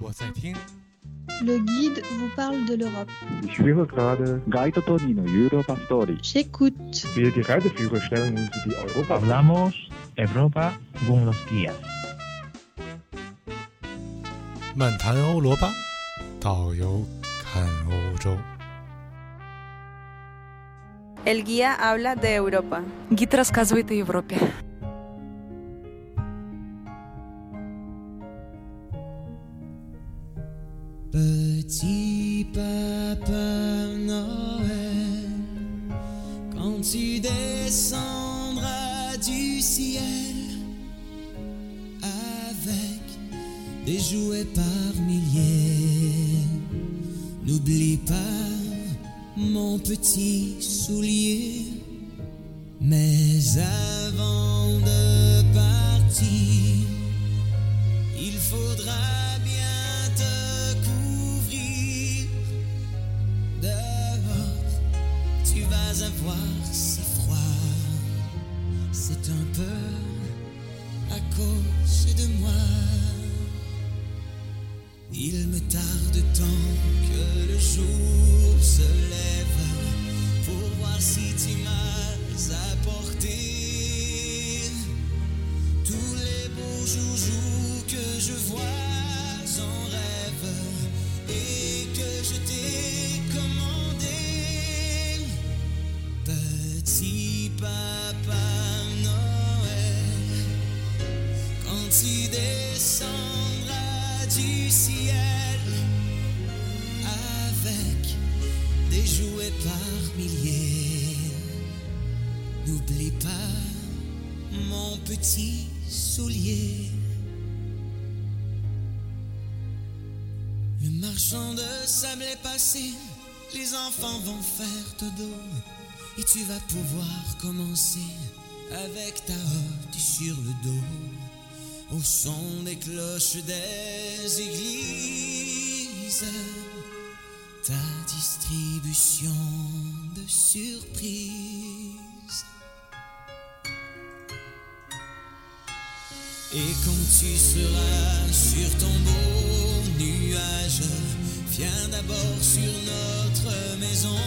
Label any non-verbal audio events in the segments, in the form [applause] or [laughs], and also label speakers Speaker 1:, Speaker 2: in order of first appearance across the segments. Speaker 1: 我在听，
Speaker 2: Le guide vous parle de l'Europe.
Speaker 3: Ich höre gerade,
Speaker 4: ガイドトニーのユーロバストーリー。
Speaker 2: J'écoute.
Speaker 3: wir die Reiseführer stellen uns die Europa.
Speaker 5: Hablamos Europa buenos días.
Speaker 1: 漫谈欧罗巴，导游看欧洲。
Speaker 6: El guía habla de Europa.
Speaker 7: Гид рассказывает о Европе.
Speaker 8: Petit papa Noël, quand tu descendras du ciel avec des jouets par milliers, n'oublie pas mon petit soulier. Mais avant de partir, il faudra bien te couvrir. Dehors, tu vas avoir si froid. C'est un peu à cause de moi. Il me tarde tant que le jour se lève pour voir si tu m'as apporté tous les beaux joujoux que je vois en rêve et que je t'ai commandé. Petit papa Noël, quand tu descendras du ciel avec des jouets par milliers, n'oublie pas mon petit soulier. Le marchand de sable est passé, les enfants vont faire dodo et tu vas pouvoir commencer avec ta hotte sur le dos au son des cloches des églises. Ta distribution de surprises. Et quand tu seras sur ton beau nuage, viens d'abord sur notre maison.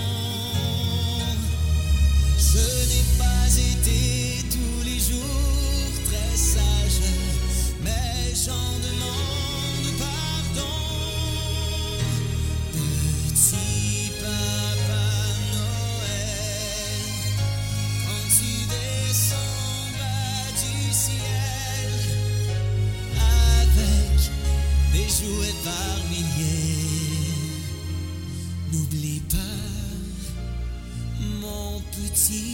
Speaker 8: Je n'ai pas été tous les jours très sage, mais j'en demande pardon. Petit papa Noël, quand tu descendras du ciel avec des jouets par milliers, n'oublie pas mon petit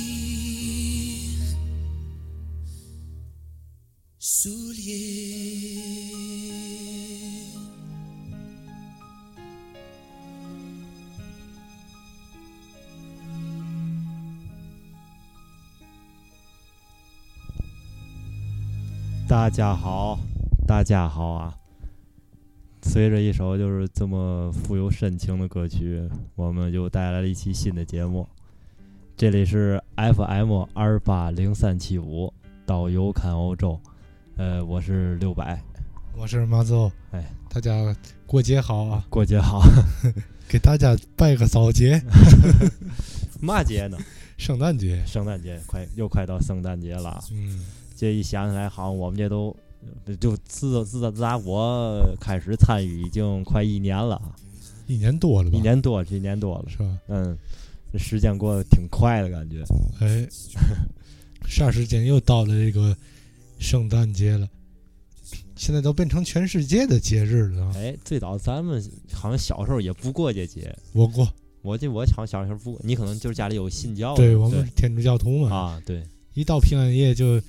Speaker 8: soulier.
Speaker 9: 大家好，大家好啊！随着一首就是这么富有深情的歌曲，我们又带来了一期新的节目。这里是 FM 二八零三七五，导游看欧洲。呃，我是六百，
Speaker 1: 我是马总，
Speaker 9: 哎，嗯
Speaker 1: 大家过节好啊！
Speaker 9: 过节好，
Speaker 1: 给大家拜个早
Speaker 9: [laughs]
Speaker 1: 节，
Speaker 9: 嘛节呢？ [laughs]
Speaker 1: 圣诞节。
Speaker 9: 圣诞节快又快到圣诞节了啊，
Speaker 1: 嗯，
Speaker 9: 这一想起来，好像我们这都就自自自打我开始参与，已经快一年了啊，
Speaker 1: 一年多了吧？
Speaker 9: 一年多了，一年多了。
Speaker 1: 是吧？
Speaker 9: 嗯，这时间过得挺快的感觉。
Speaker 1: 哎， [laughs] 霎时间又到了这个圣诞节了，现在都变成全世界的节日了啊！
Speaker 9: 哎，最早咱们好像小时候也不过这节，
Speaker 1: 我过，
Speaker 9: 我记得我好像小时候不，你可能就是家里有信教的，
Speaker 1: 对我们是天主教徒嘛，
Speaker 9: 啊，哦对，
Speaker 1: 一到平安夜就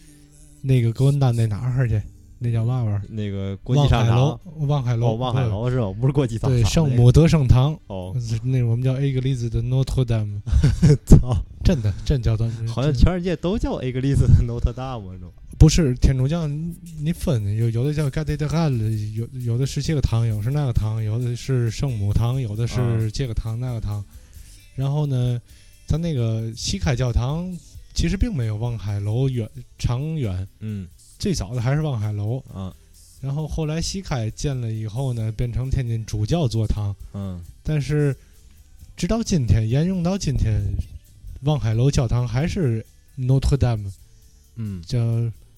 Speaker 1: 那个给我拿那哪儿去？那叫嘛玩意儿？
Speaker 9: 那个国际
Speaker 1: 望
Speaker 9: 商
Speaker 1: 海
Speaker 9: 场，
Speaker 1: 楼，望海楼，
Speaker 9: 哦，望海楼是吧？不是国际商
Speaker 1: 对，
Speaker 9: [laughs] 场，
Speaker 1: 对，圣母德圣堂，
Speaker 9: 那个哦，
Speaker 1: 那我们叫 A 格丽兹的 Notre [laughs] Dame，
Speaker 9: 操，
Speaker 1: 真的，真叫咱们
Speaker 9: 好像
Speaker 1: 真
Speaker 9: 全世界都叫 A 格丽斯的 Notre Dame 那种。
Speaker 1: 不是天主教，你你分有有的叫 g a d e d a l 有有的是这个堂，有的是那个堂，有的是圣母堂，有的是
Speaker 9: 啊
Speaker 1: 这个堂、那个堂。然后呢，咱那个西开教堂其实并没有望海楼远长远，
Speaker 9: 嗯
Speaker 1: 最早的还是望海楼。
Speaker 9: 啊，
Speaker 8: 然后后来西凯建了以后呢，变成天津主教座堂，
Speaker 9: 嗯
Speaker 8: 但是直到今天，沿用到今天，望海楼教堂还是 Notre Dame
Speaker 9: 嗯
Speaker 8: 叫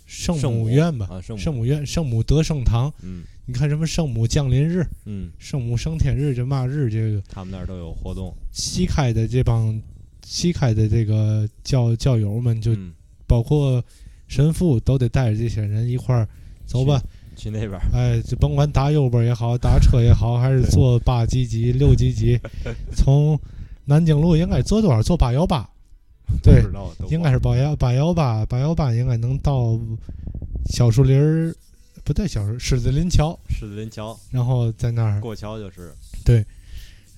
Speaker 8: 圣
Speaker 9: 圣母
Speaker 8: 母院吧，
Speaker 9: 啊，圣
Speaker 8: 圣母院、圣母德圣堂。
Speaker 9: 嗯
Speaker 8: 你看什么圣母降临日、
Speaker 9: 嗯，
Speaker 8: 圣母升天日这嘛日，这个
Speaker 9: 他们那儿都有活动，
Speaker 8: 西开的这帮西开的这个教教友们，就
Speaker 9: 嗯
Speaker 8: 包括神父，都得带着这些人一块儿走吧。
Speaker 9: 去那边儿，
Speaker 8: 哎，就甭管打右边也好，打车也好，还是坐八几几、六几 [laughs] 几，从南京路应该坐多少？坐八幺八，对
Speaker 9: 不知道都
Speaker 8: 应该是八幺八幺八八幺八，应该能到小树林儿，不对，小树狮子林桥，
Speaker 9: 狮子林桥
Speaker 8: 然后在那儿。
Speaker 9: 过桥就是，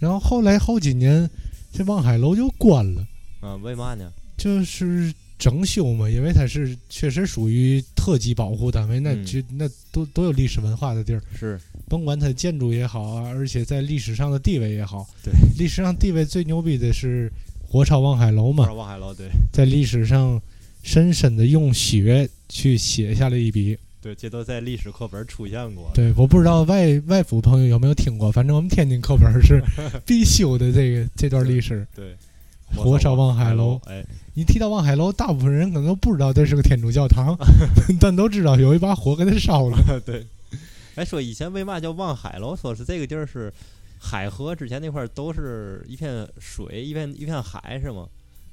Speaker 8: 然后后来好几年，这望海楼就关了，
Speaker 9: 嗯，为嘛呢？
Speaker 8: 就是整修嘛，因为它是确实属于特级保护单位，那
Speaker 9: 嗯
Speaker 8: 就、那都都有历史文化的地儿。
Speaker 9: 是
Speaker 8: 甭管它建筑也好啊，而且在历史上的地位也好，
Speaker 9: 对，
Speaker 8: 历史上地位最牛逼的是火烧望海楼
Speaker 9: 不
Speaker 8: 嘛
Speaker 9: 是，望海楼，对
Speaker 8: 在历史上深深的用血去写下了一笔。
Speaker 9: 对，这都在历史课本出现过，
Speaker 8: 对，我不知道外外府朋友有没有听过，反正我们天津课本是必修的这个这段历史。
Speaker 9: 对，
Speaker 8: 火烧望海楼，
Speaker 9: 哎，
Speaker 8: 你提到望海楼，大部分人可能都不知道这是个天主教
Speaker 9: [laughs]
Speaker 8: 堂，但都知道有一把火给它烧了。
Speaker 9: 对，哎，说以前为嘛叫望海楼？说是这个地儿是海河之前那块儿都是一片水，一片一片海，是吗？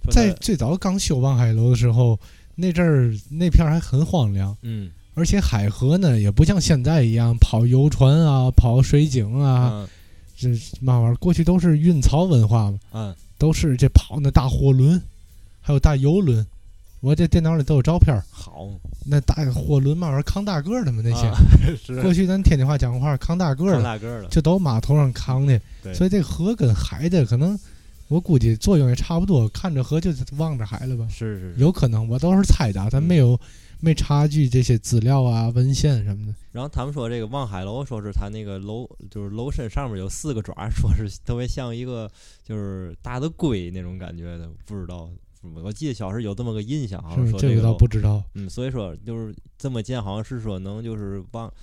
Speaker 9: 说
Speaker 8: 在
Speaker 9: 它
Speaker 8: 最早刚修望海楼的时候，那阵儿那片儿还很荒凉。
Speaker 9: 嗯
Speaker 8: 而且海河呢，也不像现在一样跑游船啊、跑水井啊，
Speaker 9: 嗯
Speaker 8: 这嘛玩意儿，过去都是运漕文化嘛，
Speaker 9: 嗯
Speaker 8: 都是这跑那大货轮，还有大游轮。我这电脑里都有照片儿，
Speaker 9: 好
Speaker 8: 那大货轮嘛玩意儿扛大个儿的嘛那些，
Speaker 9: 啊是
Speaker 8: 过去咱天津话讲话扛大个儿
Speaker 9: 上
Speaker 8: 的，
Speaker 9: 大个儿了，
Speaker 8: 就都码头上扛的。
Speaker 9: 对
Speaker 8: 所以这河跟海的可能，我估计作用也差不多，看着河就望着海了吧。
Speaker 9: 是是是。
Speaker 8: 有可能，我都是猜的啊，咱没有没查据这些资料啊、文献什么的。
Speaker 9: 然后他们说这个望海楼，说是它那个楼就是楼身上面有四个爪，说是特别像一个就是大的龟那种感觉的，不知道。我记得小时候有这么个印象，好像
Speaker 8: 是
Speaker 9: 啊说
Speaker 8: 这
Speaker 9: 个
Speaker 8: 个倒
Speaker 9: 楼
Speaker 8: 不知道。
Speaker 9: 嗯，所以说就是这么建，好像是说能就是往，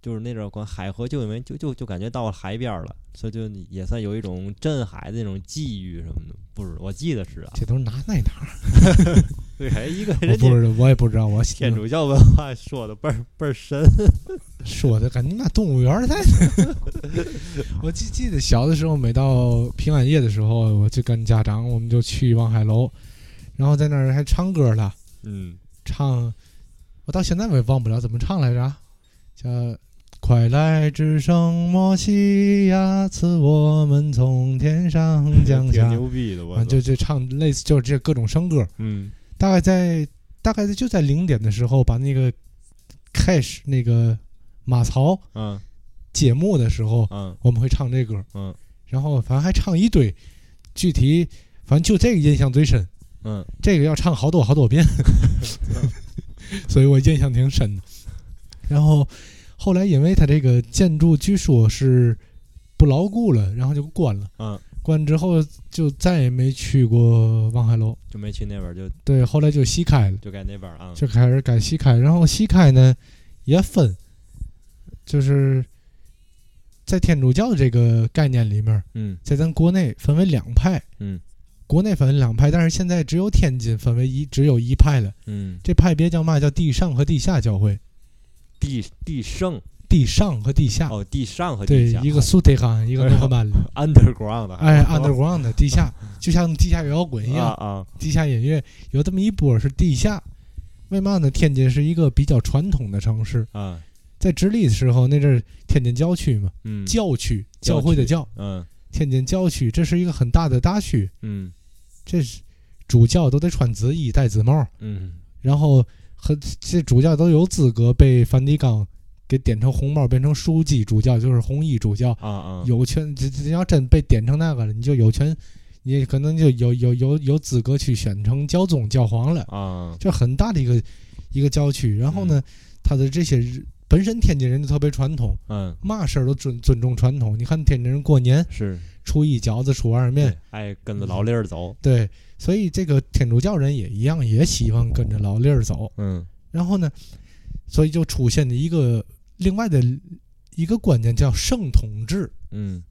Speaker 9: 就是那种管海河，就因为就就就感觉到了海边儿了，所以就也算有一种镇海的那种际遇什么的，不是？我记得是啊，
Speaker 8: 这都是哪哪哪儿？
Speaker 9: 对，还一个
Speaker 8: 我
Speaker 9: 人
Speaker 8: 不
Speaker 9: 家
Speaker 8: 知道，我也不知道。我
Speaker 9: 天主教文化说的倍儿倍儿深，
Speaker 8: 说的感觉那动物园儿在。我记记得小的时候，每到平安夜的时候，我就跟家长，我们就去望海楼，然后在那儿还唱歌了，
Speaker 9: [laughs] 嗯，
Speaker 8: 唱，我到现在我也忘不了怎么唱来着，叫。快来之声，摩西亚赐我们从天上降
Speaker 9: [laughs] 挺
Speaker 8: 下，
Speaker 9: 牛逼的，我
Speaker 8: 啊，就就唱类似就是这各种声歌，
Speaker 9: 嗯
Speaker 8: 大概在大概就在零点的时候，把那个 cash 那个马槽
Speaker 9: 嗯
Speaker 8: 节目的时候，
Speaker 9: 嗯
Speaker 8: 我们会唱这歌，
Speaker 9: 嗯，
Speaker 8: 然后反正还唱一堆，具体反正就这个印象最深，
Speaker 9: 嗯，
Speaker 8: 这个要唱好多好多遍， [laughs] 所以我印象挺深的。然后后来因为它这个建筑据说是不牢固了，然后就关了，
Speaker 9: 嗯，
Speaker 8: 关之后就再也没去过望海楼，
Speaker 9: 就没去那边儿，就
Speaker 8: 对，后来就西开了。
Speaker 9: 就该那边儿啊，
Speaker 8: 就开始改西开，然后西开呢也分，就是在天主教这个概念里面，
Speaker 9: 嗯
Speaker 8: 在咱国内分为两派，
Speaker 9: 嗯，
Speaker 8: 国内分为两派，但是现在只有天津分为一只有一派了，
Speaker 9: 嗯，
Speaker 8: 这派别叫嘛？叫地上和地下教会，
Speaker 9: 地地圣
Speaker 8: 地上和地下，
Speaker 9: 哦，地上和
Speaker 8: 对
Speaker 9: 地下，，哦哎
Speaker 8: 一个苏德汉，一个诺克曼的，
Speaker 9: underground 的，
Speaker 8: 哎，underground 的地下，就像地下摇滚一
Speaker 9: 啊
Speaker 8: 样，
Speaker 9: 啊，
Speaker 8: 地下音乐有这么一波是地下。为嘛呢？天津是一个比较传统的城市，
Speaker 9: 啊，
Speaker 8: 在直隶的时候，那阵儿天津郊区嘛，
Speaker 9: 嗯，
Speaker 8: 教区教
Speaker 9: 教
Speaker 8: 会的教，
Speaker 9: 嗯
Speaker 8: 天津郊区，这是一个很大的大区，
Speaker 9: 嗯
Speaker 8: 这是主教都得穿紫衣戴紫帽，
Speaker 9: 嗯
Speaker 8: 然后和这主教都有资格被梵蒂冈给点成红帽，变成枢机主教，就是红衣主教，
Speaker 9: 啊啊，
Speaker 8: 有权，这这要真被点成那个了，你就有权，你可能就有有有有资格去选成教宗教皇了。
Speaker 9: 啊，
Speaker 8: 这很大的一个一个郊区，然后呢，他的这些人本身天津人就特别传统，
Speaker 9: 嗯
Speaker 8: 嘛事儿都尊尊重传统。你看天津人过年，
Speaker 9: 是，
Speaker 8: 初一饺子，初二面，
Speaker 9: 对，爱跟着老粒儿走，
Speaker 8: 对，所以这个天主教人也一样，也喜欢跟着老粒儿走。
Speaker 9: 嗯
Speaker 8: 然后呢，所以就出现了一个另外的一个观念叫圣统治。
Speaker 9: 嗯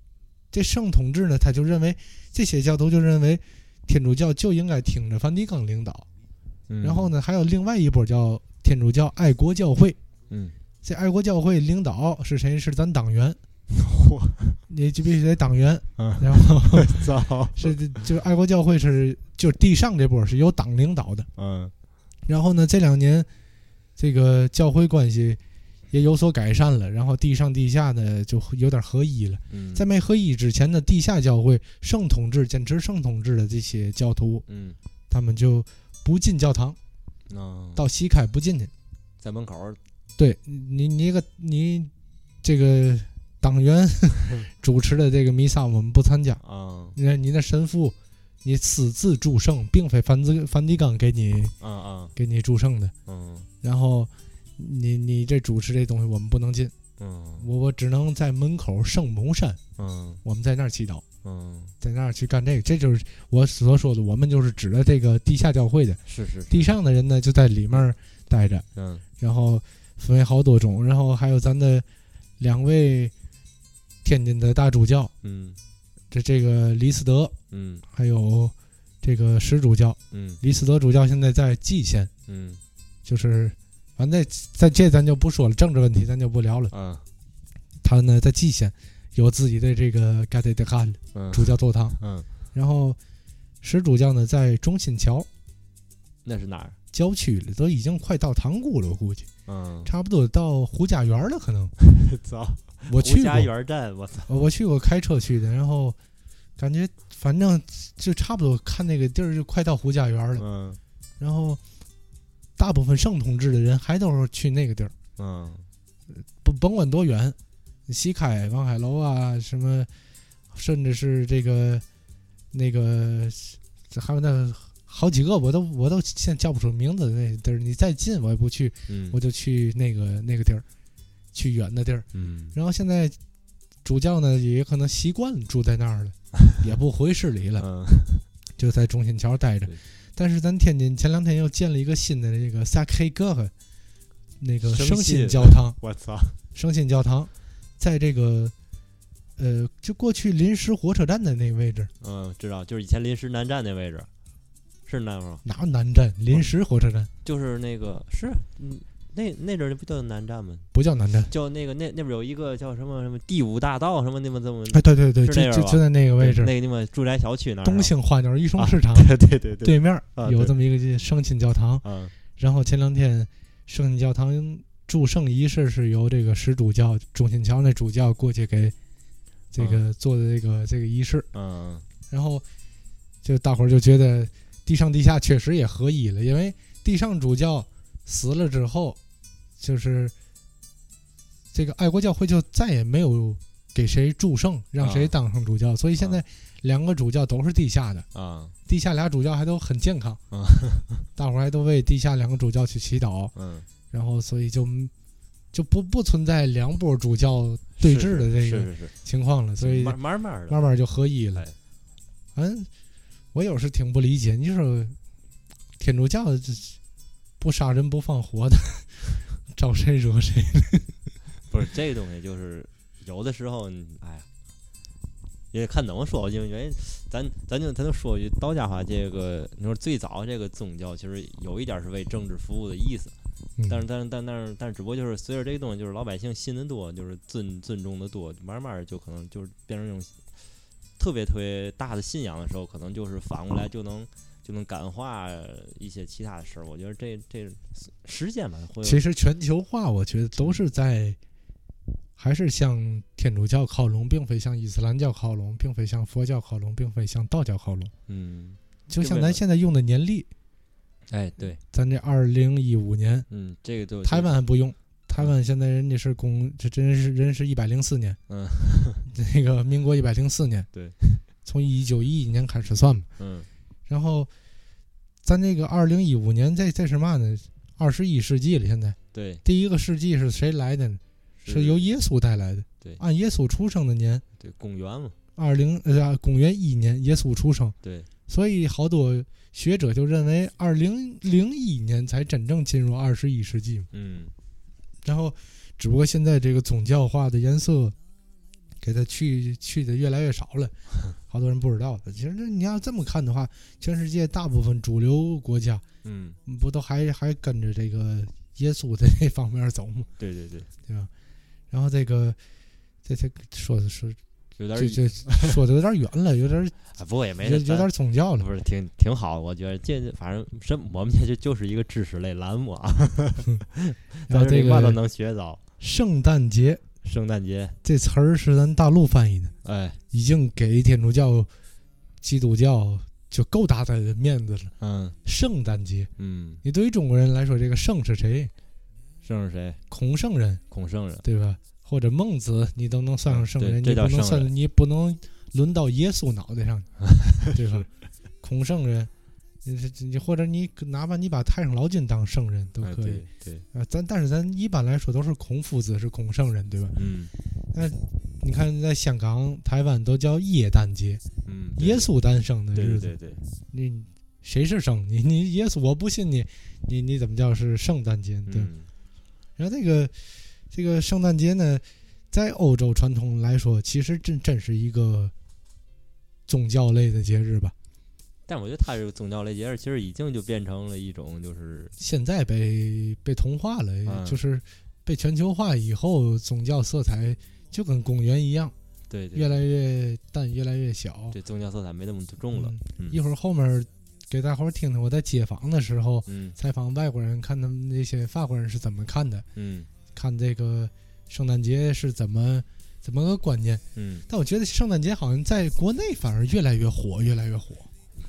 Speaker 8: 这圣统治呢，他就认为这些教徒就认为天主教就应该听着梵蒂冈领导。
Speaker 9: 嗯，
Speaker 8: 然后呢，还有另外一波叫天主教爱国教会， [laughs]
Speaker 9: 嗯
Speaker 8: 这爱国教会领导是谁？是咱党员。你就必须得党员，
Speaker 9: 啊
Speaker 8: 然后
Speaker 9: 造 [laughs]
Speaker 8: 是就是爱国教会是就是地上这波是由党领导的。
Speaker 9: 嗯
Speaker 8: 然后呢，这两年这个教会关系也有所改善了，然后地上地下呢就有点合一了。
Speaker 9: 嗯
Speaker 8: 在没合一之前的地下教会圣统治坚持圣统治的这些教徒，
Speaker 9: 嗯
Speaker 8: 他们就不进教堂，
Speaker 9: 那
Speaker 8: 到西开不进去。
Speaker 9: 在门口儿
Speaker 8: 对你，你一个你这个党员主持的这个弥撒，我们不参加。
Speaker 9: 啊
Speaker 8: 你看你的神父，你私自祝圣，并非梵兹梵蒂冈给你
Speaker 9: 啊啊
Speaker 8: 给你祝圣的。
Speaker 9: 嗯
Speaker 8: 然后你你这主持这东西，我们不能进，
Speaker 9: 嗯
Speaker 8: 我我只能在门口圣母山，
Speaker 9: 嗯
Speaker 8: 我们在那儿祈祷。
Speaker 9: 嗯
Speaker 8: 在那儿去干这个，这就是我所说的，我们就是指的这个地下教会的，
Speaker 9: 是是是
Speaker 8: 地上的人呢就在里面儿待着，
Speaker 9: 嗯
Speaker 8: 然后分为好多种，然后还有咱的两位天津的大主教，
Speaker 9: 嗯
Speaker 8: 这这个李斯德，
Speaker 9: 嗯
Speaker 8: 还有这个石主教，
Speaker 9: 嗯
Speaker 8: 李斯德主教现在在蓟县，
Speaker 9: 嗯
Speaker 8: 就是反正在在这咱就不说了，政治问题咱就不聊了，
Speaker 9: 啊
Speaker 8: 他呢在蓟县有自己的这个 g a d e d a
Speaker 9: 嗯
Speaker 8: 主教座堂，
Speaker 9: 嗯
Speaker 8: 然后石主教呢在中心桥。
Speaker 9: 那是哪儿？
Speaker 8: 郊区了，都已经快到塘沽了，我估计
Speaker 9: 嗯，
Speaker 8: 差不多到胡家园了，可能。
Speaker 9: 造
Speaker 8: 我去
Speaker 9: 家
Speaker 8: 过，
Speaker 9: 园站，我操，
Speaker 8: 我去过开车去的，然后感觉反正就差不多，看那个地儿就快到胡家园了。
Speaker 9: 嗯
Speaker 8: 然后大部分圣同志的人还都是去那个地儿，
Speaker 9: 嗯
Speaker 8: 不甭管多远，西开、望海楼啊，什么，甚至是这个那个，这还有那好几个，我都我都现在叫不出名字的那地儿，你再近我也不去。
Speaker 9: 嗯
Speaker 8: 我就去那个那个地儿，去远的地儿。
Speaker 9: 嗯
Speaker 8: 然后现在主教呢，也可能习惯住在那儿
Speaker 9: [laughs]
Speaker 8: 了，也不回市里了， [laughs]
Speaker 9: 嗯
Speaker 8: 就在中心桥待着
Speaker 9: 对。
Speaker 8: 但是咱天津前两天又建了一个新的这个萨克哥和那个
Speaker 9: 生
Speaker 8: 生
Speaker 9: 信
Speaker 8: 信教堂，
Speaker 9: 我
Speaker 8: [laughs]
Speaker 9: 操，
Speaker 8: 生信教堂在这个呃，就过去临时火车站的那个位置，
Speaker 9: 嗯，知道，就是以前临时南站那位置，是那会儿吗，
Speaker 8: 哪有南站？临时火车站
Speaker 9: 就是那个是，嗯，那那阵儿不叫南站吗？
Speaker 8: 不叫南站。
Speaker 9: 叫那个那那边有一个叫什么什么第五大道什么那么这么
Speaker 8: 哎，对对对，
Speaker 9: 是
Speaker 8: 就
Speaker 9: 那边
Speaker 8: 就
Speaker 9: 吧
Speaker 8: 就在那个位置，
Speaker 9: 那个地方住宅小区那儿
Speaker 8: 东
Speaker 9: 是吧，
Speaker 8: 兴花鸟鱼虫
Speaker 9: 啊
Speaker 8: 市场
Speaker 9: [laughs] 对对对对，
Speaker 8: 对面
Speaker 9: 啊
Speaker 8: 有
Speaker 9: 对
Speaker 8: 这么一个生信教堂。
Speaker 9: 嗯
Speaker 8: 然后前两天圣心教堂祝圣仪式是由这个石主教钟信桥那主教过去给这
Speaker 9: 啊
Speaker 8: 个做的这个、这个仪式，
Speaker 9: 嗯
Speaker 8: 然后就大伙儿就觉得地上地下确实也合一了，因为地上主教死了之后，就是这个爱国教会就再也没有给谁祝圣，让谁
Speaker 9: 啊
Speaker 8: 当上主教，所以现在
Speaker 9: 啊
Speaker 8: 两个主教都是地下的，
Speaker 9: 啊
Speaker 8: 地下俩主教还都很健康，
Speaker 9: 啊
Speaker 8: 大伙儿还都为地下两个主教去祈祷。
Speaker 9: 嗯，
Speaker 8: 然后所以就就不不存在两波主教对峙的这个
Speaker 9: 是是是，
Speaker 8: 情况了，所以
Speaker 9: 慢慢慢的
Speaker 8: 慢慢就合一了
Speaker 9: 哎。
Speaker 8: 嗯，我有时挺不理解，你说天主教这不杀人不放火的， [laughs] 招谁惹谁？
Speaker 9: 不是这东西，就是有的时候你，哎呀，也看怎么说，因为因为咱咱就咱就说句道家话，这个你说最早这个宗教其实有一点儿是为政治服务的意思，
Speaker 8: 嗯
Speaker 9: 但是但是但但是但是，只不过就是随着这个东西，就是老百姓信的多，就是尊尊重的多，慢慢儿就可能就是变成一种特别特别大的信仰的时候，可能就是反过来就能。就能感化一些其他的事儿，我觉得这这时间吧，会有
Speaker 8: 其实全球化，我觉得都是在。还是向天主教靠拢，并非向伊斯兰教靠拢，并非向佛教靠拢，并非向道教靠拢。
Speaker 9: 嗯，
Speaker 8: 就
Speaker 9: 就
Speaker 8: 像
Speaker 9: 为
Speaker 8: 咱
Speaker 9: 了
Speaker 8: 现在用的年历，
Speaker 9: 哎对，
Speaker 8: 咱这二零一五年，
Speaker 9: 嗯，这个就
Speaker 8: 台湾还不
Speaker 9: 嗯
Speaker 8: 用，台湾现在人家是公，这真是人是一百零四年，
Speaker 9: 嗯，
Speaker 8: [laughs] 那个民国一百零四年，
Speaker 9: 对，
Speaker 8: 从一九一一年开始算吧。
Speaker 9: 嗯
Speaker 8: 然后，咱这个二零一五年这这是嘛呢？二十一世纪了，现在，
Speaker 9: 对，
Speaker 8: 第一个世纪是谁来的呢？是由耶稣带来的。
Speaker 9: 对
Speaker 8: 按耶稣出生的年，
Speaker 9: 对公园嘛，
Speaker 8: 二零呃公元一年耶稣出生，
Speaker 9: 对，
Speaker 8: 所以好多学者就认为二零零一年才真正进入二十一世纪嘛。
Speaker 9: 嗯
Speaker 8: 然后只不过现在这个宗教化的颜色，给它去去的越来越少
Speaker 9: [laughs]
Speaker 8: 了，好多人不知道的。其实这你要这么看的话，全世界大部分主流国家
Speaker 9: 嗯，
Speaker 8: 不都还还跟着这个耶稣的那方面走吗？
Speaker 9: 对对对，
Speaker 8: 对吧？然后这个这这说的是
Speaker 9: 有点
Speaker 8: 这这说的有点远
Speaker 9: [laughs]
Speaker 8: 了，有点
Speaker 9: 啊，不过也没
Speaker 8: 有
Speaker 9: 得
Speaker 8: 有点宗教了。
Speaker 9: 不是挺挺好，我觉得这反正什我们这就就是一个知识类栏目啊，
Speaker 8: [laughs] 然
Speaker 9: 咱
Speaker 8: 后啊这
Speaker 9: 嘛都
Speaker 8: 个
Speaker 9: 能学到。
Speaker 8: 圣诞节
Speaker 9: 圣诞节，
Speaker 8: 这词儿是咱大陆翻译的，
Speaker 9: 哎，
Speaker 8: 已经给天主教、基督教就够大的面子了。
Speaker 9: 嗯
Speaker 8: 圣诞节，
Speaker 9: 嗯，
Speaker 8: 你对于中国人来说，这个圣是谁？
Speaker 9: 圣是谁？
Speaker 8: 孔圣人，
Speaker 9: 孔圣人。
Speaker 8: 对吧？或者孟子，你都能算上圣人，你
Speaker 9: 对这叫
Speaker 8: 不能
Speaker 9: 圣
Speaker 8: 算，
Speaker 9: 人
Speaker 8: 你不能轮到耶稣脑袋
Speaker 9: [laughs]
Speaker 8: 上，对吧？孔圣人，你这你或者你哪怕你把太上老君当圣人都
Speaker 9: 哎
Speaker 8: 可以
Speaker 9: 对对，
Speaker 8: 啊。咱但是咱一般来说都是孔夫子是孔圣人，对吧？
Speaker 9: 嗯
Speaker 8: 你看在香港、台湾都叫耶诞节，
Speaker 9: 嗯，对
Speaker 8: 耶稣诞生的
Speaker 9: 对
Speaker 8: 日
Speaker 9: 对
Speaker 8: 子，
Speaker 9: 对对，
Speaker 8: 你谁是圣？你你耶稣，我不信你，你你怎么叫是圣诞节？对吧，
Speaker 9: 嗯
Speaker 8: 然后这个这个圣诞节呢，在欧洲传统来说，其实真真是一个宗教类的节日吧。
Speaker 9: 但我觉得他这个宗教类节日其实已经就变成了一种就是
Speaker 8: 现在被被同化了，
Speaker 9: 嗯
Speaker 8: 就是被全球化以后，宗教色彩就跟公园一样，
Speaker 9: 对对
Speaker 8: 越来越淡，越来越小。
Speaker 9: 这宗教色彩没那么重了
Speaker 8: 嗯。
Speaker 9: 嗯
Speaker 8: 一会儿后面给大伙儿听听我在街访的时候
Speaker 9: 嗯
Speaker 8: 采访外国人，看他们那些法国人是怎么看的，
Speaker 9: 嗯
Speaker 8: 看这个圣诞节是怎么怎么个观念。
Speaker 9: 嗯，
Speaker 8: 但我觉得圣诞节好像在国内反而越来越火，越来越火。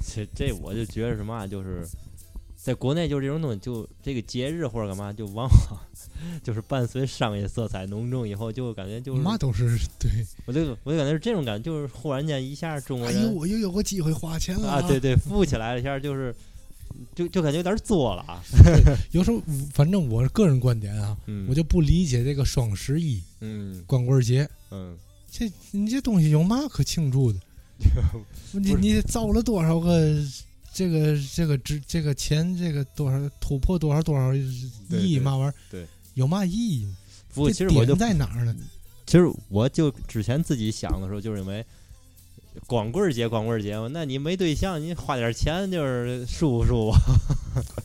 Speaker 9: 这这我就觉得什么啊就是。在国内就是这种东西，就这个节日或者干嘛，就往 [laughs] 往就是伴随商业色彩浓重以后，就感觉就是
Speaker 8: 嘛都是对，
Speaker 9: 我就我就感觉是这种感觉，就是忽然间一下中 [laughs] 国
Speaker 8: 哎
Speaker 9: 人
Speaker 8: 呦，我又有个机会花钱了
Speaker 9: 啊，对，对，富起来了一下，就是就就感觉有点作了啊。
Speaker 8: 有时候反正我个人观点啊，
Speaker 9: 嗯，
Speaker 8: 我就不理解这个双十一、
Speaker 9: 嗯
Speaker 8: 光棍节，
Speaker 9: 嗯，
Speaker 8: 这你这东西有嘛可庆祝的？你
Speaker 9: 不是
Speaker 8: 你造了多少个这个这个值这个钱这个多少突破多少多少亿
Speaker 9: 对
Speaker 8: 嘛玩意儿？
Speaker 9: 对，
Speaker 8: 有嘛意义呢？
Speaker 9: 不过
Speaker 8: 这
Speaker 9: 其实我就
Speaker 8: 点在哪儿
Speaker 9: [laughs]
Speaker 8: 呢？
Speaker 9: 其实我就之前自己想的时候，就认为光棍儿节光棍儿节嘛，那你没对象，你花点钱就是舒
Speaker 8: [laughs]
Speaker 9: 服舒服，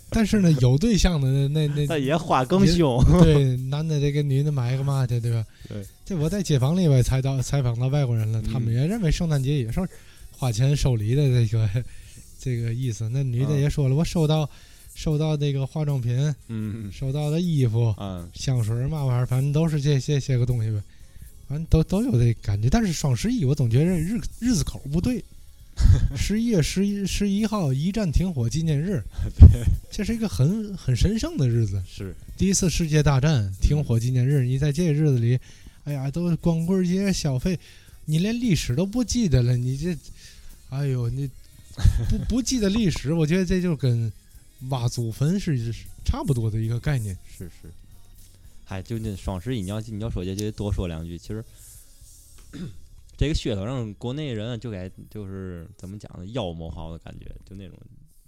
Speaker 8: 但是呢，有对象的那那那
Speaker 9: 但也花更
Speaker 8: 也
Speaker 9: 凶。 [laughs]
Speaker 8: 对，男的这个女的买个嘛去，对吧？
Speaker 9: 对，
Speaker 8: 这我在街坊里边采到采访到外国人了，
Speaker 9: 嗯
Speaker 8: 他们也认为圣诞节也是花钱收礼的这个 [laughs] 这个意思。那女的
Speaker 9: 啊
Speaker 8: 也说了，我收到收到那个化妆品，
Speaker 9: 嗯
Speaker 8: 收到的衣服、
Speaker 9: 嗯
Speaker 8: 香水嘛玩意儿，反正都是这些些个东西呗。反正都都有这感觉，但是双十一我总觉得日日子口不
Speaker 9: [laughs]
Speaker 8: 对。十一月十一十一号一战停火纪念
Speaker 9: [laughs]
Speaker 8: 日，这是一个很很神圣的日子。
Speaker 9: 是
Speaker 8: 第一次世界大战停火纪念日，你在这日子里，哎呀，都是光棍节消费，你连历史都不记得了，你这，哎呦，你不 [laughs] 不记得历史，我觉得这就跟挖祖坟是是差不多的一个概念。
Speaker 9: 是是，嗨，就那双十一，你要你要说这就多说两句，其实。这个噱头让国内人啊就该就是怎么讲呢，妖魔化的感觉，就那种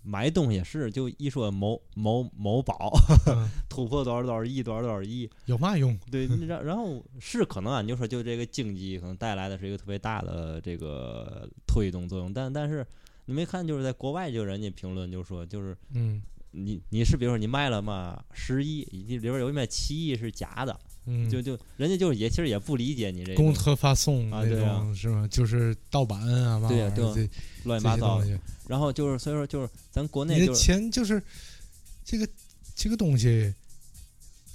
Speaker 9: 买东西也是，就一说某某某宝
Speaker 8: 嗯
Speaker 9: [laughs] 突破多少多少亿，多少多少亿，
Speaker 8: 有嘛用？
Speaker 9: 对，然然后是可能啊，你就说就这个经济可能带来的是一个特别大的这个推动作用，但但是你没看就是在国外就人家评论就说就是
Speaker 8: 嗯
Speaker 9: 你你是比如说你卖了嘛十亿，你里边有一卖七亿是假的，
Speaker 8: 嗯，
Speaker 9: 就就人家就是也其实也不理解你这
Speaker 8: 公
Speaker 9: 个
Speaker 8: 特发送
Speaker 9: 啊
Speaker 8: 那
Speaker 9: 对
Speaker 8: 种、
Speaker 9: 啊
Speaker 8: 是吗？就是盗版啊，嘛
Speaker 9: 对呀
Speaker 8: 玩意儿
Speaker 9: 对啊
Speaker 8: 这
Speaker 9: 乱七
Speaker 8: 这
Speaker 9: 八
Speaker 8: 些
Speaker 9: 糟
Speaker 8: 东
Speaker 9: 的。
Speaker 8: 西，
Speaker 9: 然后就是所以说就是咱国内
Speaker 8: 你
Speaker 9: 就
Speaker 8: 的
Speaker 9: 是
Speaker 8: 钱就是这个这个东西，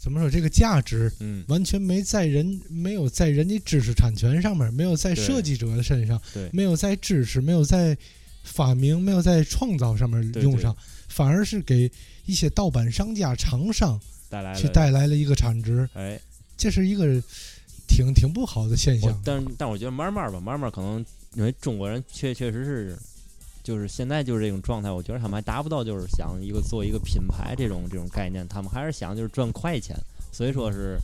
Speaker 8: 怎么说？这个价值
Speaker 9: 嗯
Speaker 8: 完全没在人没有在人家知识产权上面，没有在
Speaker 9: 对
Speaker 8: 设计者的身上，
Speaker 9: 对
Speaker 8: 没有在知识，没有在发明，没有在创造上面
Speaker 9: 对
Speaker 8: 用上，反而是给一些盗版商家、厂商
Speaker 9: 带来
Speaker 8: 去
Speaker 9: 了
Speaker 8: 带来了一个产值，
Speaker 9: 哎，
Speaker 8: 这是一个挺挺不好的现
Speaker 9: 我
Speaker 8: 象。
Speaker 9: 但但我觉得慢慢吧，慢慢可能因为中国人确确实是，就是现在就是这种状态，我觉得他们还达不到就是想一个做一个品牌这种这种概念，他们还是想就是赚快钱，所以说是。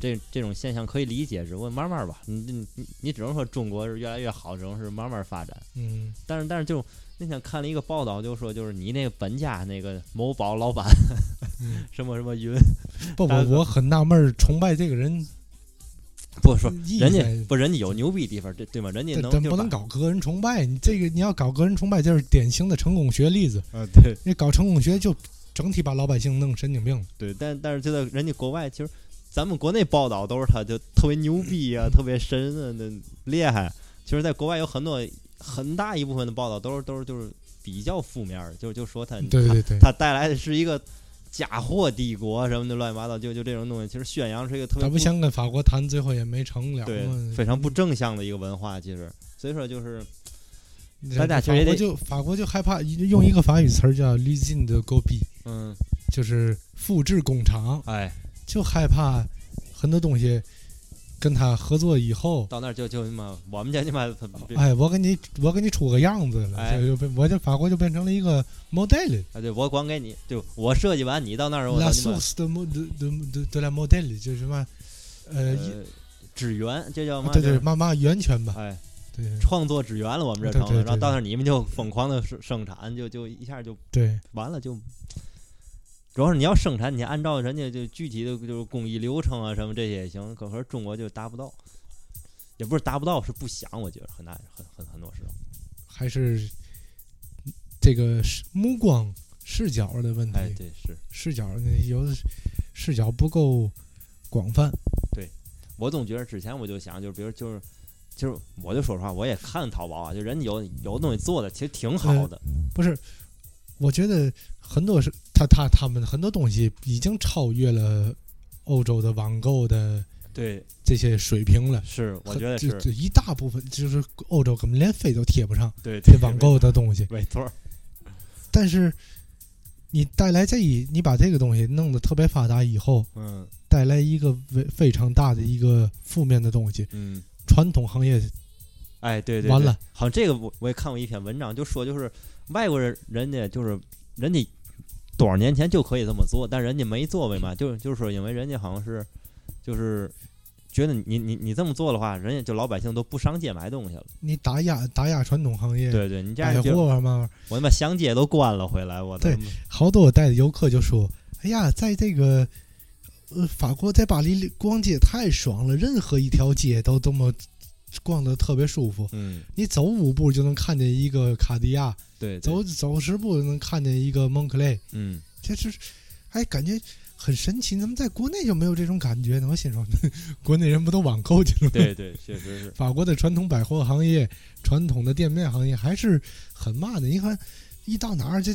Speaker 9: 这这种现象可以理解，只不过慢慢吧，你你你只能说中国是越来越好，只能是慢慢发展。
Speaker 8: 嗯，
Speaker 9: 但是但是就那天看了一个报道，就说就是你那个本家那个某宝老板
Speaker 8: 嗯
Speaker 9: [laughs] 什么什么云，
Speaker 8: 不不
Speaker 9: 大，哥
Speaker 8: 我很纳闷儿，崇拜这个人
Speaker 9: 不说
Speaker 8: 意义
Speaker 9: 人
Speaker 8: 在
Speaker 9: 家不人家有牛逼地方，对对吗？人家
Speaker 8: 但
Speaker 9: 能
Speaker 8: 咱
Speaker 9: 就
Speaker 8: 不能
Speaker 9: 把
Speaker 8: 搞个人崇拜，你这个你要搞个人崇拜，就是典型的成功学例子。
Speaker 9: 啊，对
Speaker 8: 那搞成功学就整体把老百姓弄神经病了。
Speaker 9: 对，但但是就在人家国外，其实咱们国内报道都是他就特别牛逼啊，特别神啊，那厉害。其实，在国外有很多很大一部分的报道都是都是就是比较负面儿，就就说他
Speaker 8: 对对对，
Speaker 9: 他带来的是一个假货帝国什么的乱七八糟，就就这种东西，其实宣扬是一个特别
Speaker 8: 咱不
Speaker 9: 不
Speaker 8: 想跟法国谈，最后也没成了
Speaker 9: 对
Speaker 8: 嘛。
Speaker 9: 非常不正向的一个文化，其实所以说就是
Speaker 8: 然
Speaker 9: 咱
Speaker 8: 后
Speaker 9: 俩其实
Speaker 8: 法
Speaker 9: 也
Speaker 8: 国
Speaker 9: 得
Speaker 8: 就法国就害怕，用一个法语词儿叫 “lizin 的 g o b
Speaker 9: 嗯
Speaker 8: 就是复制工厂，
Speaker 9: 哎
Speaker 8: 就害怕很多东西跟他合作以后，
Speaker 9: 到那儿就就他妈我们家他妈
Speaker 8: 哎，我给你我给你出个样子了，
Speaker 9: 哎
Speaker 8: 就就变我这法国就变成了一个 model。
Speaker 9: 啊对我光给你就我设计完你到那儿我
Speaker 8: La
Speaker 9: 他妈
Speaker 8: source de mo- de de de de la modèle 就是什么，呃，一
Speaker 9: 呃指源这叫嘛
Speaker 8: 对
Speaker 9: 就
Speaker 8: 对，
Speaker 9: 是
Speaker 8: 妈妈源泉吧，
Speaker 9: 哎
Speaker 8: 对
Speaker 9: 创作指源了我们这
Speaker 8: 对
Speaker 9: 成
Speaker 8: 对
Speaker 9: 了，
Speaker 8: 对
Speaker 9: 然后到
Speaker 8: 对
Speaker 9: 那儿你们就疯狂的生生产，就就一下就
Speaker 8: 对，
Speaker 9: 完了就，主要是你要生产，你按照人家就具体的就是工艺流程啊什么这些也行，可是中国就达不到，也不是达不到，是不想，我觉得很难，很很很多时候。
Speaker 8: 还是这个视目光视角的问题，
Speaker 9: 哎，对，是
Speaker 8: 视角那有的是视角不够广泛，
Speaker 9: 我总觉得之前我就想，就是比如就是。就是，我就说实话，我也看淘宝啊，就人家有有东西做的其实挺好的，
Speaker 8: 不是，我觉得很多是他他他们很多东西已经超越了欧洲的网购的
Speaker 9: 对，
Speaker 8: 这些水平了。
Speaker 9: 是，我
Speaker 8: 很
Speaker 9: 觉得
Speaker 8: 这
Speaker 9: 是
Speaker 8: 这一大部分就是欧洲根本连飞都贴不上
Speaker 9: 对
Speaker 8: 这网购的东西，
Speaker 9: 没错儿，
Speaker 8: 但是你带来这一，你把这个东西弄得特别发达以后，
Speaker 9: 嗯
Speaker 8: 带来一个非非常大的一个负面的东西，
Speaker 9: 嗯，
Speaker 8: 传统行业
Speaker 9: 哎，对对，
Speaker 8: 完
Speaker 9: 对
Speaker 8: 了。
Speaker 9: 好像这个我我也看过一篇文章，就说就是外国人人家就是人家多少年前就可以这么做，但人家没做为嘛，就是就是说因为人家好像是就是觉得你你你这么做的话，人家就老百姓都不上街买东西了。
Speaker 8: 你打压打压传统行业，
Speaker 9: 对对，你这
Speaker 8: 百
Speaker 9: 样就
Speaker 8: 货啊嘛，
Speaker 9: 我他妈乡街都关了回来，我的
Speaker 8: 对好多我带的游客就说：“哎呀，在这个呃法国，在巴黎逛街太爽了，任何一条街都这么逛的特别舒服。
Speaker 9: 嗯，
Speaker 8: 你走五步就能看见一个卡地亚，
Speaker 9: 对，对
Speaker 8: 走走十步就能看见一个蒙克雷，
Speaker 9: 嗯。
Speaker 8: 这是哎感觉。”很神奇，怎么在国内就没有这种感觉呢？我心说， [laughs] 国内人不都网购去了吗？
Speaker 9: 对对，确
Speaker 8: [laughs]
Speaker 9: 实是，
Speaker 8: 法国的传统百货行业、传统的店面行业还是很嘛的。你看，一到哪儿这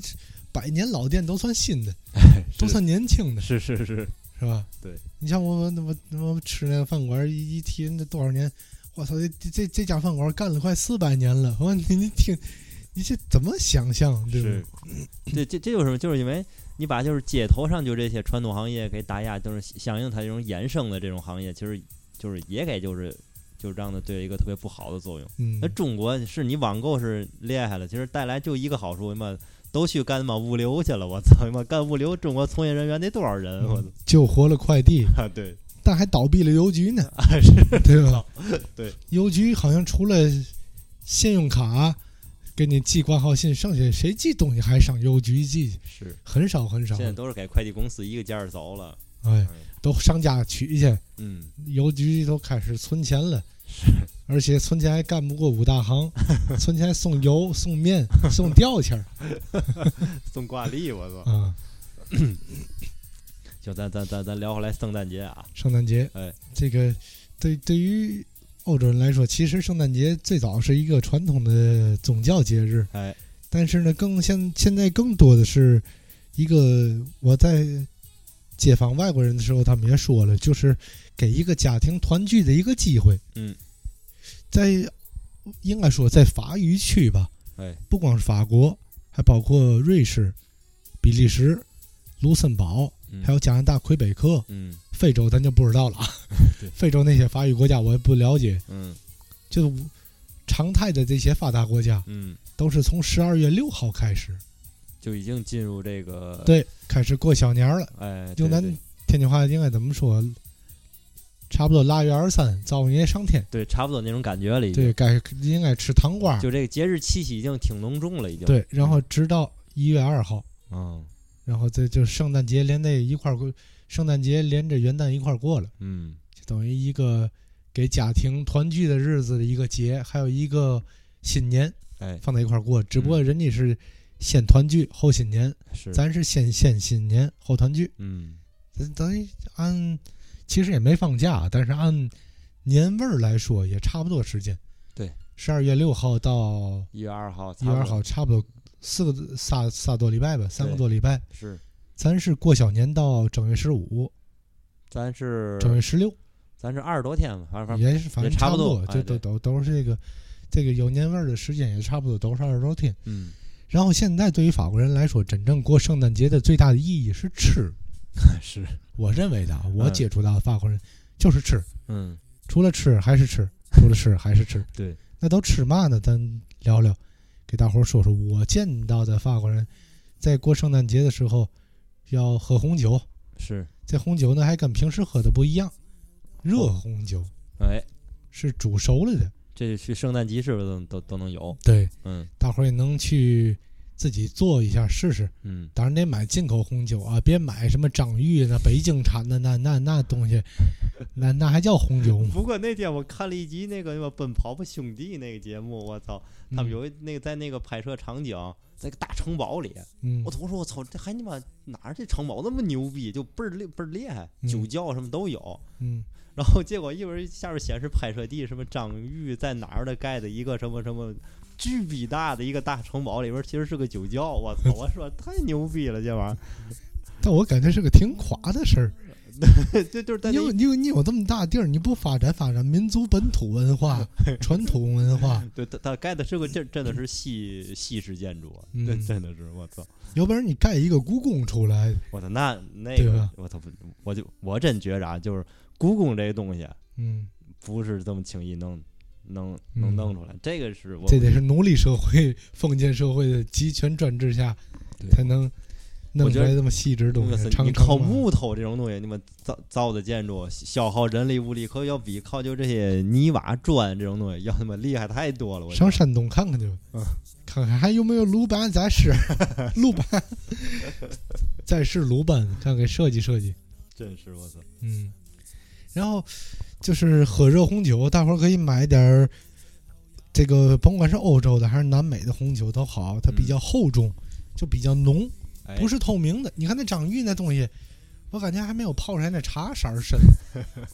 Speaker 8: 百年老店都算新的，都算年轻的，
Speaker 9: 是是是，
Speaker 8: 是吧？
Speaker 9: 对，
Speaker 8: 你像我我我我吃那个饭馆一一提那多少年，我操，这这这这家饭馆干了快四百年了。我说你你听，你这怎么想象？对
Speaker 9: 是
Speaker 8: 吧？，
Speaker 9: [clears throat] 对，这这就是什么？就是因为你把就是街头上就这些传统行业给打压，就是响应它这种衍生的这种行业，其实就是也给就是就是让它对一个特别不好的作用。
Speaker 8: 嗯
Speaker 9: 那，中国是你网购是厉害了，其实带来就一个好处，他妈都去干他妈物流去了，我操他妈干物流，中国从业人员得多少人？我操
Speaker 8: 救活了快递，
Speaker 9: 嗯啊，对，
Speaker 8: 但还倒闭了邮局
Speaker 9: [laughs]
Speaker 8: 呢，
Speaker 9: 啊是，
Speaker 8: 对吧？
Speaker 9: [laughs] 对，
Speaker 8: 邮局好像除了信用卡给你寄挂号信，剩下谁寄东西还上邮局寄，
Speaker 9: 是，
Speaker 8: 很少很少
Speaker 9: 现。在都是给快递公司一个价儿走了，
Speaker 8: 哎，都上家取去，
Speaker 9: 嗯，
Speaker 8: 邮局都开始存钱了，而且存钱还干不过五大
Speaker 9: [laughs]
Speaker 8: 行，存钱还送油、送面、送吊钱儿
Speaker 9: 送挂历，我 [laughs] 操，
Speaker 8: 啊！
Speaker 9: 就咱咱咱咱聊回来圣诞节啊，
Speaker 8: 圣诞节，
Speaker 9: 哎，
Speaker 8: 这个对对于欧洲人来说，其实圣诞节最早是一个传统的宗教节日，
Speaker 9: 哎，
Speaker 8: 但是呢，更现现在更多的是一个我在解放外国人的时候，他们也说了，就是给一个家庭团聚的一个机会。
Speaker 9: 嗯，
Speaker 8: 在应该说在法语区吧，
Speaker 9: 哎，
Speaker 8: 不光是法国，还包括瑞士、比利时、卢森堡，
Speaker 9: 嗯
Speaker 8: 还有加拿大魁北克。
Speaker 9: 嗯
Speaker 8: 非洲咱就不知道了啊
Speaker 9: 对，
Speaker 8: [laughs] 非洲那些法语国家我也不了解，
Speaker 9: 嗯
Speaker 8: 就是常态的这些发达国家
Speaker 9: 嗯。
Speaker 8: 都是从十二月六号开始，
Speaker 9: 就已经进入这个
Speaker 8: 对，开始过小年儿了。
Speaker 9: 哎，对
Speaker 8: 用咱
Speaker 9: 对
Speaker 8: 天津话应该怎么说？差不多腊月二十三，造孽上天。
Speaker 9: 对，差不多那种感觉了，已经。
Speaker 8: 对，该应该吃糖瓜。
Speaker 9: 就这个节日气息已经挺浓重了，已经。，
Speaker 8: 对，然后直到一月二号，
Speaker 9: 嗯
Speaker 8: 然后这就圣诞节连那一块儿过，圣诞节连着元旦一块儿过了，
Speaker 9: 嗯
Speaker 8: 就等于一个给家庭团聚的日子的一个节，还有一个新年
Speaker 9: 哎，
Speaker 8: 放在一块儿过。只不过人家是先团聚后新年，
Speaker 9: 是，
Speaker 8: 咱是先先新年后团聚，
Speaker 9: 嗯
Speaker 8: 咱咱按其实也没放假，但是按年味儿来说也差不多时间。
Speaker 9: 对，
Speaker 8: 十二月六号到
Speaker 9: 一月二号，
Speaker 8: 一
Speaker 9: 差
Speaker 8: 月
Speaker 9: 不
Speaker 8: 二
Speaker 9: 多
Speaker 8: 号，差不多四个仨仨多礼拜吧，三个
Speaker 9: 对
Speaker 8: 多礼拜。
Speaker 9: 是，
Speaker 8: 咱是过小年到正月十五、
Speaker 9: 咱是
Speaker 8: 正月十六，
Speaker 9: 咱是二十多天吧，反正反正
Speaker 8: 也是反正
Speaker 9: 也差
Speaker 8: 不
Speaker 9: 不多
Speaker 8: 就
Speaker 9: 哎
Speaker 8: 都
Speaker 9: 对
Speaker 8: 都都是这个这个有年味儿的时间也差不多都是二十多天。
Speaker 9: 嗯，
Speaker 8: 然后现在对于法国人来说，真正过圣诞节的最大的意义是吃。
Speaker 9: 是，
Speaker 8: 我认为的啊，我
Speaker 9: 嗯
Speaker 8: 接触到的法国人就是吃，
Speaker 9: 嗯
Speaker 8: 除了吃还是吃，除了吃还是吃。
Speaker 9: 对，
Speaker 8: 那都吃嘛呢？咱聊聊，给大伙儿说说我见到的法国人，在过圣诞节的时候要喝红酒，
Speaker 9: 是，
Speaker 8: 这红酒呢还跟平时喝的不一样，热红酒
Speaker 9: 哎，
Speaker 8: 是煮熟了的，
Speaker 9: 这去圣诞集市都都都能有，
Speaker 8: 对，
Speaker 9: 嗯
Speaker 8: 大伙儿也能去自己做一下试试。
Speaker 9: 嗯，
Speaker 8: 当然得买进口红酒啊，别买什么张裕那北京产的那那那东西，那那还叫红酒吗？
Speaker 9: 不过那天我看了一集那个什么《奔跑吧兄弟》那个节目，我操，他们有一那个在那个拍摄场景，在个大城堡里，
Speaker 8: 嗯
Speaker 9: 我同说我操，这还你妈哪儿这城堡那么牛逼，就倍儿厉倍儿厉害，
Speaker 8: 嗯
Speaker 9: 酒窖什么都有。
Speaker 8: 嗯
Speaker 9: 然后结果一会儿下面显示拍摄地什么张裕在哪儿的盖的一个什么什么巨逼大的一个大城堡，里边其实是个酒窖。我操！我说太牛逼了，这玩意
Speaker 8: 嗯，但我感觉是个挺垮的事儿。
Speaker 9: 儿，这 [laughs] 就是在
Speaker 8: 你
Speaker 9: 那
Speaker 8: 有
Speaker 9: 一
Speaker 8: 你有你有这么大地儿，你不发展发展民族本土文
Speaker 9: [laughs]
Speaker 8: 化、传统文化，
Speaker 9: 对他他盖的是个这真的是西西式建筑，
Speaker 8: 嗯
Speaker 9: 对，真的是我操
Speaker 8: 有本事你盖一个故宫出来，
Speaker 9: 我操那那
Speaker 8: 对啊
Speaker 9: 个
Speaker 8: 吧
Speaker 9: 我操不我就我真觉着啊，就是故宫这东西啊
Speaker 8: 嗯，
Speaker 9: 不是这么轻易能能
Speaker 8: 嗯
Speaker 9: 能弄出来，这个是我
Speaker 8: 这得是奴隶社会、封建社会的集权专制下
Speaker 9: 对
Speaker 8: 才能弄
Speaker 9: 我
Speaker 8: 出
Speaker 9: 觉得
Speaker 8: 来这么细致的东西。长
Speaker 9: 你
Speaker 8: 城
Speaker 9: 靠
Speaker 8: 嘛
Speaker 9: 木头这种东西，你们造造的建筑消耗人力物力，可要比靠就这些泥瓦砖这种东西要他妈厉害太多了。嗯我觉
Speaker 8: 上
Speaker 9: 得
Speaker 8: 山东看看去吧，看看还有没有鲁班咱
Speaker 9: [laughs]
Speaker 8: 是鲁班，再是鲁班，看给设计设计。
Speaker 9: 真是我操，
Speaker 8: 嗯，然后就是喝热红酒，大伙儿可以买点儿这个，甭管是欧洲的还是南美的红酒都好，它比较厚重，就比较浓，
Speaker 9: 嗯哎
Speaker 8: 不是透明的。你看那张裕那东西，我感觉还没有泡出来那茶色儿
Speaker 9: [laughs]
Speaker 8: 深，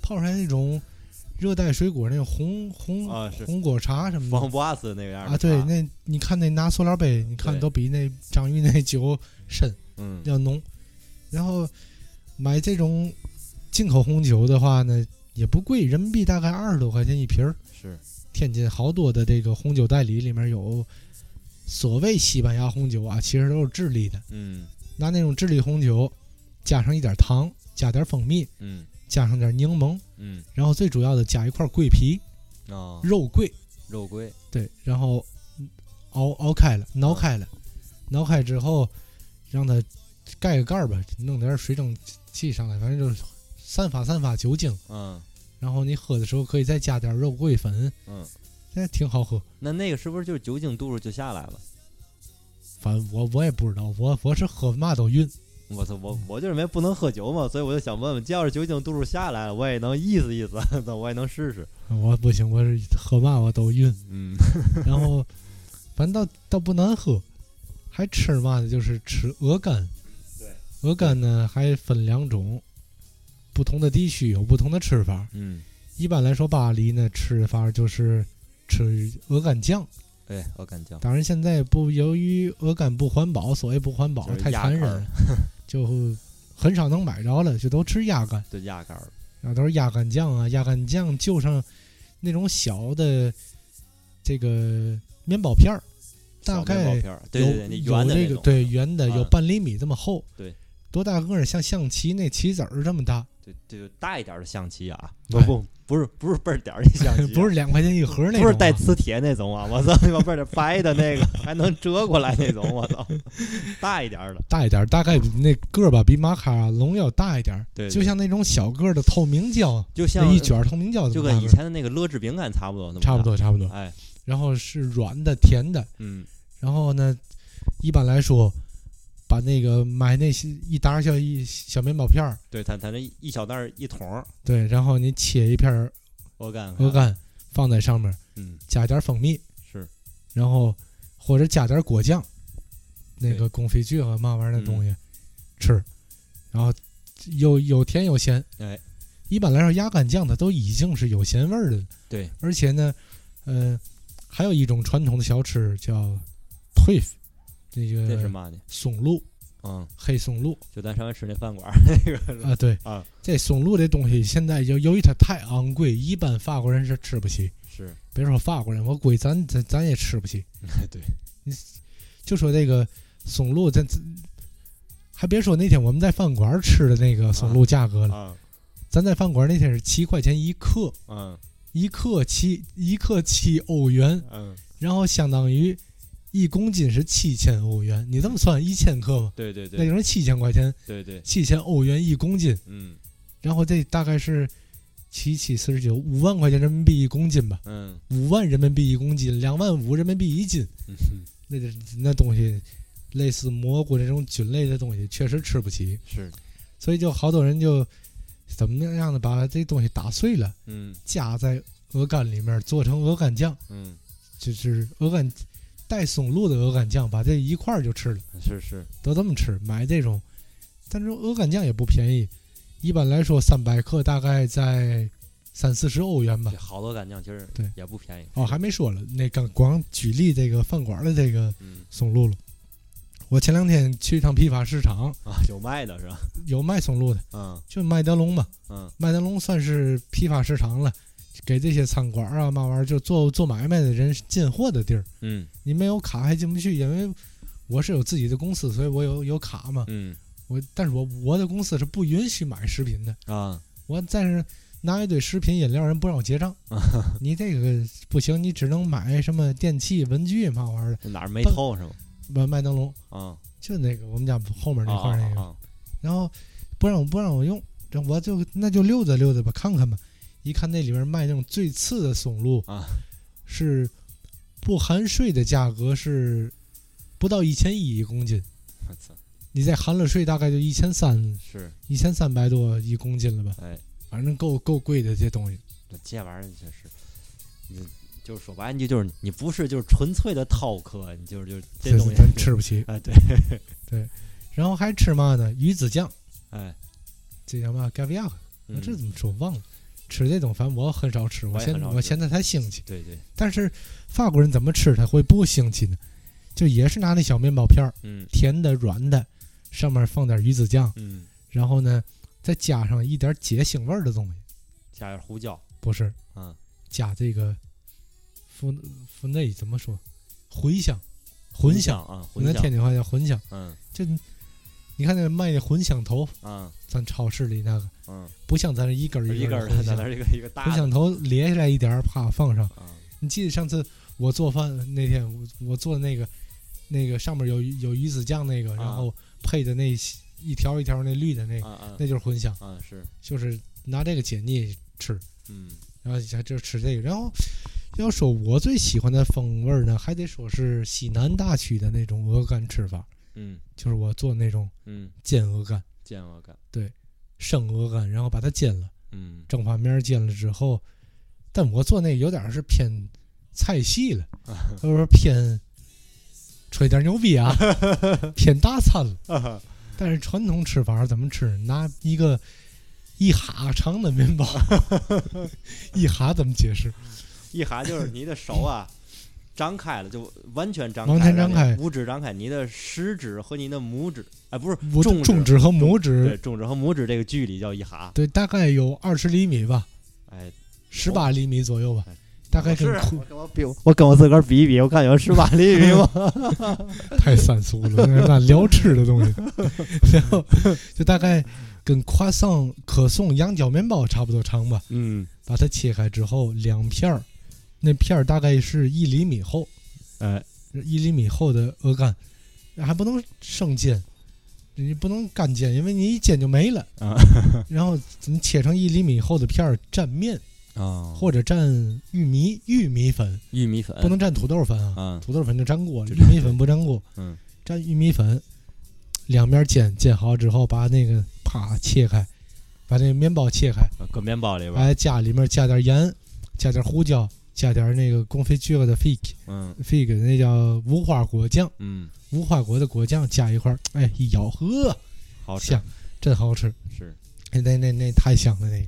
Speaker 8: 泡出来那种热带水果那种红红、
Speaker 9: 啊是
Speaker 8: 红果茶什么
Speaker 9: 王
Speaker 8: 的。
Speaker 9: 布阿斯那个样
Speaker 8: 啊，对，那你看那拿塑料杯，你看
Speaker 9: 对
Speaker 8: 都比那张裕那酒深。
Speaker 9: 嗯
Speaker 8: 要浓。然后买这种进口红酒的话呢，也不贵，人民币大概二十多块钱一瓶儿。
Speaker 9: 是
Speaker 8: 天津好多的这个红酒代理里面有所谓西班牙红酒啊，其实都是智利的，
Speaker 9: 嗯
Speaker 8: 拿那种智利红酒加上一点糖，加点蜂蜜，
Speaker 9: 嗯
Speaker 8: 加上点柠檬，
Speaker 9: 嗯
Speaker 8: 然后最主要的加一块桂皮，
Speaker 9: 啊
Speaker 8: 肉桂，
Speaker 9: 肉桂
Speaker 8: 对，然后嗯熬熬开了，挠开了，挠开之后让它盖个盖儿吧，弄点儿水蒸气上来，反正就是散发散发酒精。
Speaker 9: 嗯
Speaker 8: 然后你喝的时候可以再加点儿肉桂粉，
Speaker 9: 嗯，
Speaker 8: 那挺好喝。
Speaker 9: 那那个是不是就是酒精度数就下来了？
Speaker 8: 反正我我也不知道，我我是喝嘛都晕。
Speaker 9: 我操，我我就是因为不能喝酒嘛，所以我就想问问，这要是酒精度数下来了，我也能意思意 [laughs] 思，那我也能试试。
Speaker 8: 我不行，我是喝嘛我都晕。
Speaker 9: 嗯
Speaker 8: 然后反正倒倒不难喝，还吃嘛的就是吃鹅肝。对，鹅肝呢还分两种，不同的地区有不同的吃法。
Speaker 9: 嗯，
Speaker 8: 一般来说，巴黎呢吃法就是吃鹅肝酱。
Speaker 9: 哎，我敢讲，
Speaker 8: 当然，现在不由于鹅肝不环保，所谓不环保
Speaker 9: 就是
Speaker 8: 太残忍
Speaker 9: 鸭
Speaker 8: 了，就很少能买着了，就都吃鸭肝，
Speaker 9: 就压杆儿了。
Speaker 8: 然后都是鸭肝酱啊，鸭肝酱就上那种小的这个面包片儿，大
Speaker 9: 小面
Speaker 8: 概
Speaker 9: 包片儿对对对，那
Speaker 8: 有有
Speaker 9: 圆的
Speaker 8: 这
Speaker 9: 那
Speaker 8: 个
Speaker 9: 种，
Speaker 8: 对圆的有
Speaker 9: 嗯
Speaker 8: 半厘米这么厚，
Speaker 9: 对，
Speaker 8: 多大个儿？像象棋那棋子儿这么大，
Speaker 9: 对对，就大一点儿的象棋啊，
Speaker 8: 哎
Speaker 9: 不 [laughs] 不是不是倍儿点儿那
Speaker 8: [laughs]
Speaker 9: 相机，
Speaker 8: 不是两块钱一盒那种、啊，
Speaker 9: 啊不是带磁铁那种啊！我操， [laughs] 你妈倍儿点白的那个，还能折过来那种，我操，大一点儿的。
Speaker 8: 大一点儿，大概比那个儿吧，比马卡龙要大一点儿，
Speaker 9: 对对
Speaker 8: 就像那种小个儿的透明胶，
Speaker 9: 就
Speaker 8: 那
Speaker 9: 像
Speaker 8: 一卷儿透明胶这
Speaker 9: 就
Speaker 8: 么大
Speaker 9: 跟
Speaker 8: 个
Speaker 9: 以
Speaker 8: 儿
Speaker 9: 前的那个乐至饼干差不多那么大
Speaker 8: 差不。多差不多。
Speaker 9: 哎，
Speaker 8: 然后是软的、甜的，
Speaker 9: 嗯，
Speaker 8: 然后呢，一般来说，把那个买那些一沓小一小面包片儿，
Speaker 9: 对，它它那一小袋儿一桶儿，
Speaker 8: 对，然后你切一片儿
Speaker 9: 鹅肝，
Speaker 8: 鹅，肝放在上面，
Speaker 9: 嗯，
Speaker 8: 加点儿蜂蜜，
Speaker 9: 是，
Speaker 8: 然后或者加点儿果酱，那
Speaker 9: 对嗯
Speaker 8: 个confit 和嘛玩意儿的东西、吃，然后有有甜有咸。
Speaker 9: 哎，
Speaker 8: 一般来说鸭肝酱它都已经是有咸味儿的了。
Speaker 9: 对，
Speaker 8: 而且呢，呃，还有一种传统的小吃叫 t w i f 那
Speaker 9: 那是
Speaker 8: 个
Speaker 9: 嘛呢？
Speaker 8: 松露，
Speaker 9: 嗯，
Speaker 8: 黑松露
Speaker 9: 就咱上回吃那饭
Speaker 8: [laughs]
Speaker 9: 馆儿那个，
Speaker 8: 啊，对
Speaker 9: 啊，
Speaker 8: 这松露这东西现在由由于它太昂贵，一般法国人是吃不起。 [laughs]
Speaker 9: 是，
Speaker 8: 别说法国人，我估计咱咱咱也吃不起。
Speaker 9: 嗯对，
Speaker 8: 就说这个松露，咱咱还别说那天我们在饭馆吃的那个松露价格了，
Speaker 9: 啊，
Speaker 8: 咱在饭馆那天是七块钱一克，
Speaker 9: 嗯
Speaker 8: 一克七一克七欧元，
Speaker 9: 嗯，
Speaker 8: 然后相当于一公斤是七千欧元。你这么算一千克吗？
Speaker 9: 对对
Speaker 8: 那
Speaker 9: 对
Speaker 8: 就是七千块钱，
Speaker 9: 对对，
Speaker 8: 七千欧元一公斤，
Speaker 9: 嗯
Speaker 8: 然后这大概是七七四十九，五万块钱人民币一公斤吧，
Speaker 9: 嗯
Speaker 8: 五万人民币一公斤，两万五人民币一斤。
Speaker 9: 嗯
Speaker 8: 那个那东西，类似蘑菇这种菌类的东西，确实吃不起，
Speaker 9: 是，
Speaker 8: 所以就好多人就怎么样的把这东西打碎了，
Speaker 9: 嗯
Speaker 8: 加在鹅肝里面做成鹅肝酱，
Speaker 9: 嗯
Speaker 8: 就是鹅肝带松露的鹅肝酱，把这一块儿就吃了，
Speaker 9: 是是，
Speaker 8: 都这么吃。买这种，但是鹅肝酱也不便宜，一般来说三百克大概在三四十欧元吧
Speaker 9: 这。好多干酱其实
Speaker 8: 对
Speaker 9: 也不便宜。
Speaker 8: 哦，还没说了，那刚光举例这个饭馆的这个
Speaker 9: 嗯
Speaker 8: 松露了。我前两天去一趟批发市场，
Speaker 9: 啊，有卖的是吧？
Speaker 8: 有卖松露的，
Speaker 9: 嗯
Speaker 8: 就麦德龙吧。
Speaker 9: 嗯
Speaker 8: 麦德龙算是批发市场了，给这些餐馆啊嘛玩意儿就做做买卖的人进货的地儿。
Speaker 9: 嗯
Speaker 8: 你没有卡还进不去，因为我是有自己的公司，所以我有有卡嘛。
Speaker 9: 嗯
Speaker 8: 我但是我我的公司是不允许买食品的，
Speaker 9: 啊
Speaker 8: 我但是拿一堆食品饮料，人不让我结
Speaker 9: [laughs]
Speaker 8: 账。你这个不行，你只能买什么电器、文具嘛玩意儿的。
Speaker 9: 哪儿没透是吗？
Speaker 8: 麦麦德龙
Speaker 9: 啊
Speaker 8: 就那个我们家后面
Speaker 9: 啊
Speaker 8: 那块儿那个。
Speaker 9: 啊！
Speaker 8: 然后不让我不让我用，这我就那就溜达溜达吧，看看吧。一看那里面卖那种最次的松露
Speaker 9: 啊，
Speaker 8: 是不含税的价格是不到一千一一公斤，
Speaker 9: 我操，
Speaker 8: 你再含了税大概就一千三
Speaker 9: 是
Speaker 8: 一千三百多一公斤了吧？
Speaker 9: 哎，
Speaker 8: 反正够够贵的这东西。
Speaker 9: 这这玩意儿真是，你就是说白了，你就是你不是就是纯粹的饕客，你就是就是这东西
Speaker 8: 咱吃不起，
Speaker 9: 哎
Speaker 8: [laughs]
Speaker 9: 对，
Speaker 8: 然后还吃嘛呢？鱼子酱，
Speaker 9: 哎，
Speaker 8: 这叫嘛 g a v i a
Speaker 9: 嗯
Speaker 8: 这怎么说忘了？吃这种，反正我很少吃，我
Speaker 9: 我也
Speaker 8: 现
Speaker 9: 很少
Speaker 8: 我
Speaker 9: 吃
Speaker 8: 现在才兴起。
Speaker 9: 对对，
Speaker 8: 但是法国人怎么吃它会不腥气呢？就也是拿那小面包片儿，
Speaker 9: 嗯
Speaker 8: 甜的、软的，上面放点鱼子酱，
Speaker 9: 嗯，
Speaker 8: 然后呢，再加上一点解腥味儿的东西，
Speaker 9: 加点胡椒，
Speaker 8: 不是，
Speaker 9: 嗯，
Speaker 8: 加这个福福内怎么说？茴香，茴香，
Speaker 9: 啊，
Speaker 8: 咱
Speaker 9: 茴
Speaker 8: 天
Speaker 9: 香，
Speaker 8: 津话叫茴香。
Speaker 9: 嗯
Speaker 8: 就你你看那卖那茴香头，
Speaker 9: 嗯
Speaker 8: 咱超市里那个，
Speaker 9: 嗯，
Speaker 8: 不像咱这一根儿
Speaker 9: 一
Speaker 8: 根
Speaker 9: 根
Speaker 8: 儿
Speaker 9: 儿
Speaker 8: 的茴
Speaker 9: 在那
Speaker 8: 香，
Speaker 9: 儿一个一个大
Speaker 8: 茴香
Speaker 9: 的，
Speaker 8: 头裂下来一点儿，啪放上。
Speaker 9: 啊
Speaker 8: 你记得上次我做饭那天，我我做的那个那个上面有有鱼子酱那个，
Speaker 9: 啊
Speaker 8: 然后配的那一条一条那绿的那个，
Speaker 9: 啊啊
Speaker 8: 那就是茴香，
Speaker 9: 啊是，
Speaker 8: 就是拿这个解腻吃，
Speaker 9: 嗯
Speaker 8: 然后还就吃这个。然后要说我最喜欢的风味儿呢，还得说是西南大区的那种鹅肝吃法，
Speaker 9: 嗯
Speaker 8: 就是我做那种
Speaker 9: 嗯，
Speaker 8: 煎鹅肝、
Speaker 9: 见我干，
Speaker 8: 生鹅肝，然后把它煎了， [laughs]
Speaker 9: 嗯
Speaker 8: 正反面煎了之后，但我做那个有点儿是偏菜系了。
Speaker 9: 啊
Speaker 8: 他说偏吹点牛逼
Speaker 9: [laughs]
Speaker 8: 啊，偏大餐了。
Speaker 9: 啊
Speaker 8: 但是传统吃法怎么吃？拿一个一哈长的面
Speaker 9: [laughs]
Speaker 8: 包，一哈怎么解释？
Speaker 9: 一哈就是你的手啊，张开了就完全张开，
Speaker 8: 完全张开
Speaker 9: 然后五指张开，你的食指和你的拇指，哎，不是
Speaker 8: 我
Speaker 9: 中
Speaker 8: 中
Speaker 9: 指
Speaker 8: 中指和拇
Speaker 9: 对，
Speaker 8: 指，
Speaker 9: 中指和拇指这个距离叫一哈，
Speaker 8: 对，大概有二十厘米吧，
Speaker 9: 哎，
Speaker 8: 十八厘米左右吧
Speaker 9: 哎，
Speaker 8: 大概
Speaker 9: 是
Speaker 8: 跟裤
Speaker 9: 我比我跟我自个儿比一比，我看有十八厘米吗？
Speaker 8: 太三俗了，那那聊吃的东西。然后就大概跟夸桑可颂羊角面包差不多长吧。
Speaker 9: [laughs] 嗯，
Speaker 8: 把它切开之后，两片儿，那片儿大概是一厘米厚，
Speaker 9: 哎，
Speaker 8: 一厘米厚的鹅肝，还不能生煎，你不能干煎，因为你一煎就没了。
Speaker 9: 啊
Speaker 8: 然后你切成一厘米厚的片儿蘸面，
Speaker 9: 啊，
Speaker 8: 或者蘸玉米玉米粉，
Speaker 9: 玉米粉
Speaker 8: 不能蘸土豆粉啊，
Speaker 9: 啊，
Speaker 8: 土豆粉就粘锅了，
Speaker 9: 就
Speaker 8: 玉
Speaker 9: 是
Speaker 8: 米粉不粘锅。
Speaker 9: 嗯，
Speaker 8: 蘸玉米粉，两边煎煎好之后，把那个啪切开，把那个面包切开，
Speaker 9: 呃搁面包里边儿，
Speaker 8: 哎，加里面加点盐，加点胡椒，加点那个 confit 的 fig
Speaker 9: 嗯
Speaker 8: fig 那叫无花果酱，
Speaker 9: 嗯，
Speaker 8: 无花果的果酱加一块儿，哎，一咬呵，
Speaker 9: 好吃
Speaker 8: 香，真好吃，
Speaker 9: 是。
Speaker 8: 哎那那那太香了那个，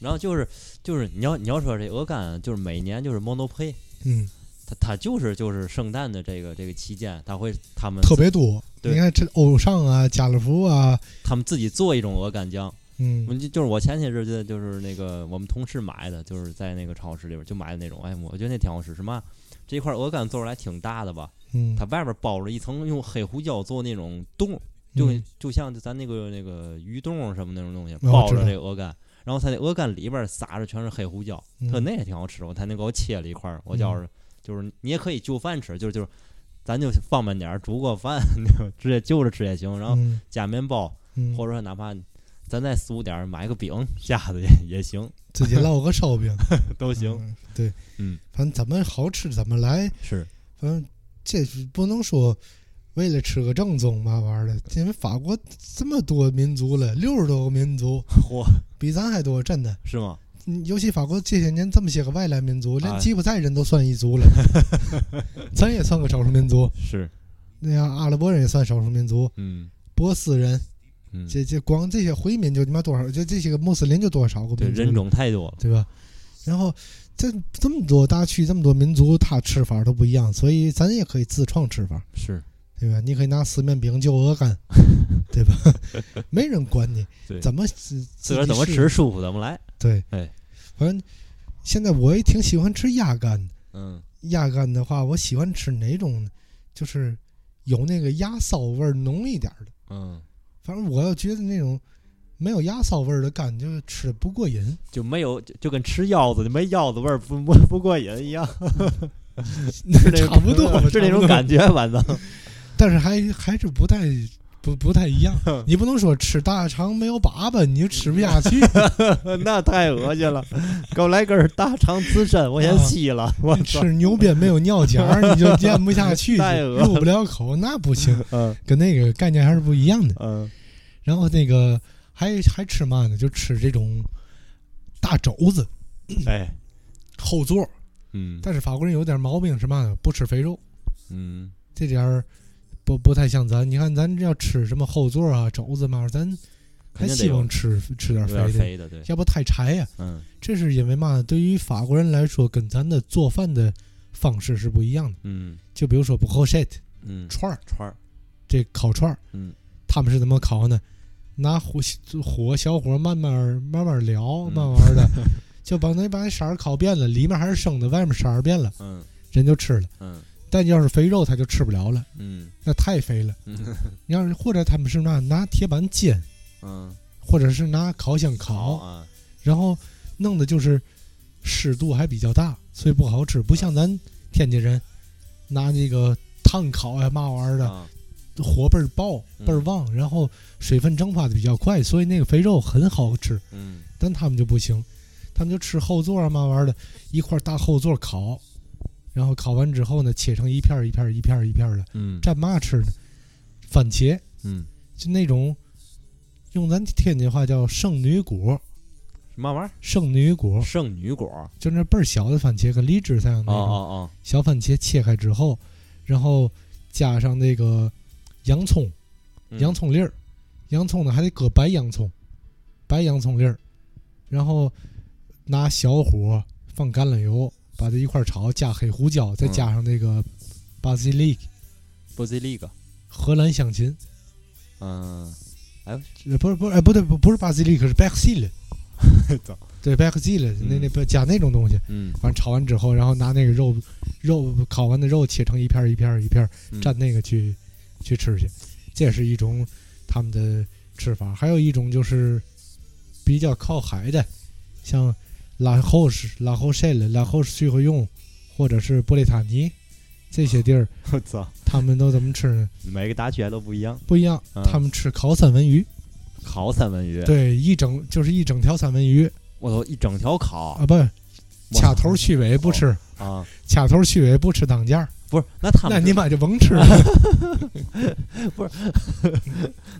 Speaker 9: 然后就是就是你要你要说这鹅肝，就是每年就是 mono pay，
Speaker 8: 嗯，
Speaker 9: 它它就是就是圣诞的这个这个期间，它会他们
Speaker 8: 特别多。
Speaker 9: 对
Speaker 8: 你看这欧尚啊，家乐福啊，
Speaker 9: 他们自己做一种鹅肝酱。我
Speaker 8: 嗯，
Speaker 9: 就就是我前些日子就是那个我们同事买的，就是在那个超市里边就买的那种，哎，我觉得那挺好吃。什么？这一块鹅肝做出来挺大的吧，
Speaker 8: 嗯，
Speaker 9: 它外边包了一层用黑胡椒做那种冻，就、
Speaker 8: 嗯
Speaker 9: 就像咱那个那个鱼冻什么那种东西，
Speaker 8: 我
Speaker 9: 包
Speaker 8: 知
Speaker 9: 着
Speaker 8: 道
Speaker 9: 这个鹅肝，然后它那鹅肝里边撒着全是黑胡椒，
Speaker 8: 嗯
Speaker 9: 特那也挺好吃的。我他那给我切了一块儿，我觉着就是你也可以就饭吃，就是就是，咱就方便点儿，煮个饭 [laughs] 就直接就着吃也行，然后
Speaker 8: 嗯
Speaker 9: 加面包，
Speaker 8: 嗯
Speaker 9: 或者说哪怕咱再俗点儿买个饼夹子也也行，
Speaker 8: 自己烙个烧饼
Speaker 9: 都行。
Speaker 8: 嗯对，
Speaker 9: 嗯，
Speaker 8: 反正怎么好吃怎么来，
Speaker 9: 是
Speaker 8: 反正这是不能说为了吃个正宗嘛玩意儿的，因为法国这么多民族了，六十多个民族， [laughs]
Speaker 9: 嚯，
Speaker 8: 比咱还多，真的。
Speaker 9: 是吗？
Speaker 8: 嗯尤其法国这些年这么些个外来民族，连
Speaker 9: 哎
Speaker 8: 吉普赛人都算一
Speaker 9: [laughs]
Speaker 8: 族了，咱也算个少数民族。
Speaker 9: 是，
Speaker 8: 那样阿拉伯人也算少数民族，
Speaker 9: 嗯
Speaker 8: 波斯人，
Speaker 9: 嗯，
Speaker 8: 这这光这些回民就他妈多少，就这些个穆斯林就多少个
Speaker 9: 对
Speaker 8: 民族
Speaker 9: 人种太多了，
Speaker 8: 对吧？然后这这么多大区，这么多民族，他吃法都不一样，所以咱也可以自创吃法，
Speaker 9: 是
Speaker 8: 对吧？你可以拿四面饼就鹅
Speaker 9: [laughs]
Speaker 8: 肝，对吧？没人管你
Speaker 9: 对，
Speaker 8: 怎么自
Speaker 9: 自个儿怎么
Speaker 8: 己
Speaker 9: 吃
Speaker 8: 试？
Speaker 9: 舒服怎么来。
Speaker 8: 对，
Speaker 9: 哎，
Speaker 8: 反正现在我也挺喜欢吃鸭肝。
Speaker 9: 嗯，
Speaker 8: 鸭肝的话，我喜欢吃哪种呢？就是有那个鸭骚味儿浓一点儿的。
Speaker 9: 嗯，
Speaker 8: 反正我要觉得那种没有鸭骚味儿的肝，就是吃的不过瘾。
Speaker 9: 就没有就就跟吃腰子没腰子味儿不不不过
Speaker 8: [laughs]
Speaker 9: 瘾一样，是那种
Speaker 8: 差不多吧，
Speaker 9: [laughs]
Speaker 8: 差
Speaker 9: 是那
Speaker 8: 不
Speaker 9: 种
Speaker 8: 多
Speaker 9: 感觉，反正
Speaker 8: 但是还还是不太不不太
Speaker 9: [laughs]
Speaker 8: 一样。你不能说吃大肠没有粑粑，你就吃不下
Speaker 9: [laughs]
Speaker 8: 去。
Speaker 9: [laughs] 那太恶心了。给我来根儿大肠刺身，我先
Speaker 8: 啊 [laughs]
Speaker 9: 吸了，我操！
Speaker 8: 吃牛鞭没有尿夹儿，你就咽不下
Speaker 9: [laughs]
Speaker 8: 去，
Speaker 9: 太恶
Speaker 8: 入不了口，那不
Speaker 9: [laughs]
Speaker 8: 行，
Speaker 9: 嗯
Speaker 8: 跟那个概念还是不一样的。 [coughs]
Speaker 9: 嗯
Speaker 8: 然后那个还还吃嘛呢？就吃这种大肘子
Speaker 9: 哎
Speaker 8: 后座。
Speaker 9: 嗯
Speaker 8: 但是法国人有点毛病是嘛呢？不吃肥肉，
Speaker 9: 嗯
Speaker 8: 这点儿不不太像咱。你看咱这要吃什么后座啊、肘子嘛，咱还
Speaker 9: 肯定得
Speaker 8: 希
Speaker 9: 有
Speaker 8: 望吃吃点
Speaker 9: 有点
Speaker 8: 肥的，
Speaker 9: 肥的对，
Speaker 8: 要不太柴呀、
Speaker 9: 嗯
Speaker 8: 这是因为嘛？对于法国人来说，跟咱的做饭的方式是不一样的。
Speaker 9: 嗯
Speaker 8: 就比如说 b r o c h e t
Speaker 9: 嗯
Speaker 8: 串儿，
Speaker 9: 串儿
Speaker 8: 这烤串儿，
Speaker 9: 嗯，
Speaker 8: 他们是怎么烤呢？拿火火小火慢慢儿慢慢儿燎，
Speaker 9: 嗯
Speaker 8: 慢慢
Speaker 9: [laughs]
Speaker 8: 的就把那把色儿烤遍了，里面还是生的，外面色儿变了，
Speaker 9: 嗯
Speaker 8: 人就吃了。
Speaker 9: 嗯
Speaker 8: 但要是肥肉，他就吃不了了，
Speaker 9: 嗯
Speaker 8: 那太肥了。
Speaker 9: 嗯 [laughs]
Speaker 8: 你要是或者他们是拿拿铁板煎，
Speaker 9: 嗯，
Speaker 8: 或者是拿烤箱
Speaker 9: 好
Speaker 8: 烤，
Speaker 9: 啊，
Speaker 8: 然后弄的就是湿度还比较大，所以不好
Speaker 9: 嗯
Speaker 8: 吃。不像咱天津人拿那个炭烤呀嘛玩意儿的，
Speaker 9: 啊
Speaker 8: 火倍儿爆
Speaker 9: 嗯
Speaker 8: 倍儿旺，然后水分蒸发的比较快，所以那个肥肉很好吃。
Speaker 9: 嗯
Speaker 8: 但他们就不行，他们就吃后座啊嘛玩意儿的，一块大后座烤，然后烤完之后呢，切成一片儿一片儿一片儿一片儿的，
Speaker 9: 嗯
Speaker 8: 蘸嘛吃呢？番茄，
Speaker 9: 嗯，
Speaker 8: 就那种用咱天津话叫圣女果。
Speaker 9: 什么玩意
Speaker 8: 圣女
Speaker 9: 儿？
Speaker 8: 果
Speaker 9: 圣女果儿？
Speaker 8: 就那倍儿小的番茄，跟荔枝像
Speaker 9: 哦
Speaker 8: 那种、
Speaker 9: 哦
Speaker 8: 小番茄切开之后，然后加上那个洋葱，
Speaker 9: 哦，
Speaker 8: 洋葱粒儿，洋葱呢还得搁白洋葱，白洋葱粒儿，然后拿小火放橄榄油，把这一块儿炒，加黑胡椒，再
Speaker 9: 嗯
Speaker 8: 加上那个 basilic
Speaker 9: 波西利克，
Speaker 8: 荷兰香芹，
Speaker 9: 嗯，
Speaker 8: 呃不是不是哎不对不不是 basilic 是 b a s i l i
Speaker 9: [laughs] 走
Speaker 8: 对 b a s i l i 那那不加那种东西。 [laughs]
Speaker 9: 嗯
Speaker 8: 完炒完之后，然后拿那个肉肉烤完的肉切成一片儿一片儿一片儿，
Speaker 9: 嗯
Speaker 8: 蘸那个去去吃去，这也是一种他们的吃法，还有一种就是比较靠海的，像拉后什、拉后什了、拉后旭和用，或者是布列塔尼这些地儿，
Speaker 9: 我操，
Speaker 8: 他们都怎么吃呢？
Speaker 9: 每个打起来都不一样。
Speaker 8: 不一样，
Speaker 9: 嗯
Speaker 8: 他们吃烤三文鱼，
Speaker 9: 烤三文鱼，
Speaker 8: 对，一整就是一整条三文鱼
Speaker 9: 我操，一整条烤
Speaker 8: 啊，不是
Speaker 9: 哇
Speaker 8: 掐头去尾不吃，
Speaker 9: 啊！
Speaker 8: 掐头去尾不吃当件儿，
Speaker 9: 不是，那他
Speaker 8: 那
Speaker 9: 们
Speaker 8: 你妈就甭吃了。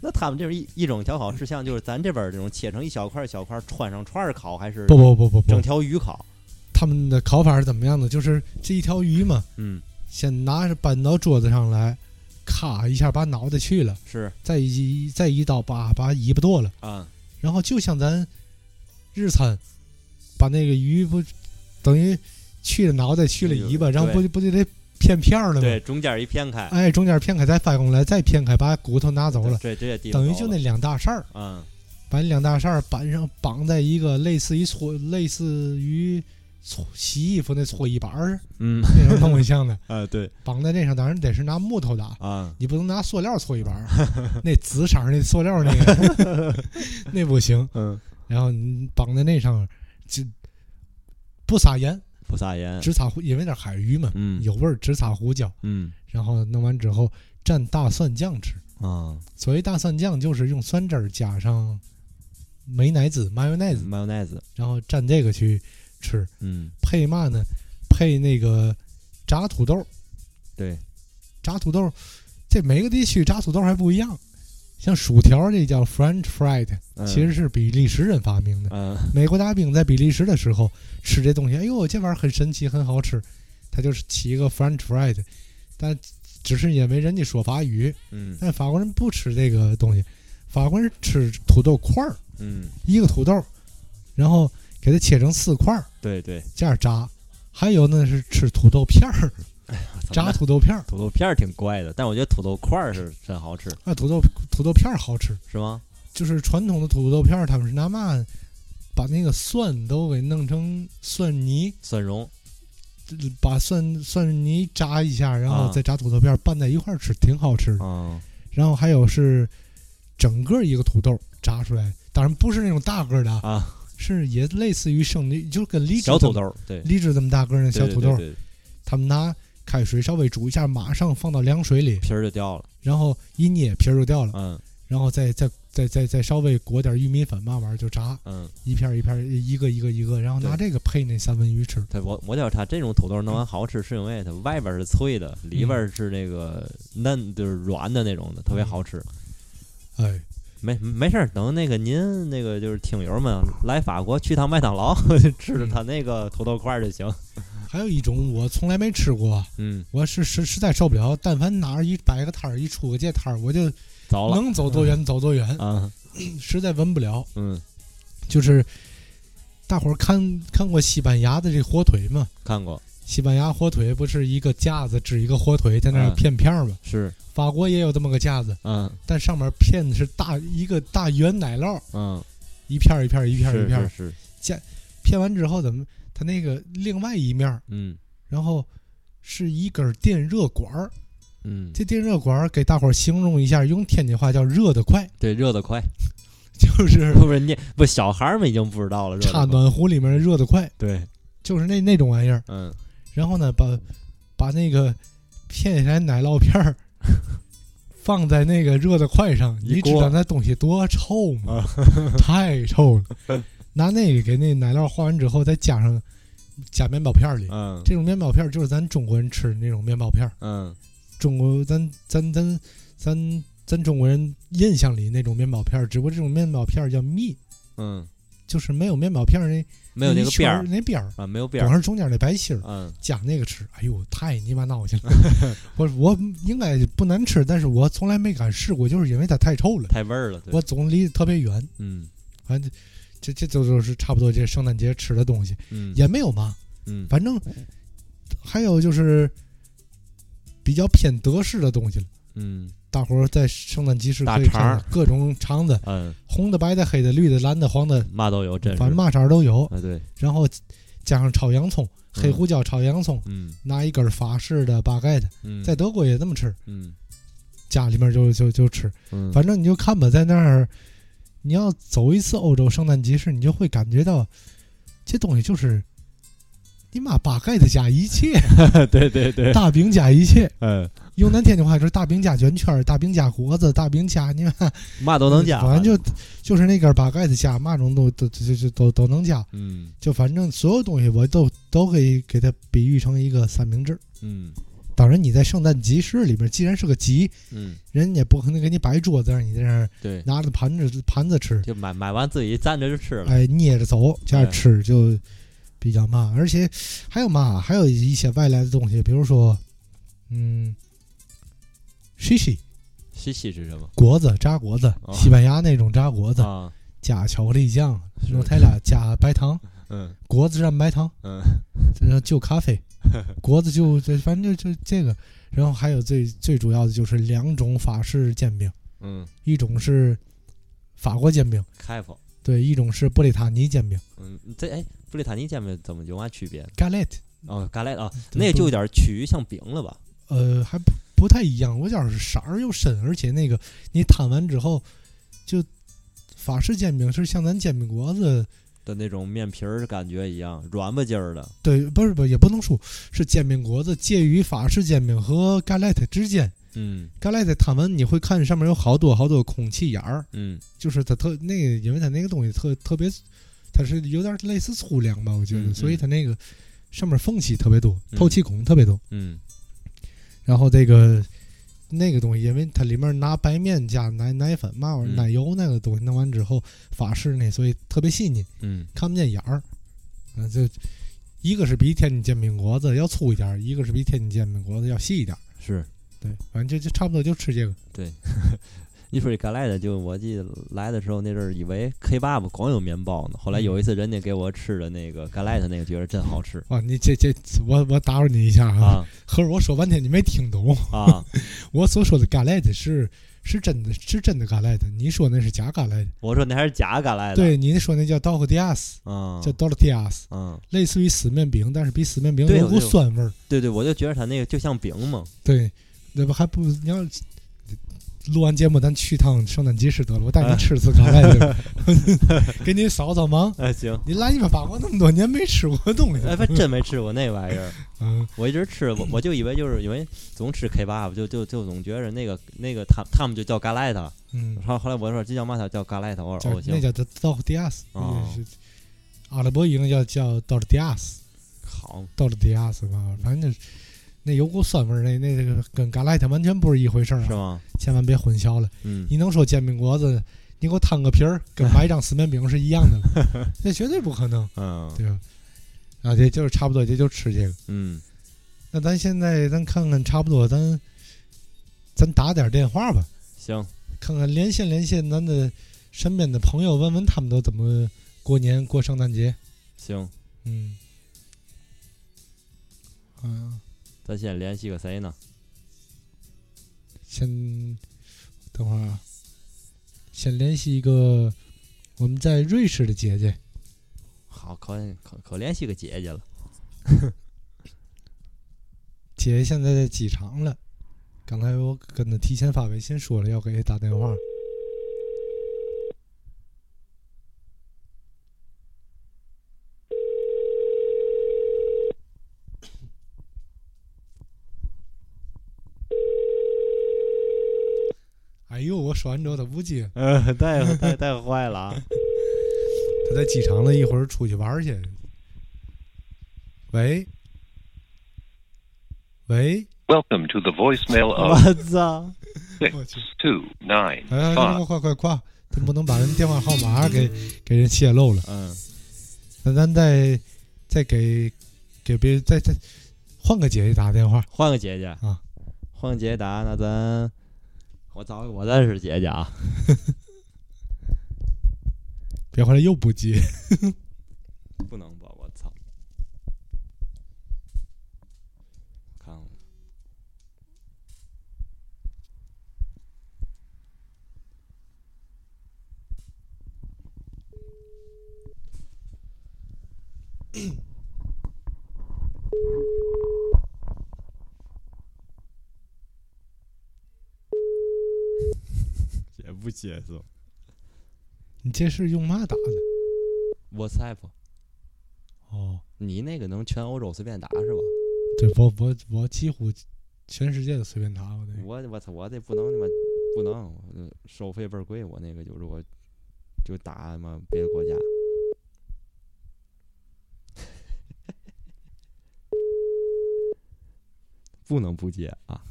Speaker 9: 那他们这种一一种调烤是像就是咱这边儿这种切成一小块儿小块儿穿上串儿烤，还是
Speaker 8: 不不不不
Speaker 9: 整
Speaker 8: 不，
Speaker 9: 条鱼烤？
Speaker 8: 他们的烤法是怎么样的？就是这一条鱼嘛，
Speaker 9: 嗯，
Speaker 8: 先拿着搬到桌子上来，咔一下把脑袋去了，
Speaker 9: 是
Speaker 8: 再一再一刀把把尾巴剁了，
Speaker 9: 啊，
Speaker 8: 然后就像咱日餐，把那个鱼不等于去了脑袋去了尾巴，
Speaker 9: 哎对
Speaker 8: 然后不就不就得片片儿了
Speaker 9: 对，
Speaker 8: 吗？
Speaker 9: 中间儿一片开，
Speaker 8: 哎，中间片开再翻过来，再片开把骨头拿走了，
Speaker 9: 对，这也地
Speaker 8: 等于就那两大扇儿，
Speaker 9: 嗯
Speaker 8: 把两大扇儿绑上，绑在一个类似于搓类似于搓洗衣服那搓衣板儿
Speaker 9: 嗯
Speaker 8: 那种东西像的，
Speaker 9: 啊对
Speaker 8: 绑在那上，当然得是拿木头打，
Speaker 9: 啊
Speaker 8: 你不能拿塑料搓衣板儿，那紫色儿那塑料那个那不行。
Speaker 9: 嗯，
Speaker 8: 然后你绑在那上面，只不撒盐，
Speaker 9: 不撒盐，
Speaker 8: 只撒胡，因为那海鱼嘛，
Speaker 9: 嗯
Speaker 8: 有味儿，只撒胡椒。
Speaker 9: 嗯
Speaker 8: 然后弄完之后蘸大蒜酱吃。
Speaker 9: 啊
Speaker 8: 所谓大蒜酱，就是用酸汁儿加上美乃滋 （mayonnaise），
Speaker 9: ，mayonnaise，
Speaker 8: 然后蘸这个去吃，
Speaker 9: 嗯
Speaker 8: 配嘛呢？配那个炸土豆，
Speaker 9: 对，
Speaker 8: 炸土豆，这每个地区炸土豆还不一样。像薯条这叫 French fried，
Speaker 9: 嗯
Speaker 8: 其实是比利时人发明的。
Speaker 9: 嗯
Speaker 8: 美国大兵在比利时的时候吃这东西，哎呦，这玩意儿很神奇，很好吃。他就是起一个 French fried，但只是因为人家说法语，
Speaker 9: 嗯
Speaker 8: 但法国人不吃这个东西，法国人吃土豆块儿，
Speaker 9: 嗯，
Speaker 8: 一个土豆，然后给它切成四块儿，
Speaker 9: 对对，
Speaker 8: 这样炸。还有呢是吃土豆片
Speaker 9: 啊
Speaker 8: 儿，炸土豆片儿，
Speaker 9: 土豆片儿挺怪的，但我觉得土豆块儿是真好吃，
Speaker 8: 那土豆土豆片儿好吃。
Speaker 9: 是吗？
Speaker 8: 就是传统的土豆片儿，他们是拿嘛把那个蒜都给弄成蒜泥，
Speaker 9: 蒜蓉
Speaker 8: 就是把蒜蒜泥炸一下，然后
Speaker 9: 啊
Speaker 8: 再炸土豆片儿拌在一块儿吃，挺好吃的。
Speaker 9: 啊，
Speaker 8: 然后还有是整个一个土豆炸出来，当然不是那种大个儿的
Speaker 9: 啊，
Speaker 8: 是也类似于生梨，就跟梨子
Speaker 9: 小土豆
Speaker 8: 这么、
Speaker 9: 儿，对，
Speaker 8: 梨子这么大个儿的
Speaker 9: 对
Speaker 8: 小
Speaker 9: 对
Speaker 8: 土
Speaker 9: 对
Speaker 8: 豆，
Speaker 9: 对
Speaker 8: 他们拿开水稍微煮一下，马上放到凉水里，
Speaker 9: 皮儿就掉了，
Speaker 8: 然后一捏皮儿就掉了，
Speaker 9: 嗯
Speaker 8: 然后再再再再再稍微裹点玉米粉，慢慢就炸。
Speaker 9: 嗯，
Speaker 8: 一片儿一片儿，一个一个一个，然后拿这个配那三文鱼吃。
Speaker 9: 对我我觉得它这种土豆弄完好吃，是因为它外边儿是脆的，里
Speaker 8: 嗯
Speaker 9: 边儿是那个嫩，就是软的那种的，特别好吃。
Speaker 8: 哎，
Speaker 9: 没没事儿，等那个您那个就是听友们来法国去趟麦当劳， [laughs] 吃
Speaker 8: 嗯
Speaker 9: 着他那个土豆块儿就行。
Speaker 8: 还有一种我从来没吃过，啊
Speaker 9: 嗯，
Speaker 8: 我是实实在受不了。但凡哪儿一摆个摊儿，一出个这摊儿，我就
Speaker 9: 糟了嗯
Speaker 8: 能走多远走多远，
Speaker 9: 啊，
Speaker 8: 实在闻不了。
Speaker 9: 嗯，
Speaker 8: 就是大伙儿看看过西班牙的这火腿吗？
Speaker 9: 看过
Speaker 8: 西班牙火腿不是一个架子指一个火腿在那儿
Speaker 9: 嗯
Speaker 8: 片片儿吗？
Speaker 9: 是，
Speaker 8: 法国也有这么个架子，
Speaker 9: 嗯
Speaker 8: 但上面片的是大一个大圆奶酪，
Speaker 9: 嗯，
Speaker 8: 一片儿一片儿一片儿一
Speaker 9: 是
Speaker 8: 片
Speaker 9: 是
Speaker 8: 儿，
Speaker 9: 是，
Speaker 8: 片完之后怎么？它那个另外一面儿
Speaker 9: 嗯
Speaker 8: 然后是一根电热管儿。
Speaker 9: 嗯，
Speaker 8: 这电热管儿给大伙儿形容一下，用天津话叫“热得快
Speaker 9: 对，热得快，”，
Speaker 8: 就是
Speaker 9: 不是你不小孩儿们已经不知道了，热得
Speaker 8: 插
Speaker 9: 快
Speaker 8: 暖壶里面的“热得快
Speaker 9: 对，”，
Speaker 8: 就是那那种玩意儿。
Speaker 9: 嗯
Speaker 8: 然后呢，把把那个片起来奶酪片
Speaker 9: [laughs]
Speaker 8: 儿放在那个热得快上，
Speaker 9: 一
Speaker 8: 你知
Speaker 9: 锅啊
Speaker 8: 道那东西多臭吗？太臭了。
Speaker 9: [laughs]
Speaker 8: 拿那个给那奶酪化完之后，再加上加面包片儿里。
Speaker 9: 嗯
Speaker 8: 这种面包片儿就是咱中国人吃的那种面包片儿。
Speaker 9: 嗯
Speaker 8: 中国咱咱咱咱咱中国人印象里那种面包片儿，只不过这种面包片儿叫蜜，
Speaker 9: 嗯，
Speaker 8: 就是没有面包片儿那
Speaker 9: 没有那个
Speaker 8: 一圈
Speaker 9: 边
Speaker 8: 儿
Speaker 9: 儿
Speaker 8: 那边儿，
Speaker 9: 啊，没有边
Speaker 8: 光
Speaker 9: 儿，
Speaker 8: 是中间那白心儿
Speaker 9: 嗯
Speaker 8: 加那个吃，哎呦，太你妈闹心了！ [laughs] 我我应该不难吃，但是我从来没敢试过，就是因为它太臭了，
Speaker 9: 太味儿了，对
Speaker 8: 我总离得特别远。
Speaker 9: 嗯
Speaker 8: 反正这这这就是差不多这圣诞节吃的东西，
Speaker 9: 嗯
Speaker 8: 也没有嘛，
Speaker 9: 嗯
Speaker 8: 反正还有就是比较偏德式的东西了。
Speaker 9: 嗯
Speaker 8: 大伙儿在圣诞集市
Speaker 9: 大
Speaker 8: 可以看
Speaker 9: 肠儿
Speaker 8: 到各种肠子，
Speaker 9: 嗯，
Speaker 8: 红的、白的、黑的、绿的、蓝的、黄的，
Speaker 9: 嘛都有，真是
Speaker 8: 反正嘛色儿都有。
Speaker 9: 啊，对，
Speaker 8: 然后加上炒洋葱，黑胡椒炒洋葱，
Speaker 9: 嗯
Speaker 8: 拿一根法式的巴盖的，
Speaker 9: 嗯，
Speaker 8: 在德国也这么吃。
Speaker 9: 嗯
Speaker 8: 家里面就就就吃，
Speaker 9: 嗯，
Speaker 8: 反正你就看吧，在那儿，你要走一次欧洲圣诞集市，你就会感觉到这东西就是你妈八盖子加一
Speaker 9: [laughs]
Speaker 8: 切，
Speaker 9: 对对对，
Speaker 8: 大饼加一切。
Speaker 9: 嗯，
Speaker 8: 用咱天津话就是大饼加卷圈儿，大饼加果子，大饼加你妈
Speaker 9: 嘛都能加，
Speaker 8: 反正就就是那根八盖子加嘛种都都就就都都能加，
Speaker 9: 嗯
Speaker 8: 就反正所有东西我都都可以给它比喻成一个三明治。
Speaker 9: 嗯
Speaker 8: 当然，你在圣诞集市里边，既然是个集，
Speaker 9: 嗯，
Speaker 8: 人也不可能给你摆桌子让你在那儿
Speaker 9: 对，
Speaker 8: 拿着盘子盘子吃，
Speaker 9: 就买买完自己站着就吃了，
Speaker 8: 哎，捏着走这样
Speaker 9: 哎
Speaker 8: 吃就比较嘛。而且还有嘛，还有一些外来的东西，比如说，嗯，shishi
Speaker 9: 西西是什么？
Speaker 8: 果子炸果子，
Speaker 9: 哦
Speaker 8: 西班牙那种炸果子，
Speaker 9: 啊，
Speaker 8: 加巧克力酱，
Speaker 9: 是
Speaker 8: 诺泰拉加白糖，
Speaker 9: 嗯
Speaker 8: 果子蘸白糖，
Speaker 9: 嗯
Speaker 8: 然后就咖
Speaker 9: [laughs]
Speaker 8: 啡，果子就这，反正就就这个。然后还有最最主要的就是两种法式煎饼，
Speaker 9: 嗯，
Speaker 8: 一种是法国煎饼，
Speaker 9: 开放，
Speaker 8: 对，一种是布列塔尼煎饼
Speaker 9: 嗯，这哎，布列塔尼煎饼怎么有嘛区别呢？
Speaker 8: （galette）。
Speaker 9: 哦，嘎莱啊，
Speaker 8: 对
Speaker 9: 那
Speaker 8: 不
Speaker 9: 就有点趋于像饼了吧？
Speaker 8: 呃，还不不太一样。我觉得是色儿又深，而且那个你摊完之后，就法式煎饼是像咱煎饼果子，
Speaker 9: 的那种面皮儿感觉一样，软吧唧儿的。
Speaker 8: 对，不是不是也不能说是煎饼果子介于法式煎饼和 galette 之间。
Speaker 9: 嗯
Speaker 8: galette 摊完你会看上面有好多好多空气眼儿，
Speaker 9: 嗯，
Speaker 8: 就是它特那个，因为它那个东西特特别，它是有点类似粗粮吧，我觉得，
Speaker 9: 嗯嗯
Speaker 8: 所以它那个上面缝隙特别多，
Speaker 9: 嗯
Speaker 8: 透气孔特别多。
Speaker 9: 嗯
Speaker 8: 然后这个那个东西，因为它里面拿白面加奶奶粉嘛玩意儿、
Speaker 9: 嗯
Speaker 8: 奶油那个东西弄完之后，法式那所以特别细腻，
Speaker 9: 嗯
Speaker 8: 看不见眼儿。嗯，就一个是比天津煎饼果子要粗一点儿，一个是比天津煎饼果子要细一点儿。
Speaker 9: 是。
Speaker 8: 对，反正就就差不多就吃这个。
Speaker 9: 一说这嘎莱的，就我记得来的时候那阵儿以为 K 爸爸光有面包呢，后来有一次人家给我吃的那个嘎莱的那个，觉得真好吃
Speaker 8: 哇，你这这我我打扰你一下啊，
Speaker 9: 啊
Speaker 8: 合着我说半天你没听懂，
Speaker 9: 啊！
Speaker 8: 我所说的 galette 是是真的是真的 galette，你说那是假 galette，
Speaker 9: 我说那还是假嘎莱的，
Speaker 8: 对，你说那叫 d o r t i a s
Speaker 9: 嗯，
Speaker 8: 叫 d o r t i a s
Speaker 9: 嗯，
Speaker 8: 类似于死面饼，但是比死面饼
Speaker 9: 对
Speaker 8: 有
Speaker 9: 我
Speaker 8: 股
Speaker 9: 就
Speaker 8: 酸味儿。
Speaker 9: 对对，我就觉得它那个就像饼嘛，
Speaker 8: 对，那不还不你要录完节目，咱去趟圣诞集市得了，我带
Speaker 9: 啊
Speaker 8: 你吃次嘎来
Speaker 9: [laughs]
Speaker 8: 的， [laughs] 给你扫扫盲。
Speaker 9: 哎 [laughs] 行，
Speaker 8: 你来你们法国那么多年没吃过
Speaker 9: [laughs]
Speaker 8: 东西，
Speaker 9: 哎不真没吃过那玩意儿，
Speaker 8: 嗯，
Speaker 9: 我一直吃，我我就以为就是因为总吃 K 爸爸，就就就总觉着那个那个他他们就叫嘎莱的，
Speaker 8: 嗯，
Speaker 9: 然后后来我说这叫嘛他叫嘎莱的，我说
Speaker 8: 叫
Speaker 9: 哦
Speaker 8: 那
Speaker 9: 行，
Speaker 8: 叫叫 d o r d i a s
Speaker 9: 哦
Speaker 8: 阿拉伯语那叫叫 d o r d i a s
Speaker 9: 好，
Speaker 8: d o r d i a s 吧，反正那有股酸味儿，那那这个跟嘎来它完全不是一回事儿
Speaker 9: 是
Speaker 8: 啊，
Speaker 9: 吗？
Speaker 8: 千万别混淆了。
Speaker 9: 嗯，
Speaker 8: 你能说煎饼果子，你给我摊个皮儿，跟买一张死面饼是一样的吗？那绝对不可能，
Speaker 9: 嗯
Speaker 8: 对吧？啊，这就是差不多，这就吃这个。
Speaker 9: 嗯，
Speaker 8: 那咱现在咱看看，差不多咱咱打点电话吧，
Speaker 9: 行，
Speaker 8: 看看连线连线咱的身边的朋友，问问他们都怎么过年过圣诞节。
Speaker 9: 行，
Speaker 8: 嗯，啊，
Speaker 9: 咱先联系个谁呢？
Speaker 8: 先等会儿啊，先联系一个我们在瑞士的姐姐。
Speaker 9: 好，可可可联系个姐姐了。
Speaker 8: 姐姐现在在机场了，刚才我跟她提前发微信说了要给她打电话。哎呦，我说完之后她不接，
Speaker 9: 嗯、呃，带带带坏 [laughs] 了啊！
Speaker 8: 她在机场了，一会儿出去玩儿去。喂，喂，
Speaker 10: Welcome to the voicemail of
Speaker 9: 我操，
Speaker 8: 我去。哎，
Speaker 10: 629
Speaker 8: 快快快快！咱不能把人电话号码给给人泄露了。
Speaker 9: 嗯，
Speaker 8: 那咱再再给给别人再再换个姐姐打电话。
Speaker 9: 换个姐姐
Speaker 8: 啊，
Speaker 9: 换个姐姐打，那咱我找我认识姐姐啊。
Speaker 8: 别回来又不接。
Speaker 9: 不能吧，我操！看我，不解释。
Speaker 8: 你这是用嘛打的？
Speaker 9: WhatsApp，
Speaker 8: 哦，
Speaker 9: 你那个能全欧洲随便打是吧？
Speaker 8: 对我我我几乎全世界都随便打我那个。
Speaker 9: 我我操，我这不能他妈不能，我收费倍儿贵，我那个就如果就打他妈别的国家。 [laughs] 不能不接啊！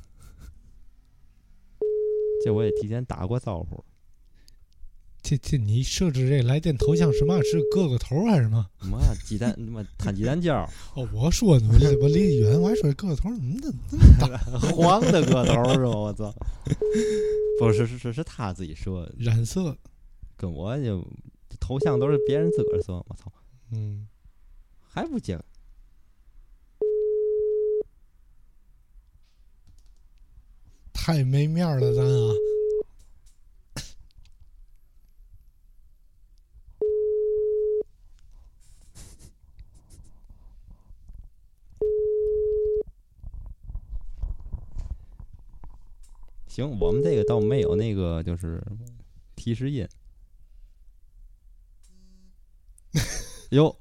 Speaker 9: 这我也提前打过招呼，
Speaker 8: 这这你设置这来电头像什么？是各个头还是什么？
Speaker 9: 妈鸡蛋他妈摊鸡蛋胶，
Speaker 8: 哦，我说呢，我离我离远，我还说各个头怎么的？
Speaker 9: [laughs] 黄的个头儿是吧？我操！不是是是是他自己说的，
Speaker 8: 染色，
Speaker 9: 跟我就头像都是别人自个儿说，我操，
Speaker 8: 嗯，
Speaker 9: 还不接？
Speaker 8: 太没面儿了，咱啊。
Speaker 9: 行，我们这个倒没有那个就是提示音。哟，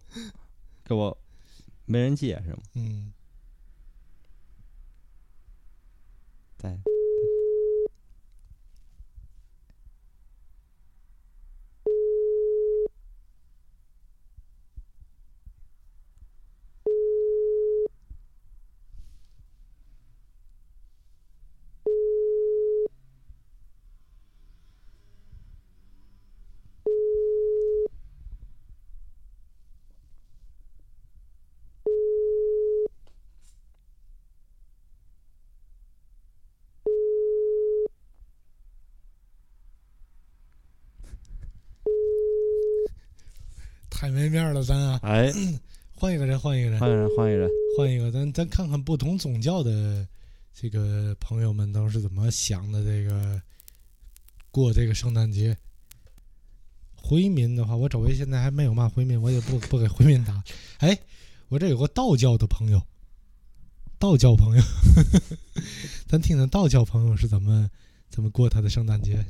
Speaker 9: 给我没人接是吗？
Speaker 8: 嗯，
Speaker 9: 在。
Speaker 8: 太没面儿了，咱啊。
Speaker 9: 哎，
Speaker 8: 换一个人，换一个人，
Speaker 9: 换一个人，换一个人。
Speaker 8: 换一个，咱咱看看不同宗教的这个朋友们都是怎么想的，这个过这个圣诞节。回民的话，我周围现在还没有嘛回民，我也不不给回民打。哎，我这有个道教的朋友，道教朋友， [laughs] 咱听听道教朋友是怎么怎么过他的圣诞节。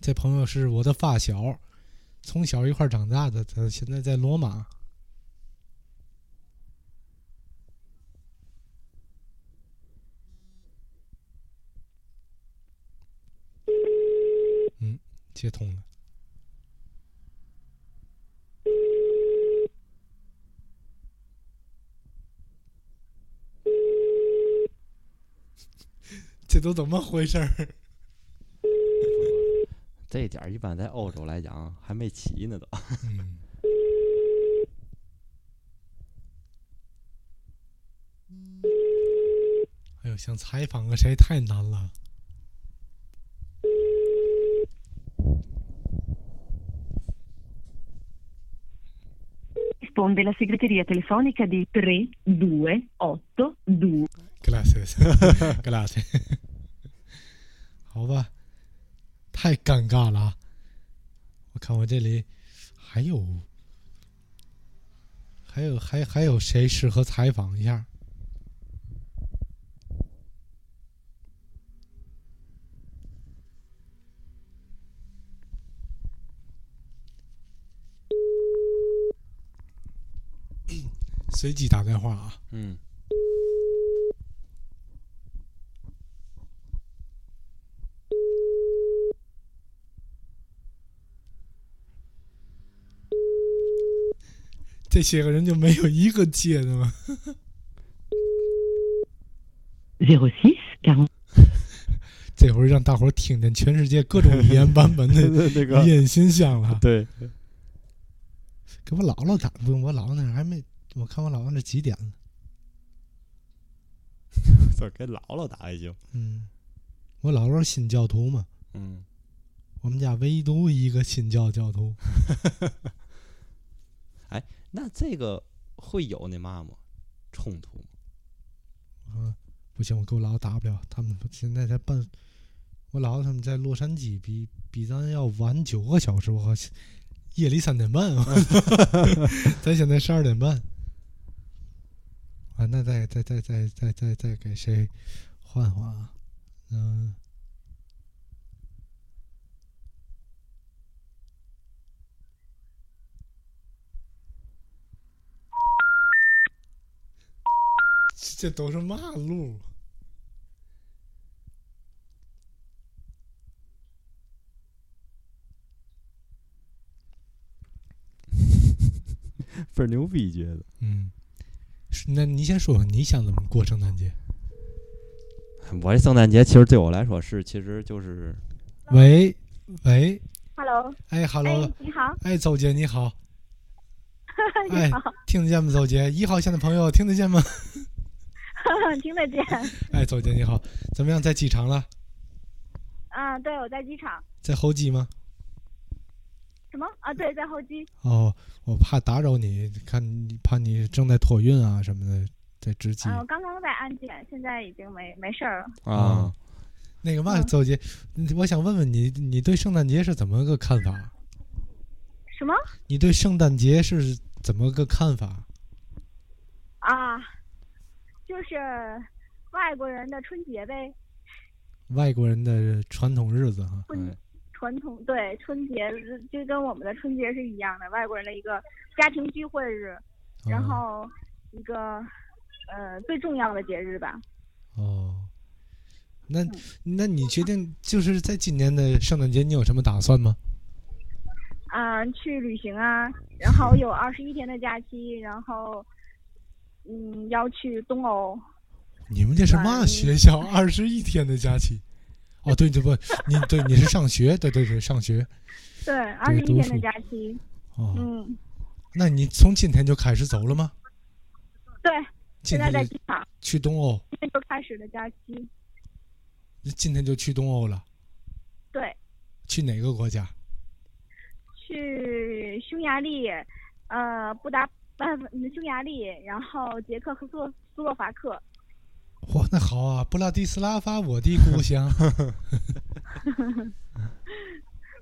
Speaker 8: 这朋友是我的发小，从小一块儿长大的，他现在在罗马。接通了。 [laughs] 这都怎么回事儿？
Speaker 9: 这点儿一般在欧洲来讲啊还没齐呢都。
Speaker 8: 嗯，哎呦，想采访个谁太难了。
Speaker 11: Risponde la segreteria telefonica di 3282.
Speaker 8: Glasses, [laughs] glasses，好吧，太尴尬了啊。我看我这里还有，还有，还还有谁适合采访一下？随机打电话啊！
Speaker 9: 嗯。
Speaker 8: 这些个人就没有一个接的吗？ [laughs]
Speaker 11: 06 40.
Speaker 8: 这会儿让大伙儿听见全世界各种语言版 [laughs] 本的
Speaker 9: [laughs] 那
Speaker 8: 语音信箱了。
Speaker 9: 对，
Speaker 8: 给我姥姥打，不用我姥姥那还没，我看我姥姥那几点了？
Speaker 9: [laughs] 这给姥姥打也行。
Speaker 8: 嗯，我姥姥是新教徒嘛，
Speaker 9: 嗯，
Speaker 8: 我们家唯独一个新教教徒。
Speaker 9: 那这个会有那嘛吗？冲突吗？
Speaker 8: 啊，不行，我给我姥姥打不了，他们现在在办，我姥姥他们在洛杉矶比比咱要晚九个小时，我靠，夜里三点半， [laughs] 我操咱现在十二点半。啊，那再再再再再再再给谁换换啊？嗯、这都是嘛路？
Speaker 9: 倍儿牛逼，觉得。
Speaker 8: 嗯，是那你先说说你想怎么过圣诞节？
Speaker 9: 我这圣诞节其实对我来说是，其实就是
Speaker 8: 喂喂，
Speaker 12: Hello，
Speaker 8: 哎，Hello，
Speaker 12: 你好， [laughs]
Speaker 8: 哎，邹姐你好，哎
Speaker 12: 你好，
Speaker 8: 听得见吗？邹姐，一号线的朋友听得见吗？
Speaker 12: 听得见。 [laughs]
Speaker 8: 哎，邹姐你好，怎么样？在机场了？
Speaker 12: 嗯，对，我在机场。
Speaker 8: 在候机吗？
Speaker 12: 什么啊？对，在候机。
Speaker 8: 哦，我怕打扰你，看你怕你正在托运啊什么的，在值机哦
Speaker 12: 嗯、我刚刚在安检，现在已经没没事儿了。
Speaker 9: 啊。
Speaker 8: 那个嘛，
Speaker 12: 嗯
Speaker 8: 邹姐，我想问问你，你对圣诞节是怎么个看法？
Speaker 12: 什么
Speaker 8: 你对圣诞节是怎么个看法？
Speaker 12: 啊？就是外国人的春节呗，
Speaker 8: 外国人的传统日子哈，
Speaker 9: 哎
Speaker 12: 嗯传统对春节就跟我们的春节是一样的，外国人的一个家庭聚会日，然后一个呃最重要的节日吧。
Speaker 8: 哦，那那你决定就是在今年的圣诞节，你有什么打算吗？
Speaker 12: 啊、去旅行啊，然后有二十一天的假期，然后嗯要去东欧。
Speaker 8: 你们这是嘛学校？ [laughs] 二十一天的假期？哦，对对不，你对你是上学， [laughs] 对对对，上学。
Speaker 12: 对，二十一
Speaker 8: 读
Speaker 12: 天
Speaker 8: 书
Speaker 12: 的假期。
Speaker 8: 哦
Speaker 12: 嗯，
Speaker 8: 那你从今天就开始走了吗？
Speaker 12: 对，
Speaker 8: 今
Speaker 12: 现在
Speaker 8: 天
Speaker 12: 在
Speaker 8: 就
Speaker 12: 机场，
Speaker 8: 去东欧，
Speaker 12: 今天就开始的假期。
Speaker 8: 今天就去东欧了，
Speaker 12: 对，
Speaker 8: 去哪个国家？
Speaker 12: 去匈牙利，呃，布达，呃，匈牙利，然后捷克和斯洛斯洛伐克。
Speaker 8: 哇，那好啊，布拉迪斯拉发，我的故 [laughs] 乡，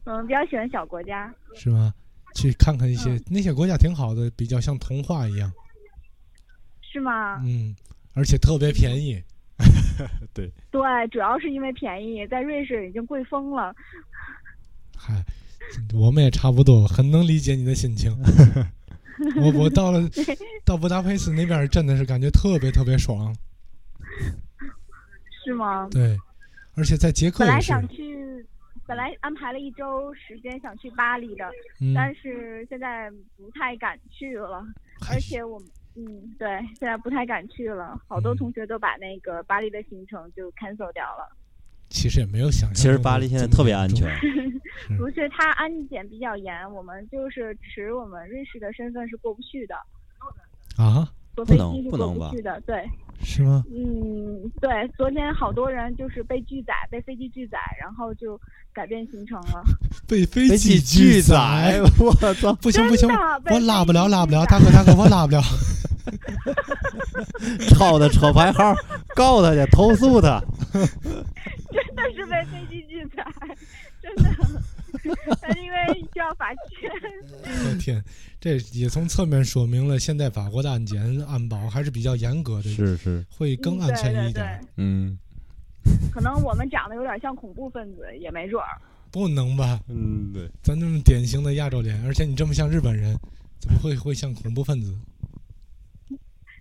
Speaker 12: 嗯，比较喜欢小国家。
Speaker 8: 是吗？去看看一些、那些国家挺好的，比较像童话一样，
Speaker 12: 是吗？
Speaker 8: 嗯，而且特别便宜。
Speaker 9: 对，
Speaker 12: 对，主要是因为便宜，在瑞士已经贵疯了。
Speaker 8: 嗨，我们也差不多，很能理解你的心
Speaker 12: [laughs]
Speaker 8: 情。我我到了到布达佩斯那边儿，真的是感觉特别特别爽，
Speaker 12: 是吗？
Speaker 8: 对，而且在捷克
Speaker 12: 本来
Speaker 8: 也是，
Speaker 12: 想去，本来安排了一周时间想去巴黎的，
Speaker 8: 嗯
Speaker 12: 但是现在不太敢去了，而且我们。嗯，对，现在不太敢去了，好
Speaker 8: 嗯
Speaker 12: 多同学都把那个巴黎的行程就 cancel 掉了。
Speaker 8: 其实也没有想象。
Speaker 9: 其实巴黎现在特别安 [laughs] 全。
Speaker 8: 嗯
Speaker 12: 不是，他安检比较严，我们就是持我们瑞士的身份是过不去的，
Speaker 8: 啊，
Speaker 12: 坐
Speaker 9: 不
Speaker 12: 飞
Speaker 9: 能
Speaker 12: 机是
Speaker 9: 不
Speaker 12: 过
Speaker 9: 能吧
Speaker 12: 不去的。对，
Speaker 8: 是吗？
Speaker 12: 嗯，对，昨天好多人就是被拒载，被飞机拒载，然后就改变行程了。
Speaker 8: 被飞
Speaker 9: 飞机
Speaker 8: 拒
Speaker 9: 拒载 [laughs] 我操！
Speaker 8: 不行不行
Speaker 12: 真的，被
Speaker 8: 我拉不了拉不了，
Speaker 12: 飞机
Speaker 8: 大哥大
Speaker 12: [laughs]
Speaker 8: 哥，我拉不了。
Speaker 9: 抄他车牌号，告他去，投诉他。
Speaker 12: 真的是被飞机拒载，真的，但是因为需要罚钱。
Speaker 8: 我天，这也从侧面说明了现在法国的安检安保还是比较严格的，
Speaker 9: 是是，
Speaker 8: [laughs] 会更安全一点。
Speaker 12: 嗯
Speaker 9: 嗯，
Speaker 12: 可能我们长得有点像恐怖分子，也没准儿。
Speaker 8: 不能吧？
Speaker 9: 嗯，对，
Speaker 8: 咱这么典型的亚洲脸，而且你这么像日本人，怎么会会像恐怖分子？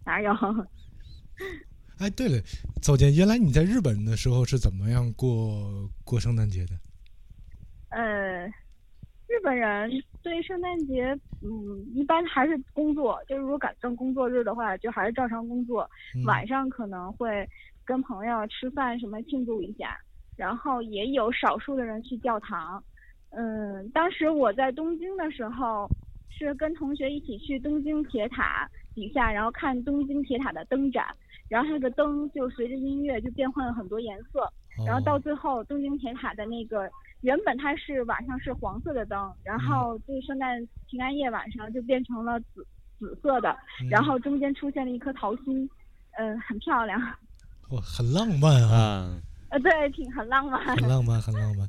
Speaker 12: 哪有？
Speaker 8: 哎，对了，邹姐，原来你在日本的时候是怎么样过过圣诞节的？
Speaker 12: 呃，日本人对圣诞节，嗯，一般还是工作，就是如果赶上工作日的话，就还是照常工作。
Speaker 8: 嗯
Speaker 12: 晚上可能会跟朋友吃饭什么庆祝一下，然后也有少数的人去教堂。嗯，当时我在东京的时候，是跟同学一起去东京铁塔底下，然后看东京铁塔的灯展，然后那个灯就随着音乐就变换了很多颜色。
Speaker 8: 哦
Speaker 12: 然后到最后，东京铁塔的那个原本它是晚上是黄色的灯，然后这圣诞平安夜晚上就变成了紫紫色的，
Speaker 8: 嗯
Speaker 12: 然后中间出现了一颗桃心，嗯、很漂亮，
Speaker 8: 哇，很浪漫啊，
Speaker 9: 啊，
Speaker 12: 呃，对，挺很浪漫。
Speaker 8: 很浪漫，很浪
Speaker 12: [laughs]
Speaker 8: 漫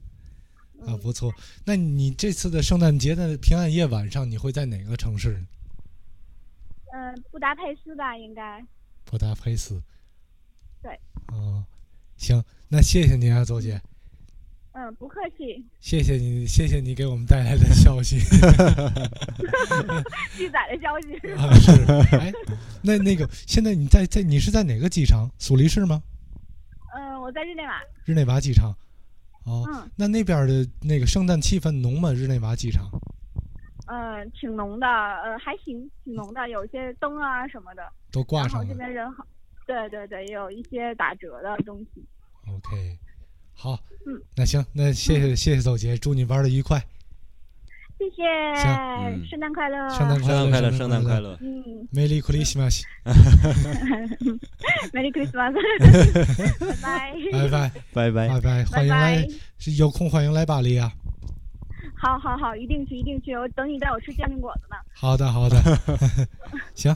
Speaker 8: 啊，不错。那你这次的圣诞节的平安夜晚上，你会在哪个城市呢？
Speaker 12: 嗯、布达佩斯吧，应该。
Speaker 8: 布达佩斯。
Speaker 12: 对。
Speaker 8: 哦，行，那谢谢你啊，邹姐。
Speaker 12: 嗯，不客气， [laughs]
Speaker 8: 谢谢你，谢谢你给我们带来的消息。
Speaker 12: 记载的消
Speaker 8: [laughs]
Speaker 12: 息是吧
Speaker 8: 啊，是，哎，那那个，现在你在在你是在哪个机场？苏黎世吗？
Speaker 12: 嗯，我在日内瓦，
Speaker 8: 日内瓦机场。哦，
Speaker 12: 嗯
Speaker 8: 那那边的那个圣诞气氛浓吗？日内瓦机场？
Speaker 12: 嗯，挺浓的，呃，还行，挺浓的，有些灯啊什么的，
Speaker 8: 都挂
Speaker 12: 然后
Speaker 8: 上
Speaker 12: 这
Speaker 8: 了。
Speaker 12: 边人好，对对对，也有一些打折的东西。
Speaker 8: OK，好，
Speaker 12: 嗯，
Speaker 8: 那行，那谢谢、谢谢邹姐，祝你玩的愉快，
Speaker 12: 谢谢，
Speaker 8: 嗯
Speaker 12: 圣诞快乐，
Speaker 8: 圣诞快乐，
Speaker 9: 快乐
Speaker 8: 圣
Speaker 9: 圣
Speaker 8: 诞
Speaker 9: 诞
Speaker 8: 快
Speaker 9: 快
Speaker 8: 乐
Speaker 9: 乐
Speaker 12: 嗯
Speaker 8: ，Merry Christmas，[laughs]
Speaker 12: ，Merry Christmas，
Speaker 8: 拜
Speaker 12: 拜
Speaker 8: 拜，
Speaker 9: 拜
Speaker 8: 拜
Speaker 9: 拜
Speaker 8: 拜，欢迎来
Speaker 12: 拜，
Speaker 8: 是有空欢迎来巴黎啊！
Speaker 12: 好好好，一定去，一定去，我等你带我吃煎饼果子呢。
Speaker 8: 好的，
Speaker 12: [laughs]
Speaker 8: 好的，行，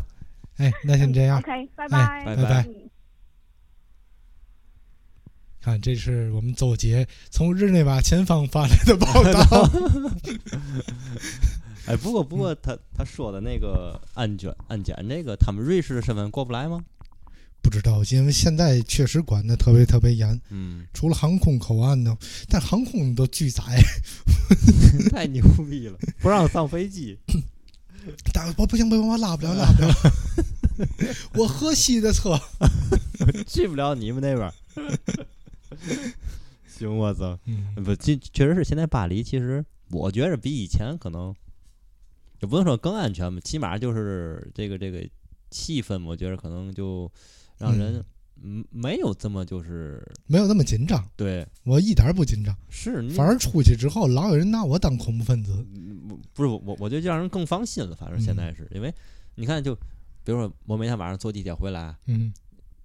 Speaker 8: 哎，那先这样，
Speaker 12: 嗯 OK，拜
Speaker 8: 哎
Speaker 12: 拜，
Speaker 8: 拜拜
Speaker 12: 嗯
Speaker 8: 看，这是我们邹杰从日内瓦前方发来的报
Speaker 12: [laughs]
Speaker 8: 道。
Speaker 9: 哎，不过不过他他说的那个安检安检那个，他们瑞士的身份过不来吗？
Speaker 8: 不知道，因为现在确实管的特别特别严，
Speaker 9: 嗯，
Speaker 8: 除了航空口岸呢，但航空都拒载， [laughs]
Speaker 9: 太牛逼 [laughs] 了，不让上飞机。
Speaker 8: 大我不行不行，我拉不了拉不了， [laughs] 我河西的车，
Speaker 9: 去不了你们那边儿。 [laughs] 行，我操，
Speaker 8: 嗯
Speaker 9: 不，这确实是现在巴黎，其实我觉着比以前可能，也不能说更安全吧，起码就是这个这个气氛，我觉得可能就让人嗯没有这么就是
Speaker 8: 没有那么紧张，
Speaker 9: 对，
Speaker 8: 我一点儿不紧张，
Speaker 9: 是你
Speaker 8: 反而出去之后老有人拿我当恐怖分子，
Speaker 9: 不是我我我觉得就让人更放心了，反正现
Speaker 8: 嗯
Speaker 9: 在是、因为你看就比如说我每天晚上坐地铁回来，
Speaker 8: 嗯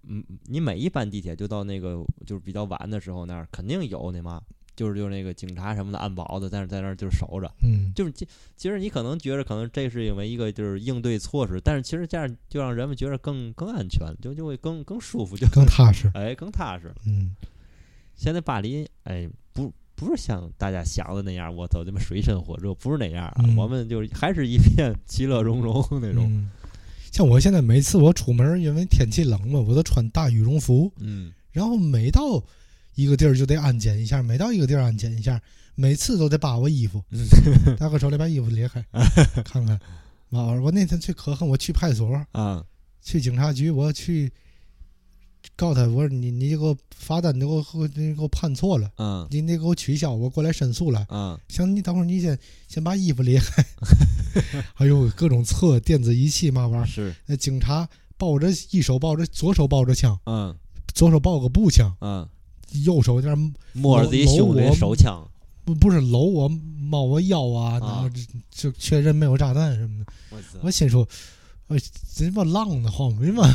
Speaker 9: 嗯，你每一班地铁就到那个就是比较晚的时候那儿，肯定有那嘛，就是就是那个警察什么的安保的，但是在那儿就是守着，
Speaker 8: 嗯，
Speaker 9: 就是其其实你可能觉得可能这是因为一个就是应对措施，但是其实这样就让人们觉得更更安全，就就会更更舒服，就
Speaker 8: 更踏实
Speaker 9: 哎，更踏实。
Speaker 8: [laughs] 嗯，
Speaker 9: 现在巴黎哎不。不是像大家想的那样，我操，他妈水深火热，不是那样啊！
Speaker 8: 嗯
Speaker 9: 我们就是还是一片 [laughs] 其乐融融那种。
Speaker 8: 嗯像我现在每次我出门，因为天气冷嘛，我都穿大羽绒服，
Speaker 9: 嗯，
Speaker 8: 然后每到一个地儿就得安检一下，每到一个地儿安检一下，每次都得扒我衣服， [laughs] 大哥手里把衣服裂开，看看。妈，我那天最可恨，我去派出所，
Speaker 9: 啊，
Speaker 8: 去警察局，我去告他，我说你你给我罚单，你给我你给我判错了，
Speaker 9: 嗯
Speaker 8: 你得给我取消，我过来申诉来。
Speaker 9: 嗯，
Speaker 8: 行，你等会儿你先先把衣服裂开，还有各种测电子仪器嘛玩意儿。
Speaker 9: 是，
Speaker 8: 那警察抱着一手抱着左手抱着枪，
Speaker 9: 嗯
Speaker 8: 左手抱个步枪，
Speaker 9: 嗯，
Speaker 8: 右手在那儿
Speaker 9: 摸着自己胸
Speaker 8: 搂
Speaker 9: 的
Speaker 8: 我啊
Speaker 9: 手枪，
Speaker 8: 不不是搂我猫我腰啊，然后
Speaker 9: 啊
Speaker 8: 就就确认没有炸弹什么的。
Speaker 9: 我操
Speaker 8: 我心说，哎，这妈浪的慌，哎呀妈，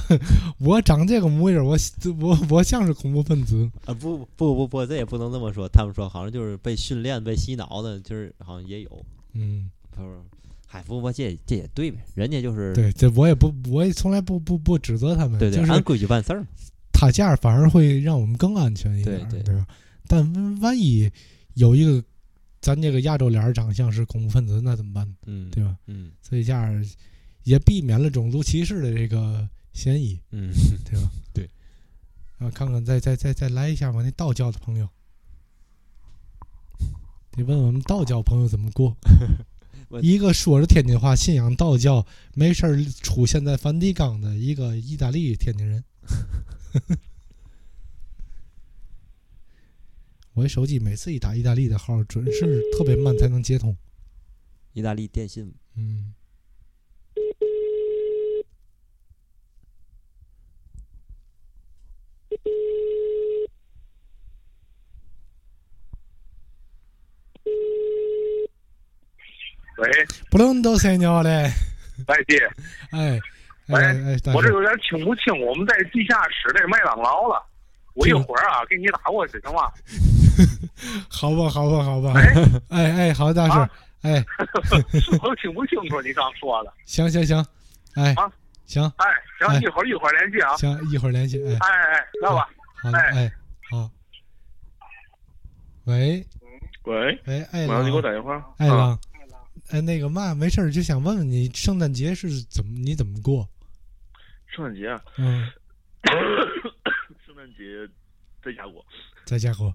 Speaker 8: [laughs] 我长这个模样，我我我像是恐怖分子。
Speaker 9: 啊！不不不不，这也不能这么说。他们说好像就是被训练、被洗脑的，就是好像也有。
Speaker 8: 嗯，
Speaker 9: 他说：“嗨，不过这也这也对呗，人家就是
Speaker 8: 对，这我也不，我也从来不不不指责他们，
Speaker 9: 对对，
Speaker 8: 就是
Speaker 9: 按规矩办事儿。
Speaker 8: 他这样反而会让我们更安全一点儿，
Speaker 9: 对
Speaker 8: 对吧？但万一有一个咱这个亚洲脸儿长相是恐怖分子，那怎么办？
Speaker 9: 嗯，
Speaker 8: 对吧？
Speaker 9: 嗯
Speaker 8: 所以这样也避免了种族歧视的这个嫌疑，
Speaker 9: 嗯，
Speaker 8: 对吧？
Speaker 9: 对。
Speaker 8: 啊，看看，再再再再来一下我那道教的朋友，得问我们道教朋友怎么过
Speaker 9: 我。
Speaker 8: 一个说着天津话、信仰道教、没事儿出现在梵蒂冈的一个意大利天津人。 [laughs] 我这手机每次一打意大利的号，准是特别慢才能接通。
Speaker 9: 意大利电信
Speaker 8: 嗯，
Speaker 13: 喂，
Speaker 8: 不能都谁鸟嘞？
Speaker 13: 外地，
Speaker 8: 哎，哎
Speaker 13: 喂
Speaker 8: 哎，大
Speaker 13: 我这有
Speaker 8: 哥，
Speaker 13: 点听不清，我们在地下室这麦当劳了。我一会儿啊，给你打过去，行
Speaker 8: [laughs]
Speaker 13: 吗？
Speaker 8: 好吧，好吧，好吧，哎哎，好，大师
Speaker 13: 啊，
Speaker 8: 哎，
Speaker 13: 我听不清楚你刚说的。
Speaker 8: 行行行，哎
Speaker 13: 啊，
Speaker 8: 行
Speaker 13: 哎，
Speaker 8: 哎
Speaker 13: 行，一会儿一会儿联系啊。
Speaker 8: 行，一会儿联系，哎，
Speaker 13: 哎哎，那吧。
Speaker 8: 好的，哎，好，喂
Speaker 14: [laughs] 喂，
Speaker 8: 喂，哎，
Speaker 14: 马上你给我
Speaker 8: 郎
Speaker 14: 打电话。
Speaker 8: 哎，
Speaker 14: 啊，
Speaker 8: 郎，哎，那个嘛，没事儿，就想问问你，圣诞节是怎么你怎么过？
Speaker 14: 圣诞节啊， [coughs]
Speaker 8: 嗯，
Speaker 14: 圣诞节在家过，
Speaker 8: 在家过，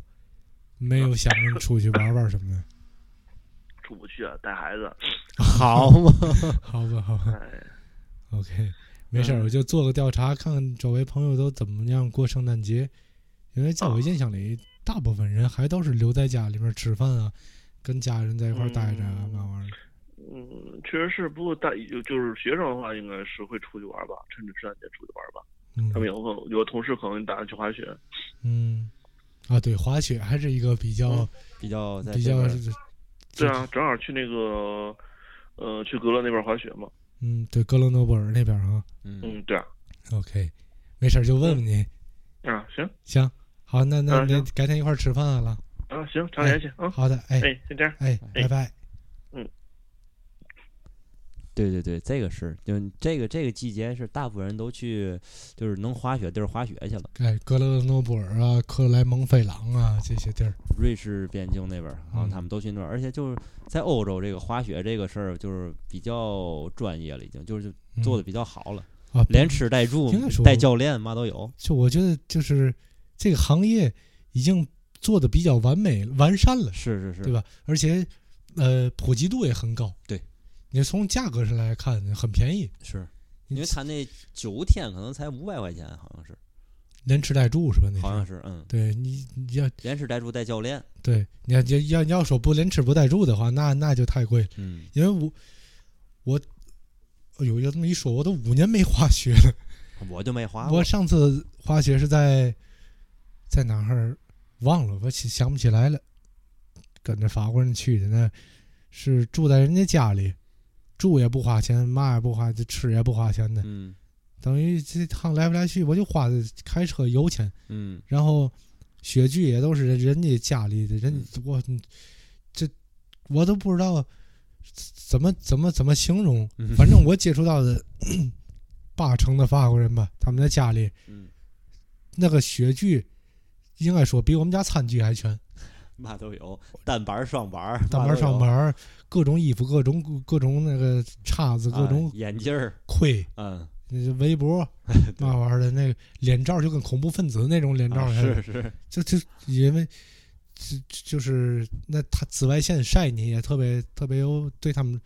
Speaker 8: 没有想着出去玩玩什么的。
Speaker 14: 出不去啊，带孩子。
Speaker 9: 好嘛，
Speaker 8: 好吧，好吧。OK，没事儿，我就做个调查，看看周围朋友都怎么样过圣诞节。因为在我印象里，大部分人还都是留在家里面吃饭啊，跟家人在一块儿待着啊，那玩意儿。
Speaker 14: 嗯，确实是，不过大就就是学生的话，应该是会出去玩吧，趁着圣诞节出去玩吧。
Speaker 8: 嗯
Speaker 14: 他们有可能有同事可能打算去滑雪，
Speaker 8: 嗯，啊，对，滑雪还是一个比较、
Speaker 9: [laughs] 比较在
Speaker 8: 比
Speaker 9: 这
Speaker 8: 较
Speaker 9: 边
Speaker 14: 对啊，正好去那个呃去格勒那边滑雪嘛。
Speaker 8: 嗯，对，格伦诺布尔那边啊。
Speaker 14: 嗯，对啊，
Speaker 8: OK，没事儿就问问你。
Speaker 14: 啊行
Speaker 8: 行，好，那那
Speaker 14: 嗯
Speaker 8: 那改天一块儿吃饭啊了。
Speaker 14: 啊行，常联系啊。
Speaker 3: 嗯
Speaker 8: 好的，哎，
Speaker 14: 哎，先这样，
Speaker 8: 哎，拜拜。
Speaker 9: 对对对，这个是，就这个这个季节是大部分人都去，就是能滑雪地儿滑雪去了，
Speaker 8: 哎，格勒诺布尔啊，克莱蒙费朗啊，这些地儿，
Speaker 9: 瑞士边境那边儿，
Speaker 8: 嗯
Speaker 9: 然后他们都去那儿，而且就是在欧洲这个滑雪这个事儿就是比较专业了，已经就是做的比较好了，
Speaker 8: 嗯啊
Speaker 9: 连吃带住
Speaker 8: 应该说
Speaker 9: 带教练嘛都有，
Speaker 8: 就我觉得就是这个行业已经做的比较完美完善了，
Speaker 9: 是是是，
Speaker 8: 对吧？？而且呃，普及度也很高。
Speaker 9: 对，
Speaker 8: 你从价格上来看很便宜，
Speaker 9: 是
Speaker 8: 你
Speaker 9: 因为他那九天可能才五百块钱，好像是，
Speaker 8: 连吃带住是吧？那
Speaker 9: 好像是嗯
Speaker 8: 对你你要
Speaker 9: 连吃带住带教练，
Speaker 8: 对，你要要要说不连吃不带住的话，那那就太贵了。
Speaker 9: 嗯，
Speaker 8: 因为我我哎呦，要这么一说，我都五年没滑雪了。
Speaker 9: 嗯我就没滑过，
Speaker 8: 我上次滑雪是在在哪儿忘了，我起想不起来了。跟着法国人去的呢，是住在人家家里，住也不花钱，嘛也不花，这吃也不花钱的。
Speaker 9: 嗯，
Speaker 8: 等于这趟来不来去，我就花的开车油钱。
Speaker 9: 嗯，
Speaker 8: 然后雪具也都是人人家家里的人，
Speaker 9: 嗯
Speaker 8: 我嗯这我都不知道怎么怎么怎么形容
Speaker 9: 嗯。
Speaker 8: 反正我接触到的八成的法国人吧，他们在家里
Speaker 9: 嗯，
Speaker 8: 那个雪具，应该说比我们家餐具还全，
Speaker 9: 嘛都有，单板儿双板儿，
Speaker 8: 单板、
Speaker 9: 嘛都有
Speaker 8: 双板儿，各种衣服，各种各种那个叉子，各
Speaker 9: 啊
Speaker 8: 种
Speaker 9: 眼镜儿，
Speaker 8: 盔， [laughs]
Speaker 9: 嗯，
Speaker 8: 那就围
Speaker 9: [laughs]
Speaker 8: 脖那玩意儿的，那个脸罩就跟恐怖分子那种脸罩
Speaker 9: 啊
Speaker 8: 似的、
Speaker 9: 是是，
Speaker 8: 就就因为就就是那他紫外线晒你也特别特别有对他们，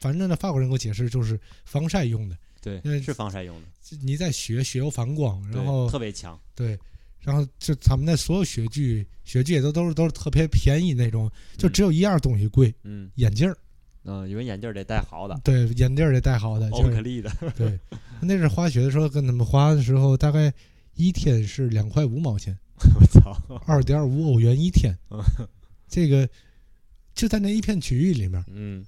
Speaker 8: 反正那法国人给我解释就是防晒用的，因为
Speaker 9: 对，是防晒用的，
Speaker 8: 你在雪雪有反光，然
Speaker 9: 对
Speaker 8: 后
Speaker 9: 特别强，
Speaker 8: 对，然后就他们那所有雪具雪具也都都是都是特别便宜那种，就只有一样东西贵，
Speaker 9: 嗯
Speaker 8: 眼镜儿，
Speaker 9: 嗯，因为眼镜儿得戴好的，
Speaker 8: 对，嗯眼镜儿也戴好的，
Speaker 9: 欧
Speaker 8: 就是
Speaker 9: 克利的
Speaker 8: 对，那是滑雪的时候跟他们滑的时候，大概一天是两块五毛钱，
Speaker 9: 我
Speaker 8: [laughs]
Speaker 9: 操，
Speaker 8: 二点五欧元一天。
Speaker 9: 嗯
Speaker 8: 这个就在那一片区域里面，
Speaker 9: 嗯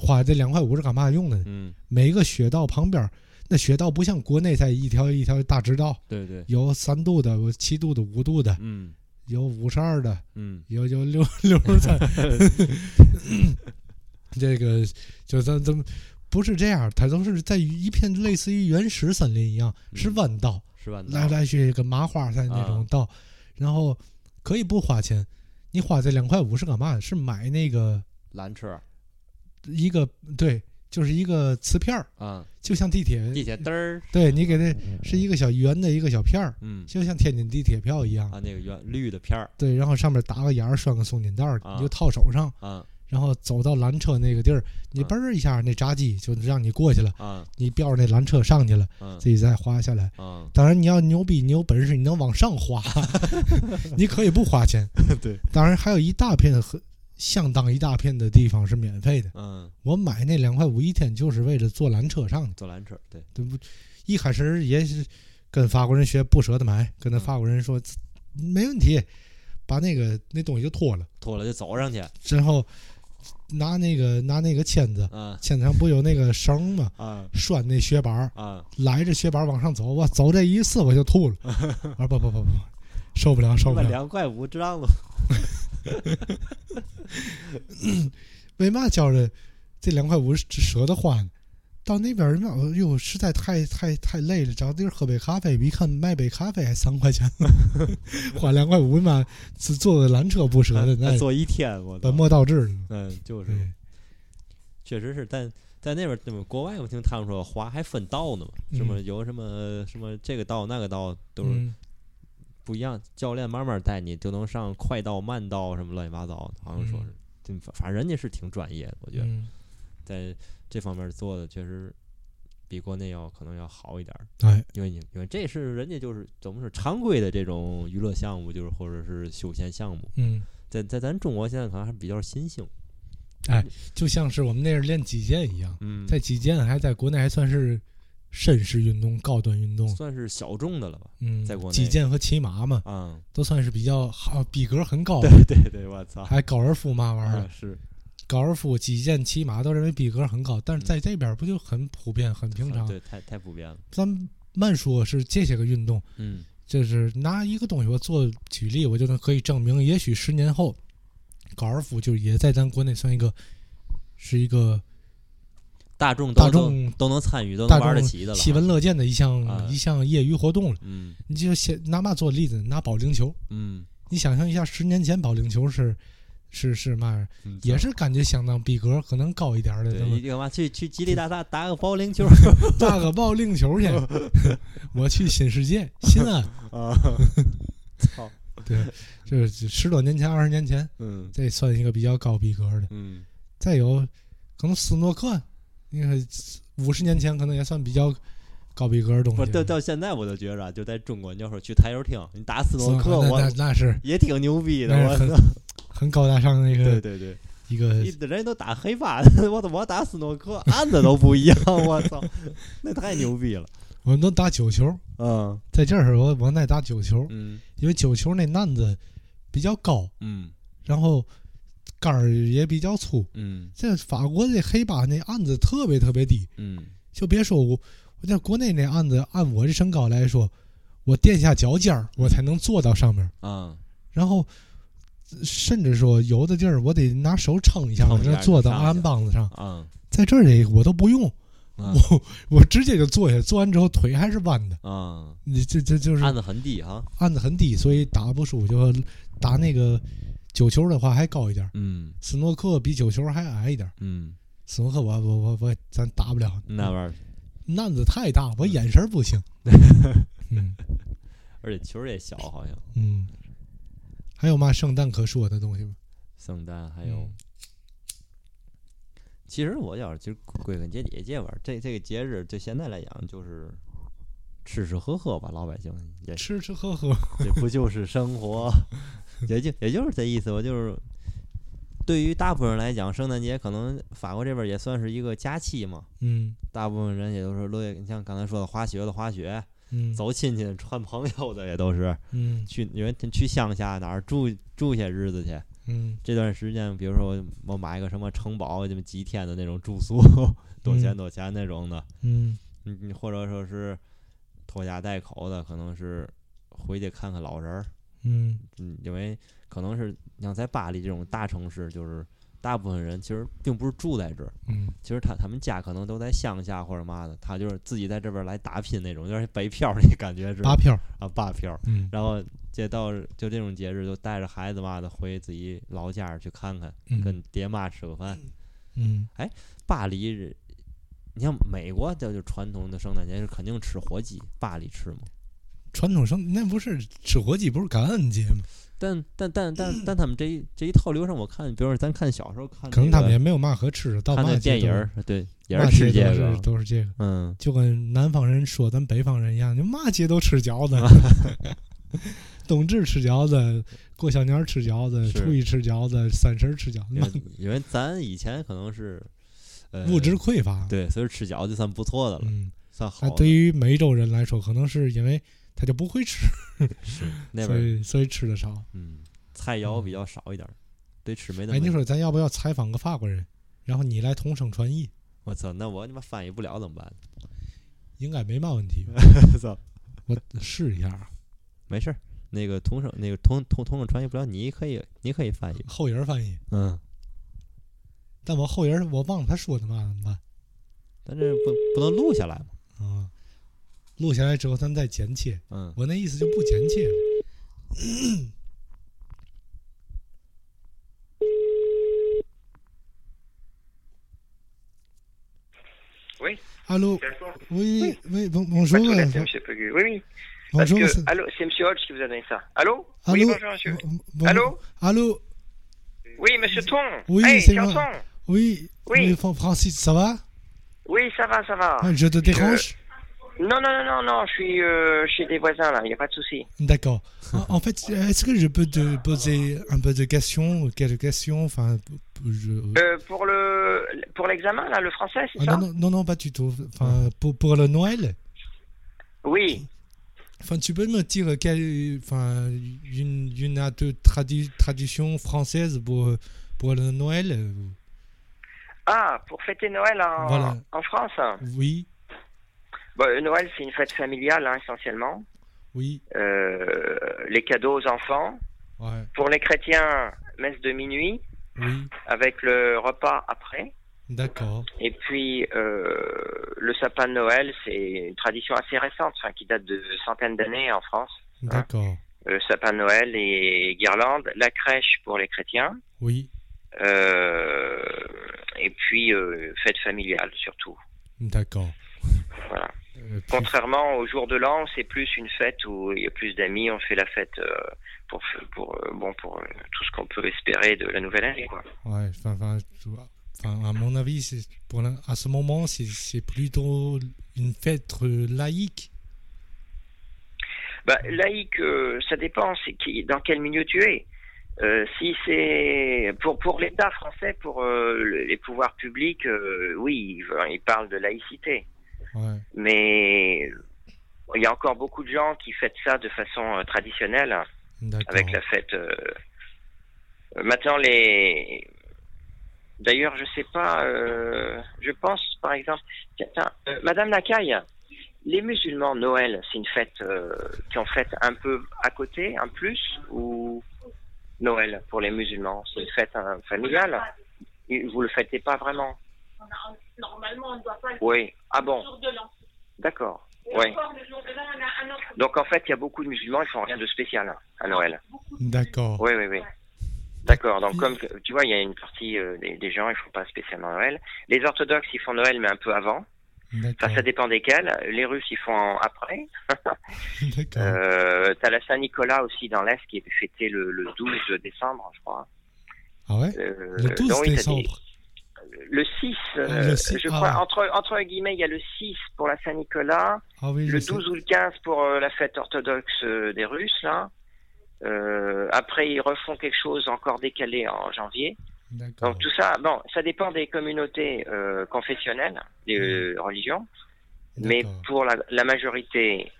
Speaker 8: 花这两块五是干嘛用的呢？
Speaker 9: 嗯，
Speaker 8: 每个雪道旁边儿，那雪道不像国内才一条一条大直道，
Speaker 9: 对对，
Speaker 8: 有三度的，有七度的，五度的，
Speaker 9: 嗯
Speaker 8: 有五十二的，
Speaker 9: 嗯，
Speaker 8: 有有六 [laughs] 六十
Speaker 9: [laughs]
Speaker 8: 三。这个就咱咱们不是这样，它都是在一片类似于原始森林一样，是
Speaker 9: 嗯
Speaker 8: 弯道，
Speaker 9: 是吧？
Speaker 8: 来来去去跟麻花似的那种道，啊然后可以不花钱，你花这两块五是干嘛的？是买那个
Speaker 9: 蓝车儿，
Speaker 8: 一个对，就是一个磁片儿，
Speaker 9: 啊，
Speaker 8: 就像地铁
Speaker 9: 地铁嘚儿
Speaker 8: 对你给它是一个小圆的一个小片儿，
Speaker 9: 嗯
Speaker 8: 就像天津地铁票一样，
Speaker 9: 啊，那个圆绿的片儿，
Speaker 8: 对，然后上面打个眼儿，拴个松紧带儿，
Speaker 9: 啊
Speaker 8: 你就套手上，
Speaker 9: 啊
Speaker 8: 然后走到缆车那个地儿，你嘣儿一下，那闸机就让你过去了，
Speaker 9: 啊
Speaker 8: 你标着那缆车上去了，
Speaker 9: 嗯
Speaker 8: 自己再滑下来。 [laughs]
Speaker 9: 啊，
Speaker 8: 当然，你要牛逼，你有本事，你能往上滑， [laughs] 你可以不花钱。
Speaker 9: 对，
Speaker 8: 当然，还有一大片很相当一大片的地方是免费的。
Speaker 9: 嗯，
Speaker 8: 我买那两块五一天就是为了坐缆车上的，
Speaker 9: 坐蓝车儿，对，
Speaker 8: 对不？一开始也是跟法国人学，不舍得买，跟那法国人说、没问题，把那个那东西就脱了，
Speaker 9: 脱了就走上去，
Speaker 8: 然后拿那个拿那个签子， [laughs]
Speaker 9: 啊
Speaker 8: 签子上不有那个绳吗？
Speaker 9: 啊
Speaker 8: 拴那雪板儿，
Speaker 9: 啊，
Speaker 8: 来着雪板儿往上走，我走这一次我就吐了， [laughs] 我说不不不不，受不了受不
Speaker 9: 他妈
Speaker 8: 了，
Speaker 9: 两块五这样子，
Speaker 8: 为嘛觉着这两块五是舍得花呢？到那边儿嘛，哎呦，实在太太太累了，找地儿喝杯咖啡，比看卖杯咖啡还三块钱，
Speaker 9: [laughs]
Speaker 8: 花两块五嘛，只坐个缆车不舍得，那
Speaker 9: 坐一天，我
Speaker 8: 本
Speaker 9: 操，
Speaker 8: 末倒置了。
Speaker 9: 嗯，就是。
Speaker 8: 对，
Speaker 9: 确实是，但在那边儿，那么国外我听他们说滑还分道呢嘛，什么有什么什么这个道那个道都是
Speaker 8: 嗯嗯
Speaker 9: 不不一样，教练慢慢带你就能上快道、慢道什么乱七八糟，好像说是，这反正人家是挺专业的，我觉得，
Speaker 8: 嗯
Speaker 9: 在这方面做的确实比国内要可能要好一点儿，
Speaker 8: 哎，
Speaker 9: 因为你因为这是人家就是怎么说常规的这种娱乐项目，就是或者是休闲项目，
Speaker 8: 嗯，
Speaker 9: 在在咱中国现在可能还比较新兴，
Speaker 8: 哎，就像是我们那是练击剑一样，
Speaker 9: 嗯
Speaker 8: 在击剑还在国内还算是绅士运动、高端运动，
Speaker 9: 算是小众的了吧，
Speaker 8: 嗯，
Speaker 9: 在国内
Speaker 8: 击剑和骑马嘛，
Speaker 9: 嗯，
Speaker 8: 都算是比较好，逼格很高的，
Speaker 9: 对 [laughs] 对对，我操，
Speaker 8: 还高尔夫嘛玩意儿
Speaker 9: 啊是
Speaker 8: 高尔夫、击剑、骑马都认为逼格很高，但是在这边不就很普遍、很平常？
Speaker 9: 嗯啊对，太太普遍了，
Speaker 8: 咱慢说，是这些个运动，
Speaker 9: 嗯，
Speaker 8: 就是拿一个东西我做举例，我就能可以证明，也许十年后，高尔夫就也在咱国内算一个，是一个
Speaker 9: 大众都
Speaker 8: 大众
Speaker 9: 都都能参与，都能
Speaker 8: 大
Speaker 9: 玩得
Speaker 8: 众
Speaker 9: 起的了，
Speaker 8: 喜闻乐见的一项、
Speaker 9: 啊
Speaker 8: 一项业余活动了。
Speaker 9: 嗯
Speaker 8: 你就先拿嘛做例子，拿保龄球，
Speaker 9: 嗯，
Speaker 8: 你想象一下，十年前保龄球是是是嘛样儿，也是感觉相当逼格，可能高一点儿的，
Speaker 9: 嗯对，
Speaker 8: 对吧
Speaker 9: 一？定嘛去去吉利大厦打个保龄球，
Speaker 8: 打个保龄球去， [laughs] 我去新世界，新安
Speaker 9: [laughs] [laughs] 啊，操，
Speaker 8: 对，这是十多年前、二十年前，
Speaker 9: 嗯
Speaker 8: 这算一个比较高逼格的。
Speaker 9: 嗯，
Speaker 8: 再有可能斯诺克，那个五十年前可能也算比较高逼格的东
Speaker 9: 不是
Speaker 8: 西
Speaker 9: 到。到现在我都觉着啊，就在中国，你要说去台球厅，你打斯诺克，
Speaker 8: 斯诺克
Speaker 9: 我
Speaker 8: 啊那那那是
Speaker 9: 也挺牛逼的，
Speaker 8: 那是
Speaker 9: 我
Speaker 8: 很
Speaker 9: 操，
Speaker 8: 很高大上的一个，
Speaker 9: 对对 [laughs] 对，
Speaker 8: 一个
Speaker 9: 你人家都打黑八， [laughs] 我怎么打斯诺克， [laughs] 案子都不一样，我操， [laughs] 那太牛逼了，
Speaker 8: 我们都打九球，
Speaker 9: 嗯，
Speaker 8: 在这儿我我爱打九球，
Speaker 9: 嗯，
Speaker 8: 因为九球那难子比较高，
Speaker 9: 嗯
Speaker 8: 然后杆儿也比较粗，
Speaker 9: 嗯
Speaker 8: 这法国这黑把那案子特别特别低，
Speaker 9: 嗯，
Speaker 8: 就别说我我在国内那案子，按我这身高来说，我垫下脚尖儿我才能坐到上面儿，
Speaker 9: 啊，
Speaker 8: 然后甚至说有的地儿我得拿手撑一下，
Speaker 9: 撑
Speaker 8: 我
Speaker 9: 一下
Speaker 8: 才能坐到
Speaker 9: 上去
Speaker 8: 鞍帮子上，
Speaker 9: 啊
Speaker 8: 在这儿这我都不用，
Speaker 9: 啊
Speaker 8: 我我直接就坐下，坐完之后腿还是弯的，
Speaker 9: 啊，
Speaker 8: 你这这就是
Speaker 9: 案子很低哈，
Speaker 8: 案子很低，所以打不输，就打那个九球的话还高一点儿。
Speaker 9: 嗯
Speaker 8: 斯诺克比九球还矮一点儿。
Speaker 9: 嗯，
Speaker 8: 斯诺克我我我我咱打不了，
Speaker 9: 那玩意儿，
Speaker 8: 难子太大，
Speaker 9: 嗯
Speaker 8: 我眼神儿不
Speaker 9: [laughs]
Speaker 8: 行。
Speaker 9: 而且球儿也小，好像
Speaker 8: 嗯，还有嘛圣诞可说的东西吗？嗯
Speaker 9: 圣诞还有。其实我要是就归根结底，这玩意儿，这这个节日对现在来讲就是吃吃喝喝吧，老百姓也
Speaker 8: 吃吃喝
Speaker 9: [laughs]
Speaker 8: 喝，
Speaker 9: 这不就是生活？ [laughs] 也就也就是这意思吧，就是对于大部分人来讲，圣诞节可能法国这边也算是一个假期嘛，
Speaker 8: 嗯，
Speaker 9: 大部分人也都是乐意，你像刚才说的滑雪的滑雪，
Speaker 8: 嗯
Speaker 9: 走亲戚的串朋友的也都是，
Speaker 8: 嗯
Speaker 9: 去因为去乡下哪儿住住些日子去，
Speaker 8: 嗯，
Speaker 9: 这段时间比如说我买一个什么城堡，这么几天的那种住宿， [laughs] 多钱
Speaker 8: 嗯
Speaker 9: 多钱那种的，
Speaker 8: 嗯
Speaker 9: 你你或者说是拖家带口的，可能是回去看看老人儿，
Speaker 8: 嗯
Speaker 9: 嗯，因为可能是你像在巴黎这种大城市，就是大部分人其实并不是住在这儿，
Speaker 8: 嗯，
Speaker 9: 其实他他们家可能都在乡下或者嘛的，他就是自己在这边来打拼那种，有点北漂那感觉是吧
Speaker 8: 扒票
Speaker 9: 啊，扒票，
Speaker 8: 嗯
Speaker 9: 然后这到就这种节日，就带着孩子嘛的回自己老家儿去看看，
Speaker 8: 嗯
Speaker 9: 跟爹妈吃个饭，
Speaker 8: 嗯，
Speaker 9: 哎，巴黎人。你像美国，这就传统的圣诞节是肯定吃火鸡，巴黎吃吗？
Speaker 8: 传统生那不是吃火鸡，不是感恩节吗？
Speaker 9: 但但但但但他们这一这一套流程，我看，比如说咱看小时候看那个，
Speaker 8: 可能他们也没有嘛可吃的，到
Speaker 9: 看那
Speaker 8: 嘛
Speaker 9: 个
Speaker 8: 节
Speaker 9: 电
Speaker 8: 都
Speaker 9: 影儿，对，也
Speaker 8: 嘛
Speaker 9: 是吃
Speaker 8: 节
Speaker 9: 这
Speaker 8: 都
Speaker 9: 个
Speaker 8: 是，都是这个， [laughs]
Speaker 9: 嗯，
Speaker 8: 就跟南方人说咱北方人一样，就嘛节都吃饺
Speaker 9: [laughs]
Speaker 8: 子，冬至吃饺子，过小年儿吃饺子，
Speaker 9: 是
Speaker 8: 初一吃饺子，三十儿吃饺
Speaker 9: 因为
Speaker 8: 子，
Speaker 9: 因为咱以前可能是呃
Speaker 8: 物质匮乏
Speaker 9: 对，所以吃饺子就算不错的了，
Speaker 8: 嗯，
Speaker 9: 算好
Speaker 8: 那
Speaker 9: 的。
Speaker 8: 对于梅州人来说，可能是因为他就不会吃，
Speaker 9: 那
Speaker 8: 所
Speaker 9: 边儿
Speaker 8: 以所以吃的少。
Speaker 9: 嗯，菜肴比较少一点儿，对吃没那么。
Speaker 8: 哎，你说咱要不要采访个法国人，然后你来同声传译，
Speaker 9: 我操，那我你妈翻译不了怎
Speaker 8: [laughs]
Speaker 9: 么办？
Speaker 8: 应该没嘛问
Speaker 9: [laughs]
Speaker 8: 题吧？
Speaker 9: 操，
Speaker 8: 我试一下啊，
Speaker 9: 没事儿，那个同声那个同同同声传译不了，你可以你可以
Speaker 8: [laughs]
Speaker 9: 翻译，
Speaker 8: 后人翻译，
Speaker 9: 嗯，
Speaker 8: 但我后人我忘了他说的嘛怎么办？
Speaker 9: 咱这不不能录下来嘛，
Speaker 8: 啊，录下来之后咱们再剪切。
Speaker 9: 嗯，
Speaker 8: 我那意思就不剪切了。
Speaker 3: Oui.
Speaker 8: Allô
Speaker 3: Bonjour.
Speaker 8: Oui, oui, bon- bonjour.
Speaker 3: Bonjour,
Speaker 8: euh,
Speaker 3: monsieur Pegu. Oui, oui. Parce
Speaker 8: Bonjour,
Speaker 3: que,
Speaker 8: monsieur.
Speaker 3: allô, c'est Monsieur Hodge qui vous a donné ça. Allô Oui,
Speaker 8: Allô Euh,
Speaker 3: bonjour, monsieur.
Speaker 8: Bon-
Speaker 3: Allô
Speaker 8: Allô
Speaker 3: Oui, Monsieur Ton.
Speaker 8: Oui,
Speaker 3: Hey,
Speaker 8: c'est
Speaker 3: Tonton.
Speaker 8: moi. Oui,
Speaker 3: Oui.
Speaker 8: Fran- Francis, ça va
Speaker 3: Oui, ça va, ça va.
Speaker 8: Ah, Je te dérange
Speaker 3: Non, non, non, non, non, je suis euh, chez des voisins, là, il n'y a pas de souci.
Speaker 8: D'accord. En- En fait, est-ce que je peux te poser un peu de questions Quelques questions Enfin, je...
Speaker 3: Euh, pour le pour l'examen, là, le français, c'est
Speaker 8: Ah,
Speaker 3: ça
Speaker 8: non, non, non, non, pas du tout. Enfin, pour, pour le Noël
Speaker 3: Oui.
Speaker 8: Enfin, tu peux me dire quelle, enfin, une, une à deux tradi- tradition française pour, pour le Noël euh,
Speaker 3: Ah, pour fêter Noël en,
Speaker 8: Voilà.
Speaker 3: en France
Speaker 8: Oui,
Speaker 3: Bon, euh, Noël, c'est une fête familiale, hein, essentiellement.
Speaker 8: oui,
Speaker 3: Euh, les cadeaux aux enfants.
Speaker 8: ouais,
Speaker 3: Pour les chrétiens, messe de minuit,
Speaker 8: oui,
Speaker 3: avec le repas après.
Speaker 8: d'accord.
Speaker 3: Et puis, euh, le sapin de Noël, c'est une tradition assez récente, enfin, qui date de centaines d'années en France. Euh,
Speaker 8: D'accord.
Speaker 3: Le sapin de Noël et guirlande, la crèche pour les chrétiens,
Speaker 8: Oui,
Speaker 3: euh, et puis euh, fête familiale surtout.
Speaker 8: d'accord.
Speaker 3: Voilà.
Speaker 8: Euh, puis-
Speaker 3: Contrairement au jour de l'an, c'est plus une fête où il y a plus d'amis, on fait la fête euh, pour pour euh, bon pour euh, tout ce qu'on peut espérer de la nouvelle année quoi.
Speaker 8: Ouais, enfin, enfin, tu vois, enfin, à mon avis, c'est pour l'in- à ce moment, c'est- c'est plutôt une fête euh, laïque.
Speaker 3: Bah, laïque, euh, ça dépend c'est qui, dans quel milieu tu es. Euh, si c'est pour pour l'État français, pour euh, le- les pouvoirs publics, euh, oui, ils veulent- ils parlent de laïcité.
Speaker 8: Ouais.
Speaker 3: Mais il y a encore beaucoup de gens qui fêtent ça de façon euh, traditionnelle, avec la fête. euh, euh, Maintenant, les. D'ailleurs, je sais pas. euh, Je pense, par exemple, tiens, tiens, euh, Madame Lacaille, les musulmans Noël, c'est une fête euh, qui en fête un peu à côté, un plus ou Noël pour les musulmans, c'est une fête hein, familiale. Et Vous le fêtez pas vraiment
Speaker 15: Normalement, on ne doit pas le
Speaker 3: Oui. Ah bon.
Speaker 15: jour de l'an.
Speaker 3: D'accord.
Speaker 15: Et
Speaker 3: Oui.
Speaker 15: encore, le jour de l'an, on a un autre.
Speaker 3: Donc en fait, il y a beaucoup de musulmans, ils font rien de spécial hein, à Noël.
Speaker 8: D'accord.
Speaker 3: Oui, oui, oui. D'accord.
Speaker 8: Mmh.
Speaker 3: Donc comme tu vois, il y a une partie euh, des, des gens, ils font pas spécialement Noël. Les orthodoxes, ils font Noël, mais un peu avant.
Speaker 8: D'accord.
Speaker 3: Enfin, ça dépend desquels. Les Russes, ils font après.
Speaker 8: D'accord.
Speaker 3: euh, T'as la Saint-Nicolas aussi dans l'Est qui est fêtée le, le 12 décembre, je crois.
Speaker 8: Ah ouais
Speaker 3: Euh,
Speaker 8: Le 12
Speaker 3: non, oui, t'as
Speaker 8: décembre.
Speaker 3: des- Le 6,
Speaker 8: Ah,
Speaker 3: euh,
Speaker 8: le 6,
Speaker 3: je
Speaker 8: ah
Speaker 3: crois,
Speaker 8: ouais.
Speaker 3: entre, entre guillemets, il y a le 6 pour la Saint-Nicolas,
Speaker 8: Ah oui, je
Speaker 3: le
Speaker 8: sais.
Speaker 3: 12 ou le 15 pour euh, la fête orthodoxe euh, des Russes, là. Euh, après, ils refont quelque chose encore décalé en janvier.
Speaker 8: D'accord.
Speaker 3: Donc tout ça, bon, ça dépend des communautés euh, confessionnelles, des euh, religions, mais pour la, la majorité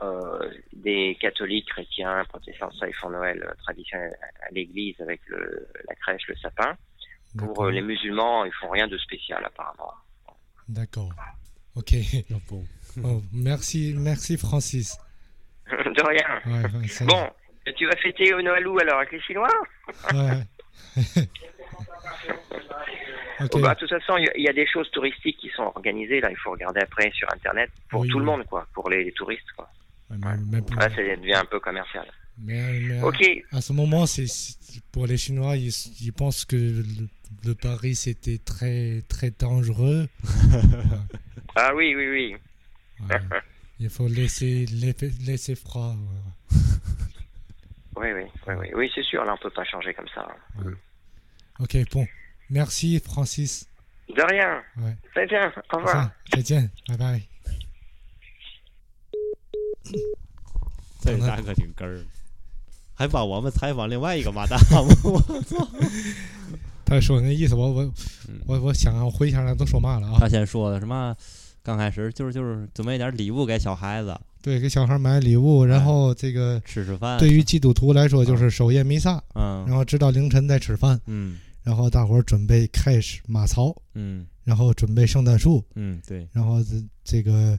Speaker 3: euh, des catholiques, chrétiens, protestants, ça ils font Noël euh, traditionnel à à l'église avec le, la crèche, le sapin. Pour euh, les musulmans, ils font rien de spécial apparemment. [laughs]
Speaker 8: D'accord. Ok. Oh, merci, merci Francis.
Speaker 3: de rien.
Speaker 8: Ouais, ouais, ça-
Speaker 3: Bon, tu vas fêter au Noël où alors avec les Chinois [laughs]
Speaker 8: Ouais. Ok.
Speaker 3: Bon, bah, De toute façon, il y a- il y, a des choses touristiques qui sont organisées là. Il faut regarder après sur internet pour
Speaker 8: Oui,
Speaker 3: tout le
Speaker 8: oui.
Speaker 3: monde quoi, pour les, touristes quoi.
Speaker 8: Ouais, mais- mais-
Speaker 3: Là, ça devient un peu commercial.
Speaker 8: mais- mais
Speaker 3: Ok.
Speaker 8: à ce moment, c'est c'est- pour les Chinois, ils, ils pensent que le, le Paris c'était très très dangereux. Ouais.
Speaker 3: Ah oui, oui, oui.
Speaker 8: Il faut laisser laisser, laisser froid. ouais.
Speaker 3: Oui, oui, oui, oui, oui c'est sûr, là on peut pas changer comme ça.
Speaker 8: Ok, bon. Merci Francis.
Speaker 3: De rien.
Speaker 8: Ouais.
Speaker 3: Très bien, au revoir.
Speaker 8: Tiens,拜拜。
Speaker 9: 这
Speaker 8: 刚才
Speaker 9: 大哥挺哏儿的，还把我们采访另外一个马大
Speaker 8: [laughs]
Speaker 9: 吗？ [laughs] 我操！
Speaker 8: 他说那意思，我我
Speaker 9: 嗯
Speaker 8: 我我想啊，我回想来都说嘛了啊？
Speaker 9: 他先说的什么？刚开始就是就是准备点礼物给小孩子，
Speaker 8: 对，给小孩买礼
Speaker 9: 哎
Speaker 8: 物，然后这个
Speaker 9: 吃吃饭
Speaker 8: 对于基督徒来说就是守夜弥撒，
Speaker 9: 嗯
Speaker 8: 然后直到凌晨再吃饭，
Speaker 9: 嗯，
Speaker 8: 然后大伙儿准备开始马槽，
Speaker 9: 嗯，
Speaker 8: 然后准备圣诞树，
Speaker 9: 嗯对
Speaker 8: 然后这这个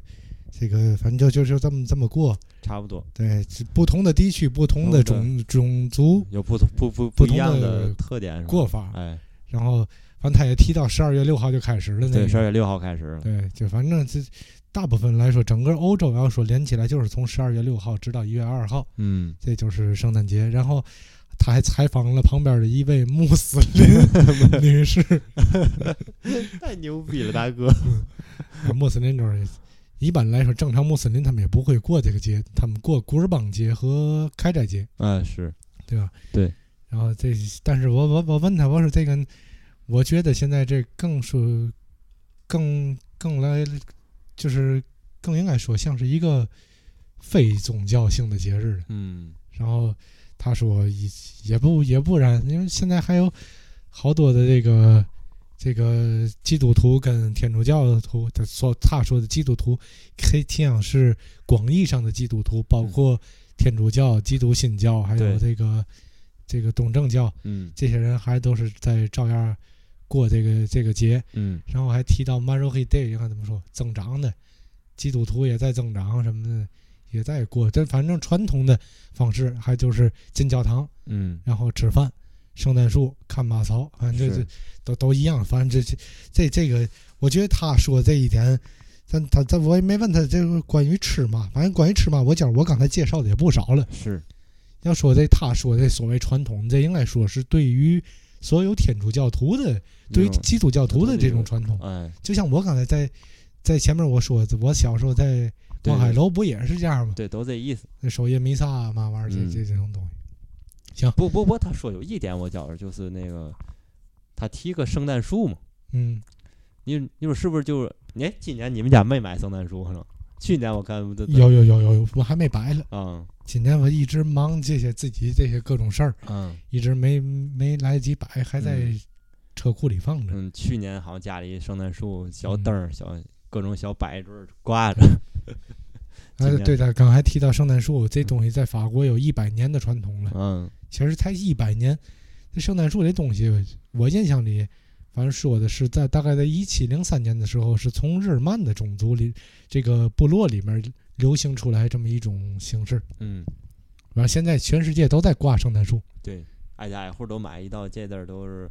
Speaker 8: 这个反正就就就这么这么过，
Speaker 9: 差不多
Speaker 8: 对，不同的地区、不同的
Speaker 9: 不同
Speaker 8: 种种族
Speaker 9: 有不同不不
Speaker 8: 不
Speaker 9: 一样
Speaker 8: 同
Speaker 9: 的特点是吧
Speaker 8: 过法，
Speaker 9: 哎，
Speaker 8: 然后反正他也提到十二月六号就开始了那
Speaker 9: 对，
Speaker 8: 个
Speaker 9: 十二月六号开始了，
Speaker 8: 对，就反正这大部分来说，整个欧洲要说连起来，就是从十二月六号直到一月二号，
Speaker 9: 嗯，
Speaker 8: 这就是圣诞节。然后他还采访了旁边的一位穆斯林女士，
Speaker 9: [laughs] 太牛逼了，大哥！
Speaker 8: 穆斯林就是一般来说，正常穆斯林他们也不会过这个节，他们过古尔邦节和开斋节，
Speaker 9: 啊，是
Speaker 8: 对吧？
Speaker 9: 对，
Speaker 8: 然后这，但是我我我问他，我说这个，我觉得现在这更属更更来，就是更应该说像是一个非宗教性的节日了。
Speaker 9: 嗯，
Speaker 8: 然后他说也也不也不然，因为现在还有好多的这个这个基督徒跟天主教徒，他说他说的基督徒 Christian 是广义上的基督徒，包括天主教、基督新教，还有
Speaker 9: 对
Speaker 8: 这个这个东正教，
Speaker 9: 嗯
Speaker 8: 这些人还都是在照样过这个这个节，
Speaker 9: 嗯
Speaker 8: 然后还提到 m a r o h i Day，你看怎么说，增长的基督徒也在增长什么的，也在过，这反正传统的方式还就是进教堂，
Speaker 9: 嗯
Speaker 8: 然后吃饭、圣诞树、看马槽，反正这
Speaker 9: 是
Speaker 8: 这都都一样。反正这这这这个，我觉得他说这一点，但他他我也没问他这个关于吃嘛，反正关于吃嘛，我讲我刚才介绍的也不少了。
Speaker 9: 是，
Speaker 8: 要说这他说这所谓传统，这应该说是对于所有天主教徒的，对于基督教徒的这种传统。
Speaker 9: 哎，
Speaker 8: 就像我刚才在在前面我说，我小时候在
Speaker 9: 对
Speaker 8: 望海
Speaker 9: 对
Speaker 8: 楼不也是这样吗？
Speaker 9: 对，都这意思。
Speaker 8: 那守夜弥撒嘛玩意儿，
Speaker 9: 嗯
Speaker 8: 这这这种东西。行，
Speaker 9: 不不不，他说有一点我觉着就是那个，他提个圣诞树嘛，
Speaker 8: 嗯，
Speaker 9: 你你说是不是就是？哎，今年你们家没买圣诞树是吗？去年我看都
Speaker 8: 有有有有有，我还没白了。
Speaker 9: 嗯
Speaker 8: 今年我一直忙这些自己这些各种事儿，
Speaker 9: 嗯
Speaker 8: 一直没没来得及摆，还在
Speaker 9: 嗯
Speaker 8: 车库里放着。
Speaker 9: 嗯，去年好像家里圣诞树、
Speaker 8: 嗯
Speaker 9: 小灯儿、小各种小摆坠儿挂着。今
Speaker 8: 哎，
Speaker 9: 年
Speaker 8: 对的，刚才提到圣诞树，这东西在法国有一百年的传统了。
Speaker 9: 嗯，
Speaker 8: 其实才一百年，这圣诞树这东西，我印象里，反正说的是在大概在一七零三年的时候，是从日耳曼的种族里这个部落里面流行出来这么一种形式。
Speaker 9: 嗯，
Speaker 8: 然后现在全世界都在挂圣诞树。
Speaker 9: 对，挨家挨户都买一道，这阵儿都是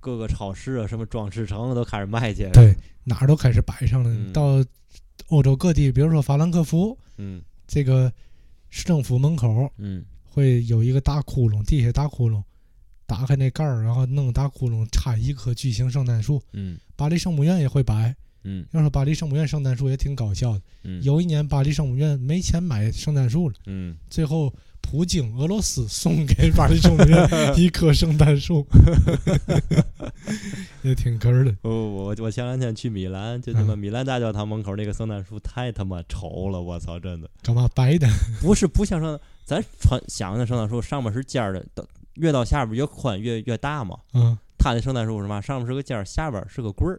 Speaker 9: 各个超市啊，什么装饰城都开始卖去了。
Speaker 8: 对，哪儿都开始摆上了。
Speaker 9: 嗯
Speaker 8: 到欧洲各地，比如说法兰克福，
Speaker 9: 嗯
Speaker 8: 这个市政府门口
Speaker 9: 嗯
Speaker 8: 会有一个大窟窿，地下大窟窿，打开那盖儿，然后弄大窟窿插一棵巨型圣诞树。
Speaker 9: 嗯
Speaker 8: 巴黎圣母院也会摆。
Speaker 9: 嗯
Speaker 8: 要说巴黎圣母院圣诞树也挺搞笑的，
Speaker 9: 嗯
Speaker 8: 有一年巴黎圣母院没钱买圣诞树了，
Speaker 9: 嗯，
Speaker 8: 最后普京俄罗斯送给巴黎圣母院
Speaker 9: [laughs]
Speaker 8: 一棵圣诞树， [laughs] 也挺哏儿的。
Speaker 9: 我哦我我前两天去米兰，
Speaker 8: 嗯
Speaker 9: 就他妈米兰大教堂门口那个圣诞树太他妈丑了，我操，真的
Speaker 8: 干嘛白的？
Speaker 9: 不是不像圣诞，咱传想的圣诞树上面是尖儿的，到越到下边越宽越越大嘛。
Speaker 8: 嗯，
Speaker 9: 他那圣诞树是嘛，上面是个尖儿，下边是个棍儿，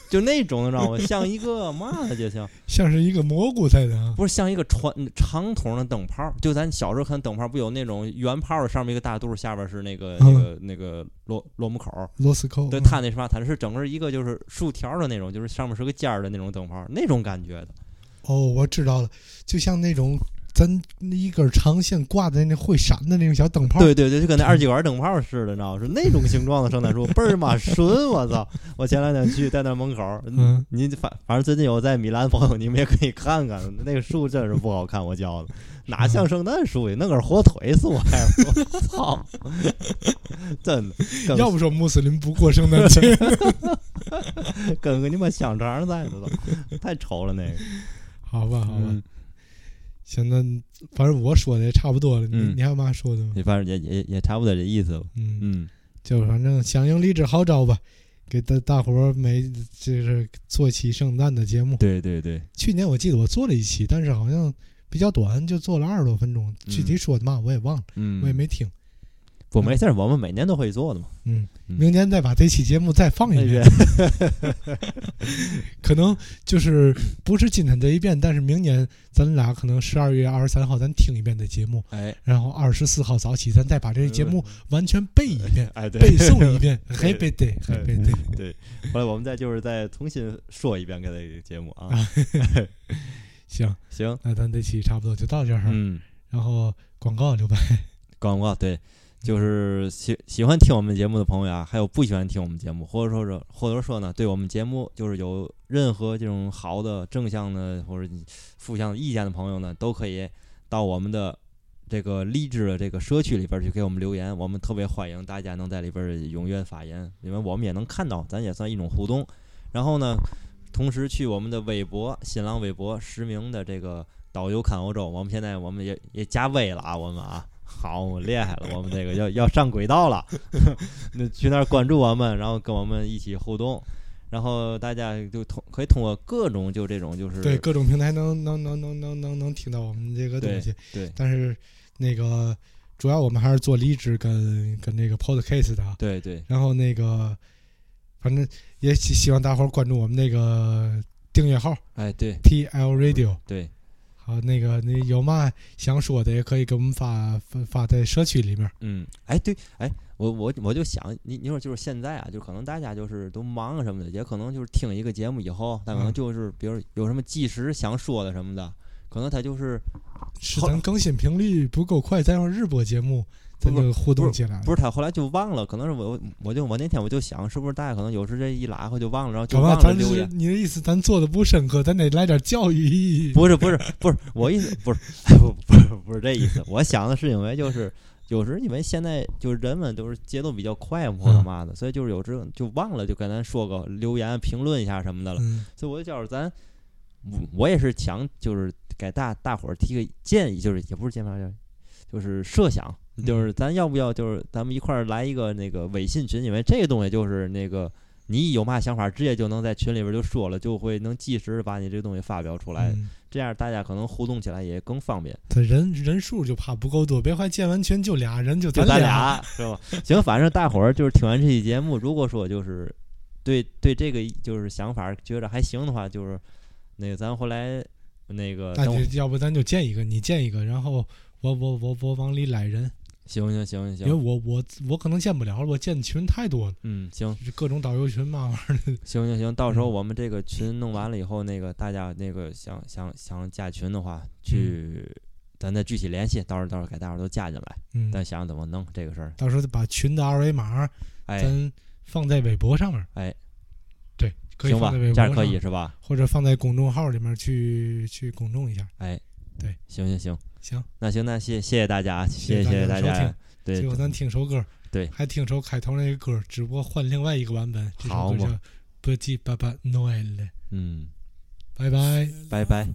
Speaker 9: [laughs] 就那种让我像一个嘛的，就像
Speaker 8: 像是一个蘑菇在的啊。
Speaker 9: 不是像一个传长筒的灯泡儿，就咱小时候看灯泡儿不有那种圆泡儿，上面一个大肚儿，下边儿是那个、那个那个螺螺母口儿。
Speaker 8: 螺丝扣
Speaker 9: 对，
Speaker 8: 嗯
Speaker 9: 它那什么，它是整个一个就是竖条儿的那种，就是上面是个尖儿的那种灯泡儿，那种感觉的。
Speaker 8: 哦，我知道了，就像那种咱一根长线挂在那会闪的那种小灯泡。
Speaker 9: 对对对，就跟那二极管灯泡儿似的，你知道吗？是那种形状的圣
Speaker 8: [laughs]
Speaker 9: 诞树，倍儿妈纯！我操！我前两天去在那门口
Speaker 8: [laughs]
Speaker 9: 儿，
Speaker 8: 嗯
Speaker 9: 您反反正最近有在米兰朋友，你们也可以看看，那个树真是不好看，我觉得哪像圣诞树呀？弄根火腿送来，我哎操！真的，跟
Speaker 8: 要不说穆斯林不过圣诞
Speaker 9: [laughs]
Speaker 8: 节。
Speaker 9: 跟个你妈香肠在的都，太丑了那个。
Speaker 8: [laughs] 好吧，好吧，
Speaker 9: 嗯
Speaker 8: 行，那反正我说的也差不多了，你、
Speaker 9: 嗯
Speaker 8: 你还有嘛说的吗？
Speaker 9: 你反正也也也差不多这意思吧。
Speaker 8: 嗯
Speaker 9: 嗯，
Speaker 8: 就反正响应励志号召吧，给大大伙儿每就是做期圣诞的节目。
Speaker 9: 对对对，
Speaker 8: 去年我记得我做了一期，但是好像比较短，就做了二十多分钟，具体说的嘛我也忘了，
Speaker 9: 嗯
Speaker 8: 我也没听。
Speaker 9: 不没事儿，我们每年都会做的嘛。
Speaker 8: 嗯，明年再把这期节目再放
Speaker 9: 哎
Speaker 8: 一遍， [laughs] 可能就是不是今天这一遍，但是明年咱俩可能十二月二十三号咱听一遍这节目，
Speaker 9: 哎，
Speaker 8: 然后二十四号早起咱再把这节目完全背一遍，
Speaker 9: 哎，嗯对，，
Speaker 8: 背诵一遍
Speaker 9: 对
Speaker 8: 还背对，还背对。
Speaker 9: 对，后来我们再就是再重新说一遍给这个节目啊。
Speaker 8: 行
Speaker 9: 行，
Speaker 8: 那咱这期差不多就到这儿。
Speaker 9: 嗯，
Speaker 8: 然后广告留白。
Speaker 9: 广告对，就是喜喜欢听我们节目的朋友啊，还有不喜欢听我们节目，或者说是或者说呢，对我们节目就是有任何这种好的、正向的或者你负向的意见的朋友呢，都可以到我们的。这个励志的这个社区里边儿去给我们留言，我们特别欢迎大家能在里边儿踊跃发言，因为我们也能看到，咱也算一种互动。然后呢，同时去我们的微博、新浪微博实名的这个导游看欧洲，我们现在我们也也加微了啊，我们啊，好我们厉害了，我们这个要要上轨道了， [laughs] 那去那儿关注我们，然后跟我们一起互动。然后大家就通可以通过各种就这种就是
Speaker 8: 对各种平台能能能能能能能听到我们这个东西，
Speaker 9: 对对
Speaker 8: 但是那个主要我们还是做离职跟跟那个 podcast 的啊，
Speaker 9: 对对
Speaker 8: 然后那个反正也希希望大伙儿关注我们那个订阅号，
Speaker 9: 哎对
Speaker 8: TL Radio，
Speaker 9: 对，
Speaker 8: 好那个那有嘛想说的也可以给我们发发发在社区里面，
Speaker 9: 嗯，哎，对，哎，我我我就想，你你说就是现在啊，就可能大家就是都忙啊什么的，也可能就是听一个节目以后，他可
Speaker 8: 嗯
Speaker 9: 能就是比如有什么即时想说的什么的，可能他就是
Speaker 8: 嗯是
Speaker 9: 后
Speaker 8: 咱更新频率不够快，再用日播节目咱就互动起来了
Speaker 9: 不。是他后来就忘了，可能是我我就我那天我就想，是不是大家可能有时这一拉回就忘了，然后就
Speaker 8: 干嘛？
Speaker 9: 忘了
Speaker 8: 咱
Speaker 9: 留
Speaker 8: 是
Speaker 9: 言。
Speaker 8: 你的意思，咱做的不深刻，咱得来点教育意 [laughs] 义。
Speaker 9: 不是不是不是我意思不是 [laughs] 不不是不是这意思，我想的是因为就是有时因为现在就是人们都是节奏比较快嘛或者嘛的，所以就是有时候就忘了就跟咱说个留言评论一下什么的了，
Speaker 8: 嗯
Speaker 9: 所以我就觉着咱我我也是想就是给大大伙儿提个建议，就是也不是建议吧，就是就是设想，就是咱要不要就是咱们一块儿来一个那个微信群，因为这个东西就是那个。你有嘛想法，直接就能在群里边就说了，就会能及时把你这个东西发表出来，
Speaker 8: 嗯
Speaker 9: 这样大家可能互动起来也更方便。
Speaker 8: 他人人数就怕不够多，别怀建完群就俩人，就
Speaker 9: 就
Speaker 8: 俩。
Speaker 9: 咱俩是吧？行，反正大伙儿就是听完这期节目，如果说就是对对这个就是想法觉得还行的话，就是那个咱回来那个
Speaker 8: 那
Speaker 9: 等我
Speaker 8: 就要不咱就建一个，你建一个，然后我我我我往里来人，
Speaker 9: 行行行
Speaker 8: 因为
Speaker 9: 行
Speaker 8: 我我我可能建不了了，我建群太多了，
Speaker 9: 嗯行
Speaker 8: 就是各种导游群嘛玩意儿的。
Speaker 9: 行行行，到时候
Speaker 8: 嗯
Speaker 9: 我们这个群弄完了以后，那个大家那个想想想加群的话，去咱再具体联系，到时候到时候给大伙儿都加进来，
Speaker 8: 嗯
Speaker 9: 咱想想怎么弄这个事儿。
Speaker 8: 到时候把群的二维码
Speaker 9: 哎
Speaker 8: 咱放在微博上面，
Speaker 9: 哎，
Speaker 8: 对，可以
Speaker 9: 行吧
Speaker 8: 放在微博
Speaker 9: 这
Speaker 8: 上，
Speaker 9: 样可以是吧？
Speaker 8: 或者放在公众号里面去去公众一下。
Speaker 9: 哎，
Speaker 8: 对，
Speaker 9: 行行行
Speaker 8: 行，
Speaker 9: 那行那谢谢谢大家啊，谢谢
Speaker 8: 谢
Speaker 9: 大
Speaker 8: 大家的收
Speaker 9: 家
Speaker 8: 听，
Speaker 9: 对，
Speaker 8: 最后咱听首歌，
Speaker 9: 对
Speaker 8: 还听首开头那个歌，只不过换另外一个版本，这首
Speaker 9: 好
Speaker 8: 歌
Speaker 9: 嘛
Speaker 8: 叫《Petit Papa Noël》。
Speaker 9: 嗯，
Speaker 8: 拜拜，
Speaker 9: 拜拜。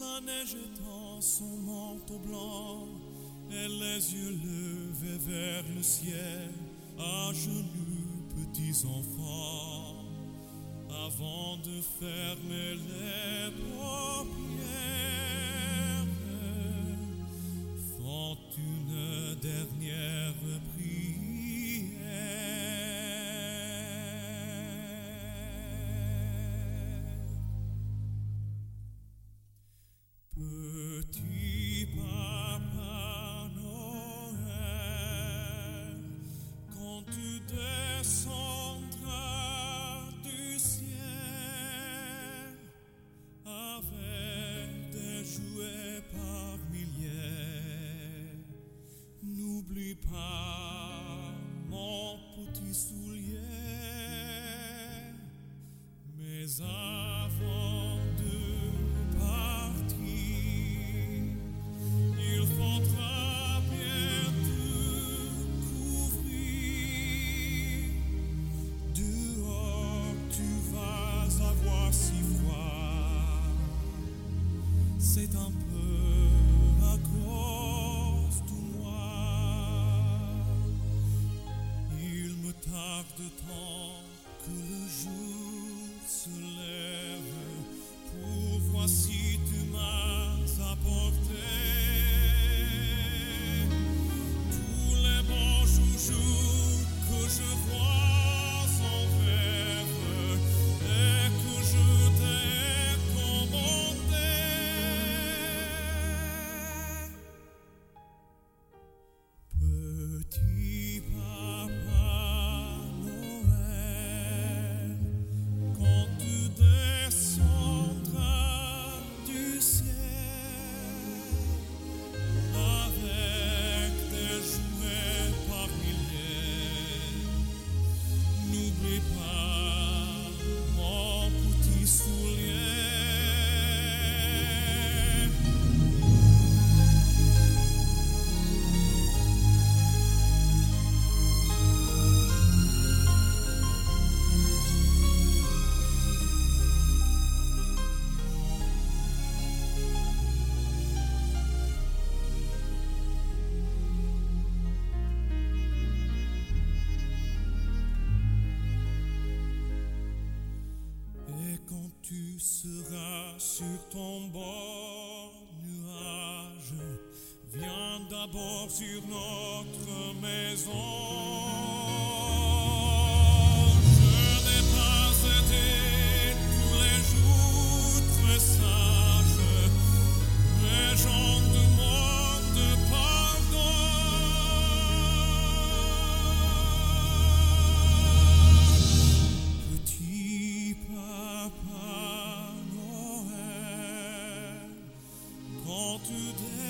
Speaker 7: La neige tend son manteau blanc et les yeux levés vers le ciel, à genoux, petits enfants, avant de fermer les paupières, font une dernière prière. Petit Papa Noël, quand tu descendras du ciel avec des jouets par milliers, n'oublie pas mon petit soulier. Mais avant de partir, il faudra bien te couvrir. Dehors, tu vas avoir si froid. C'est un peu à cause de moi. Il me tarde tant que le jour se lève pour voir si tu m'as apporté tous les bons joujoux que je vois en rêve et que je t'ai commandé. Petit Papa Noël, quand tu descendras seras sur ton beau nuage. Viens d'abord sur notre maison. Je n'ai pas été tous les jours très sage. Mais j'en demande pardon. Petit papa Noël, quand tu